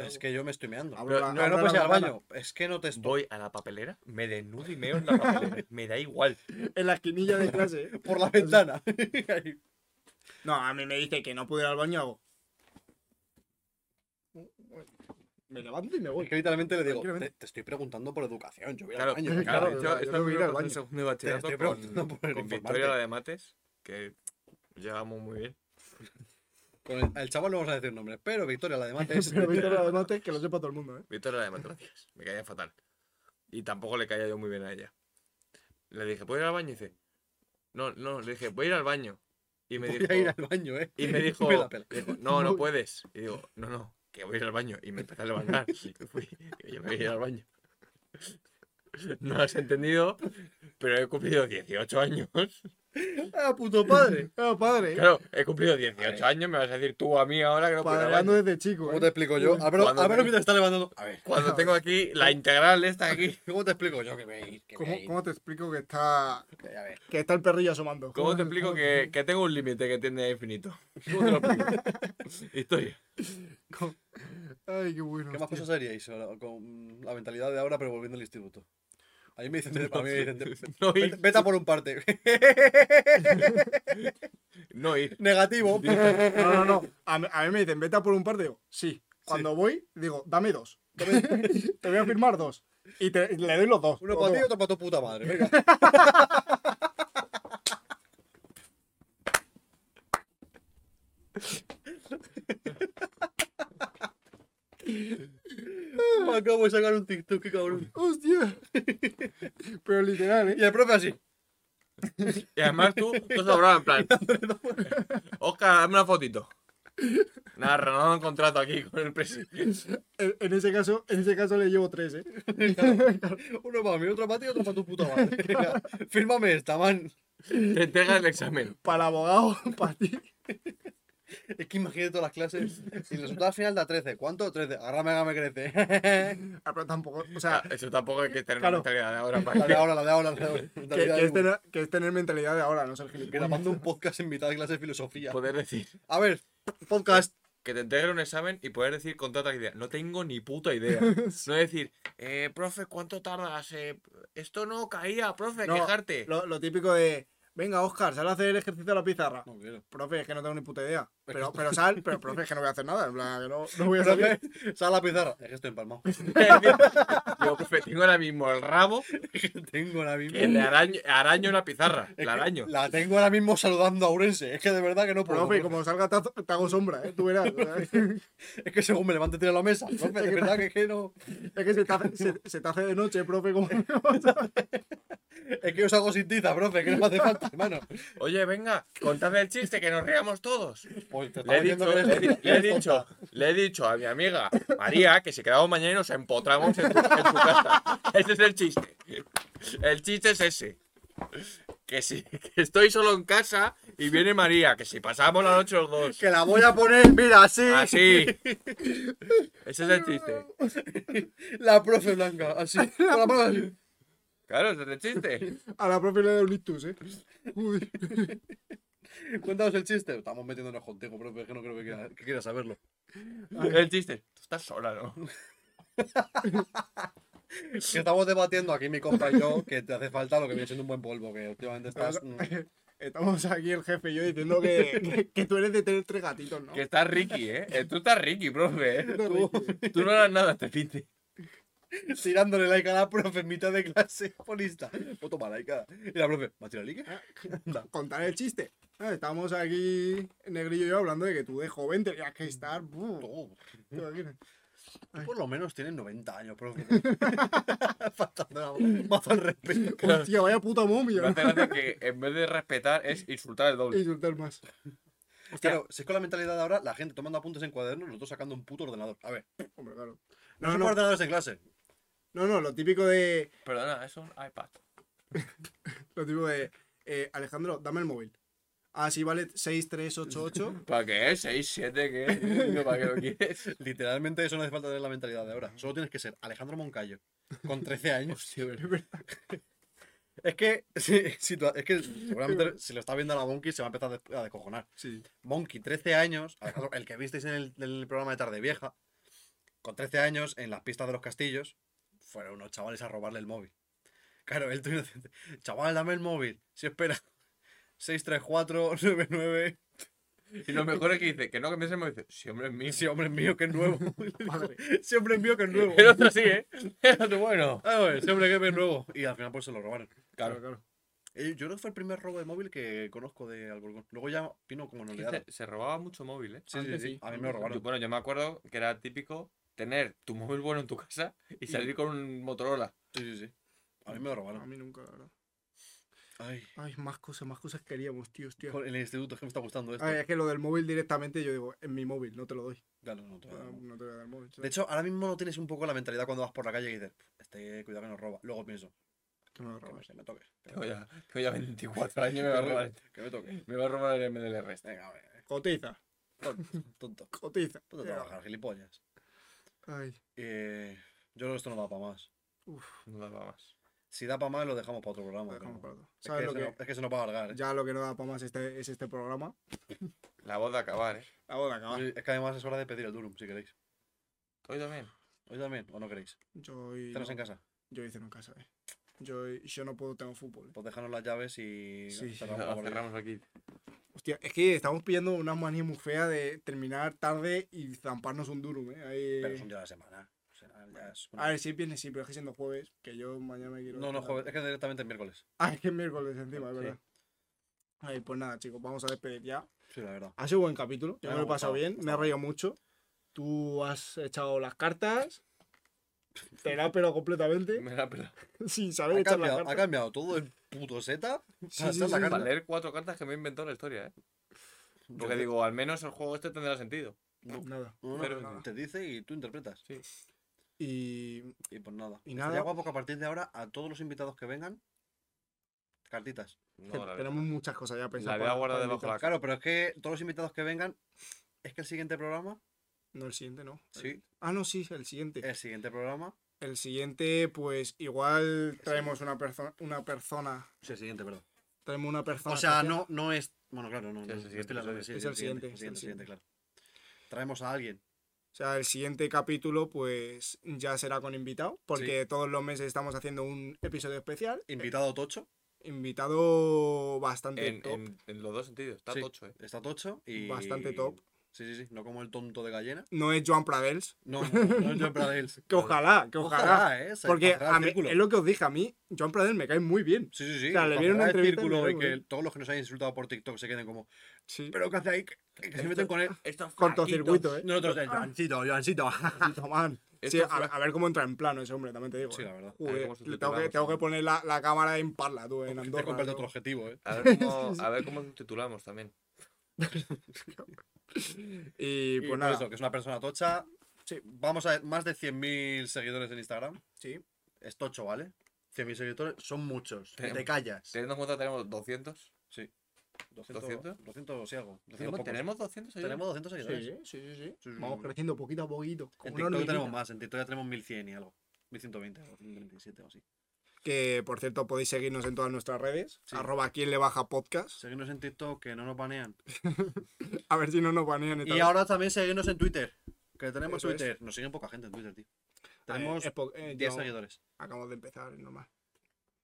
Es que yo me estoy meando. Abro la- no, abro no puedes la ir al ventana. baño. Es que no te estoy. Voy a la papelera, me desnudo y meo en la papelera. Me da (laughs) igual. En la esquinilla de clase. ¿eh? Por la ventana. (laughs) Ahí. No, a mí me dice que no puedo ir al baño, hago. Me levanto y me Es voy. (laughs) que literalmente le digo, Tranquilamente. te, te estoy preguntando por educación. Yo voy Claro, al baño. claro. Claro, yo- claro, yo esto tengo que me ir al pasó en baño. segundo de bachillerato estoy con, preguntando por el con informante. Victoria la de Mates, que llevamos muy bien. Con el, al chaval no vamos a decir nombres, pero Victoria, la de mates. (laughs) Pero Víctor lo note que lo sepa todo el mundo, ¿eh? Víctor era de matemáticas. Me caía fatal. Y tampoco le caía yo muy bien a ella. Le dije, ¿puedo ir al baño? Y dice, no, no, le dije, voy a ir al baño. Y me voy dijo, a ir al baño, ¿eh? (laughs) y me dijo, Me la pela. dijo, no, no puedes. Y digo, no, no, que voy a ir al baño. Y me empecé a levantar. Y fui, digo, yo me voy a ir al baño. No has entendido, pero he cumplido 18 años. ¡Ah, puto padre! Ah, padre. Claro, he cumplido 18 años. Me vas a decir tú a mí ahora que no puedo ir al Padrando baño. desde chico, ¿Cómo te ¿eh? explico yo? A ver, a ver lo que te está levantando. (laughs) A ver, Cuando tengo aquí (laughs) la integral esta aquí. ¿cómo te explico yo que voy a ir? Que voy ¿Cómo, a ir? cómo te explico que está, A ver. que está el perrillo asomando? ¿Cómo te explico que, que tengo un límite que tiende a infinito? ¿Cómo te lo (laughs) explico? Historia. cómo- Ay, qué bueno. ¿Qué más hostia. cosas haríais ahora con la mentalidad de ahora, pero volviendo al instituto? A mí me dicen, a mí me dicen, No "Vete- ir. vete a por un parte. (laughs) No ir. Negativo. No, no, no. A, mí- a mí me dicen, vete a por un par, digo, sí. Cuando voy, digo, dame dos. Dame- te voy (laughs) a firmar dos. Y te- y le doy los dos. Uno Los para ti dos. y otro para tu puta madre. Venga. Me acabo de sacar un TikTok, qué cabrón. Hostia. (laughs) Pero literal, ¿eh? Y el profe así. Y además tú, tú sobrado (laughs) en plan. Oscar, dame una fotito. Nada, renovado un contrato aquí con el presidente. En, en ese caso, en ese caso le llevo tres, ¿eh? Uno para mí, otro para ti y otro para tu puta madre. Venga, Fírmame esta, man. Te entrega el examen. Para el abogado, (laughs) para ti. Es que imagínate todas las clases. Y el resultado al final da 13. ¿Cuánto? 13. Agárrame, agárrame, crece. Ah, Pero tampoco, o O sea, sea, eso tampoco hay que tener Claro. una mentalidad de ahora para La de que- ahora, la de ahora, la de ahora. que, que este es tener, que es tener mentalidad de ahora, no ser gilipollas. Grabando un podcast en mitad de clase de filosofía. poder decir. A ver, podcast. Que te entreguen un examen y poder decir con toda tranquilidad. No tengo ni (laughs) puta idea. No decir, eh, profe, ¿cuánto tardas? Eh, esto no caía, profe, No, quejarte. Lo, lo típico de, venga, Oscar, sal a hacer el ejercicio a la pizarra. No quiero. Profe, es que no tengo ni puta idea. Pero, pero (laughs) sal, pero profe, es que no voy a hacer nada. En plan, que no, no voy a salir. Profe, sal a la pizarra. Es que estoy empalmado. (laughs) Yo profe, tengo ahora mismo el rabo (laughs) Tengo ahora que mismo. le araño, araño la (laughs) pizarra. La araño. La tengo ahora mismo saludando a Urense. Es que de verdad que no puedo. Profe, como salga te, hago- te hago sombra, ¿eh? Tú verás. ¿verdad? Es que según me levante tira (laughs) la mesa. Profe, de verdad que, es que no. Es que se te, hace, se, se te hace de noche, profe. Como... (laughs) Es que os hago sin tiza, profe, que no me hace falta, hermano. Oye, venga, contadme el chiste que nos riamos (laughs) todos. Pues te Le estaba he, dicho, diciendo que le, eres- he- le he dicho, le he dicho a mi amiga María que si quedamos mañana y nos empotramos en, tu- en su casa. (laughs) Ese es el chiste. El chiste es ese. Que si que estoy solo en casa y viene María, que si pasamos la noche los dos. (laughs) Que la voy a poner, mira, así. (laughs) Así. Ese es el chiste. La profe (laughs) blanca, así. Con la mano así. Claro, ese es el chiste. A la profe le da un ictus, ¿eh? Uy. Cuéntanos el chiste. Estamos metiéndonos contigo, profe, es que no creo que quiera- que quieras saberlo. El chiste. Tú estás sola, ¿no? Que estamos debatiendo aquí mi compa y yo que te hace falta lo que viene siendo un buen polvo, que últimamente estás... mm, (laughs) Estamos aquí el jefe y yo diciendo que, que, que tú eres de tener tres gatitos, ¿no? Que estás Ricky, ¿eh? Eh, Tú estás Ricky, profe. ¿eh? tú Tú no harás nada este (laughs) pinte. tirándole like a la profe en mitad de clase, (laughs) polista. Foto mala y cada. Y la profe, ¿me ha tirado like? (laughs) Contar el chiste. Ah, Estábamos aquí, Negrillo y yo, hablando de que tú de joven tenías que estar. buh, ¿te No, imaginas? tú por lo menos tienes 90 años, profe. Faltando más al (laughs) respeto. Hostia, vaya puta momia. Me ¿no? hace gracia que en vez de respetar es insultar el doble. Insultar más. Claro, si es con la mentalidad de ahora, la gente tomando apuntes en cuadernos, nosotros sacando un puto ordenador. A ver, Hombre, claro. no, No, somos no, ordenadores en clase. no, no, lo típico de. Perdona, es un iPad. Lo típico de. eh, Alejandro, dame el móvil. Ah, sí, vale, (laughs) 6388. ¿Para qué? ¿Seis, siete? (laughs) ¿Qué? Digo, ¿Para qué lo quieres? Literalmente eso no hace falta tener la mentalidad de ahora. Solo tienes que ser Alejandro Moncayo, con 13 años. Hostia, pero- (laughs) es que, (laughs) sí, sí, tú- es que seguramente si lo está viendo a la Monkey se va a empezar a des- a descojonar. Sí. Monkey, 13 años, Alejandro, el que visteis en el, en el programa de Tarde Vieja, con 13 años, en las pistas de los castillos, fueron unos chavales a robarle el móvil. Claro, él todo inocente. Chaval, dame el móvil. Si espera. (laughs) 63499. Y lo mejor es que dice, que no, que me se me dice, sí, hombre, es mío. Si hombre es mío, que es nuevo. (laughs) Madre. Si hombre es mío, que es nuevo. El otro sí, ¿eh? (laughs) El otro, bueno. Ah, bueno, si hombre que es nuevo. Y al final pues se lo robaron. Claro, claro. Eh, Yo creo que fue el primer robo de móvil que conozco de Alborgón. Luego ya vino como Es que novedad. Se, se robaba mucho móvil, ¿eh? Sí, sí, antes sí. sí, A mí me lo Yo- robaron. bueno, yo me acuerdo que era típico tener tu móvil bueno en tu casa y salir con un Motorola. Sí, sí, sí. A mí me lo A robaron. mí nunca, la verdad. Ah, Ay, Ay, más cosas, más cosas queríamos, tío, hostia. joder, en el instituto es que me está gustando esto. Ay, es que lo del móvil directamente yo digo, en mi móvil, no te lo doy. Claro, no, te lo Ah, robo. No te voy a dar el móvil. De ¿sabes? hecho, ahora mismo no tienes un poco la mentalidad cuando vas por la calle y dices, este, cuidado que nos roba. Luego pienso, Que me lo que me, robes. que me toques. Que Tengo me, ya, tengo ya 24 años y me va a robar, toques, que me toques. me va a robar el MDLR. este. Venga, a ver, Cotiza, (laughs) tonto. cotiza. Ponte a trabajar, gilipollas. Ay, Eh, yo creo que esto no da para más. uff, No daba más. Si da para más, lo dejamos para otro lo programa. dejamos creo. para otro. Es, que ¿Sabes lo se que? no- es que se nos va a alargar. ¿eh? Ya lo que no da para más este, es este programa. La voz de acabar, ¿eh? La boda acaba. Es que además es hora de pedir el Durum, si queréis. Hoy también. Hoy también, o no queréis. Yo, hoy Tenos no- Mm. en casa. yo hice en casa, eh. Yo, hoy- yo no puedo, tengo fútbol. eh. Pues déjanos las llaves y Sí, cerramos la Lo guardia. cerramos aquí. (laughs) Hostia, es que estamos pillando una manía muy fea de terminar tarde y zamparnos un durum, eh. Ahí- Pero es un día a la semana. O sea, ya es una- A ver, si viernes sí, pero es que siendo jueves, que yo mañana me quiero. No, no, despertar. joder, es que directamente es miércoles. Ah, es (laughs) que es miércoles encima, es Sí. verdad. Ay, pues nada, chicos, vamos a despedir ya. Sí, la verdad. Ha sido buen capítulo, yo me Me ha lo he pasado gustado, bien, me ha me he reído gustado. mucho. Tú has echado las cartas, te la pero completamente, Me la pela. (laughs) sin saber Ha echar las cambiado, ha cartas. cambiado todo el puto Z. Sí, hasta sí, sí, la sí. carta. Para leer cuatro cartas que me he inventado la historia, ¿eh? Porque digo, al menos el juego este tendrá sentido. Nada. No, no, Pero no, nada. te dice y tú interpretas. Y Y pues nada. Y nada. Sería guapo que a partir de ahora a todos los invitados que vengan, cartitas. que No, la verdad. tenemos muchas cosas ya pensadas. La voy a para- guardar para debajo de invitar. la cara. Claro, pero es que todos los invitados que vengan, es que el siguiente programa, No, el siguiente no. sí, Ah, no, sí, el siguiente. el siguiente programa, El siguiente, pues igual traemos una persona, una persona, sí, el siguiente, perdón. traemos una persona. O sea, especial. no, no es, bueno, claro, no, Sí, no, es el no siguiente estoy hablando, episodio. sí, Es el el siguiente, siguiente, es el siguiente, claro. Traemos a alguien. O sea, el siguiente capítulo, pues ya será con invitado, porque todos los meses estamos haciendo un episodio especial. Invitado Tocho, Eh, invitado bastante En, top. en- en los dos sentidos. Está Sí. tocho, ¿eh? está Tocho y... Bastante top. Sí, sí, sí, no como el tonto de gallena. No es Joan Pradels. (laughs) No, no, no es John Pradels. Que ojalá, que ojalá. eh, se porque pasará el a mí- círculo. es lo que os dije a mí. Joan Pradels me cae muy bien. Sí, sí, sí. O sea, le pasará vieron una el entrevista y círculo me cae de que muy bien. todos los que nos hayan insultado por TikTok se queden como, Sí. pero ¿qué hace ahí? Que, que se Esto- meten (laughs) con él. Estos Cortocircuito, ¿eh? Nosotros, el Joancito, (laughs) Joancito. (laughs) Tomán. Sí, Esto a, fue- a ver cómo entra en plano ese hombre, también te digo. Sí, eh. la verdad. Joder, A ver cómo le tengo, que, sustitulamos, tengo que ¿no? poner la, la cámara en parla, tú, en Te Andorra. comparte ¿no? otro objetivo, eh. A ver cómo, a ver cómo titulamos también. Y Y pues por nada. eso, que es una persona tocha. Sí. Vamos a ver, más de 100.000 seguidores en Instagram. Sí. Es tocho, ¿vale? 100.000 seguidores son muchos. Tenemos- em- Te callas. Teniendo en cuenta que tenemos 200. 200, 200. 200 y algo. 200 ¿Tenemos, pocos. ¿tenemos 200 seguidores? Tenemos 200 seguidores. Sí, sí, sí, sí. Sí, sí, Vamos sí. creciendo poquito a poquito. como En una TikTok tenemos hormiguita. más, en TikTok ya tenemos 1100 y algo. 1120 o 1137 o así. Que por cierto, podéis seguirnos en todas nuestras redes. Sí. Arroba quien le baja podcast. Seguidnos en TikTok, que no nos banean. A ver si no nos banean y, tal. Y ahora también seguidnos en Twitter. Que tenemos Eso es. Twitter. Nos siguen poca gente en Twitter, tío. Ah, eh, Tenemos es po- eh, 10 yo- seguidores. Acabamos de empezar, es (laughs) normal.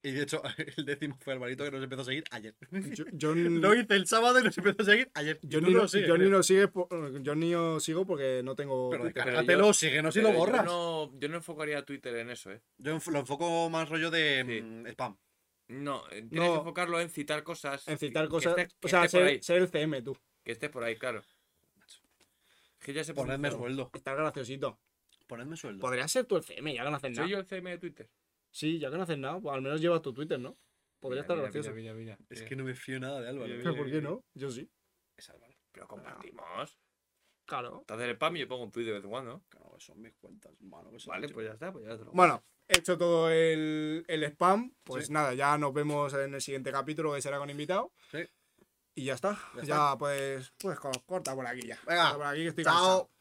Y de hecho, (laughs) el décimo fue Alvarito que nos empezó a seguir (laughs) ayer. Yo, yo n- Lo hice el sábado y nos empezó a seguir ayer. yo Y tú ni, no lo- lo sigues, yo ni creo. lo sigue por- yo ni lo sigo porque no tengo. Pero Twitter. descárgatelo, yo- síguenos y Pero lo borras. Yo no, yo no enfocaría Twitter en eso, ¿eh? Yo enf- lo enfoco más rollo de Sí. mm, spam. No, eh, tienes No. que enfocarlo en citar cosas. en citar que- cosas. Que estés, que o sea, estés por ser, ahí, ser el CM, tú. que estés por ahí, claro. Que ya se pone Ponedme feo. sueldo. Estar graciosito. Ponedme sueldo. Podrías ser tú el CM, ya que no haces nada. ¿Soy yo el CM de Twitter? Sí, ya que no haces nada, pues al menos llevas tu Twitter, ¿no? Podría Podría estar gracioso. Mira, mira, mira. Es que no me fío nada de Álvaro. Bien, eh. bien. Pero ¿Por qué no? Yo sí. Es Álvaro. Pero compartimos. Claro. Te haces el spam y yo pongo un tweet de vez en cuando. Claro, son mis cuentas, mano. que son Vale, mis- pues ya está, pues ya está. Bueno, hecho todo el, el spam, pues Sí. nada, ya nos vemos en el siguiente capítulo que será con invitado. Sí. Y ya está. Ya, Ya está. pues, pues co- corta por aquí ya. pues, Venga, Corta por aquí que estoy Chao. cansado.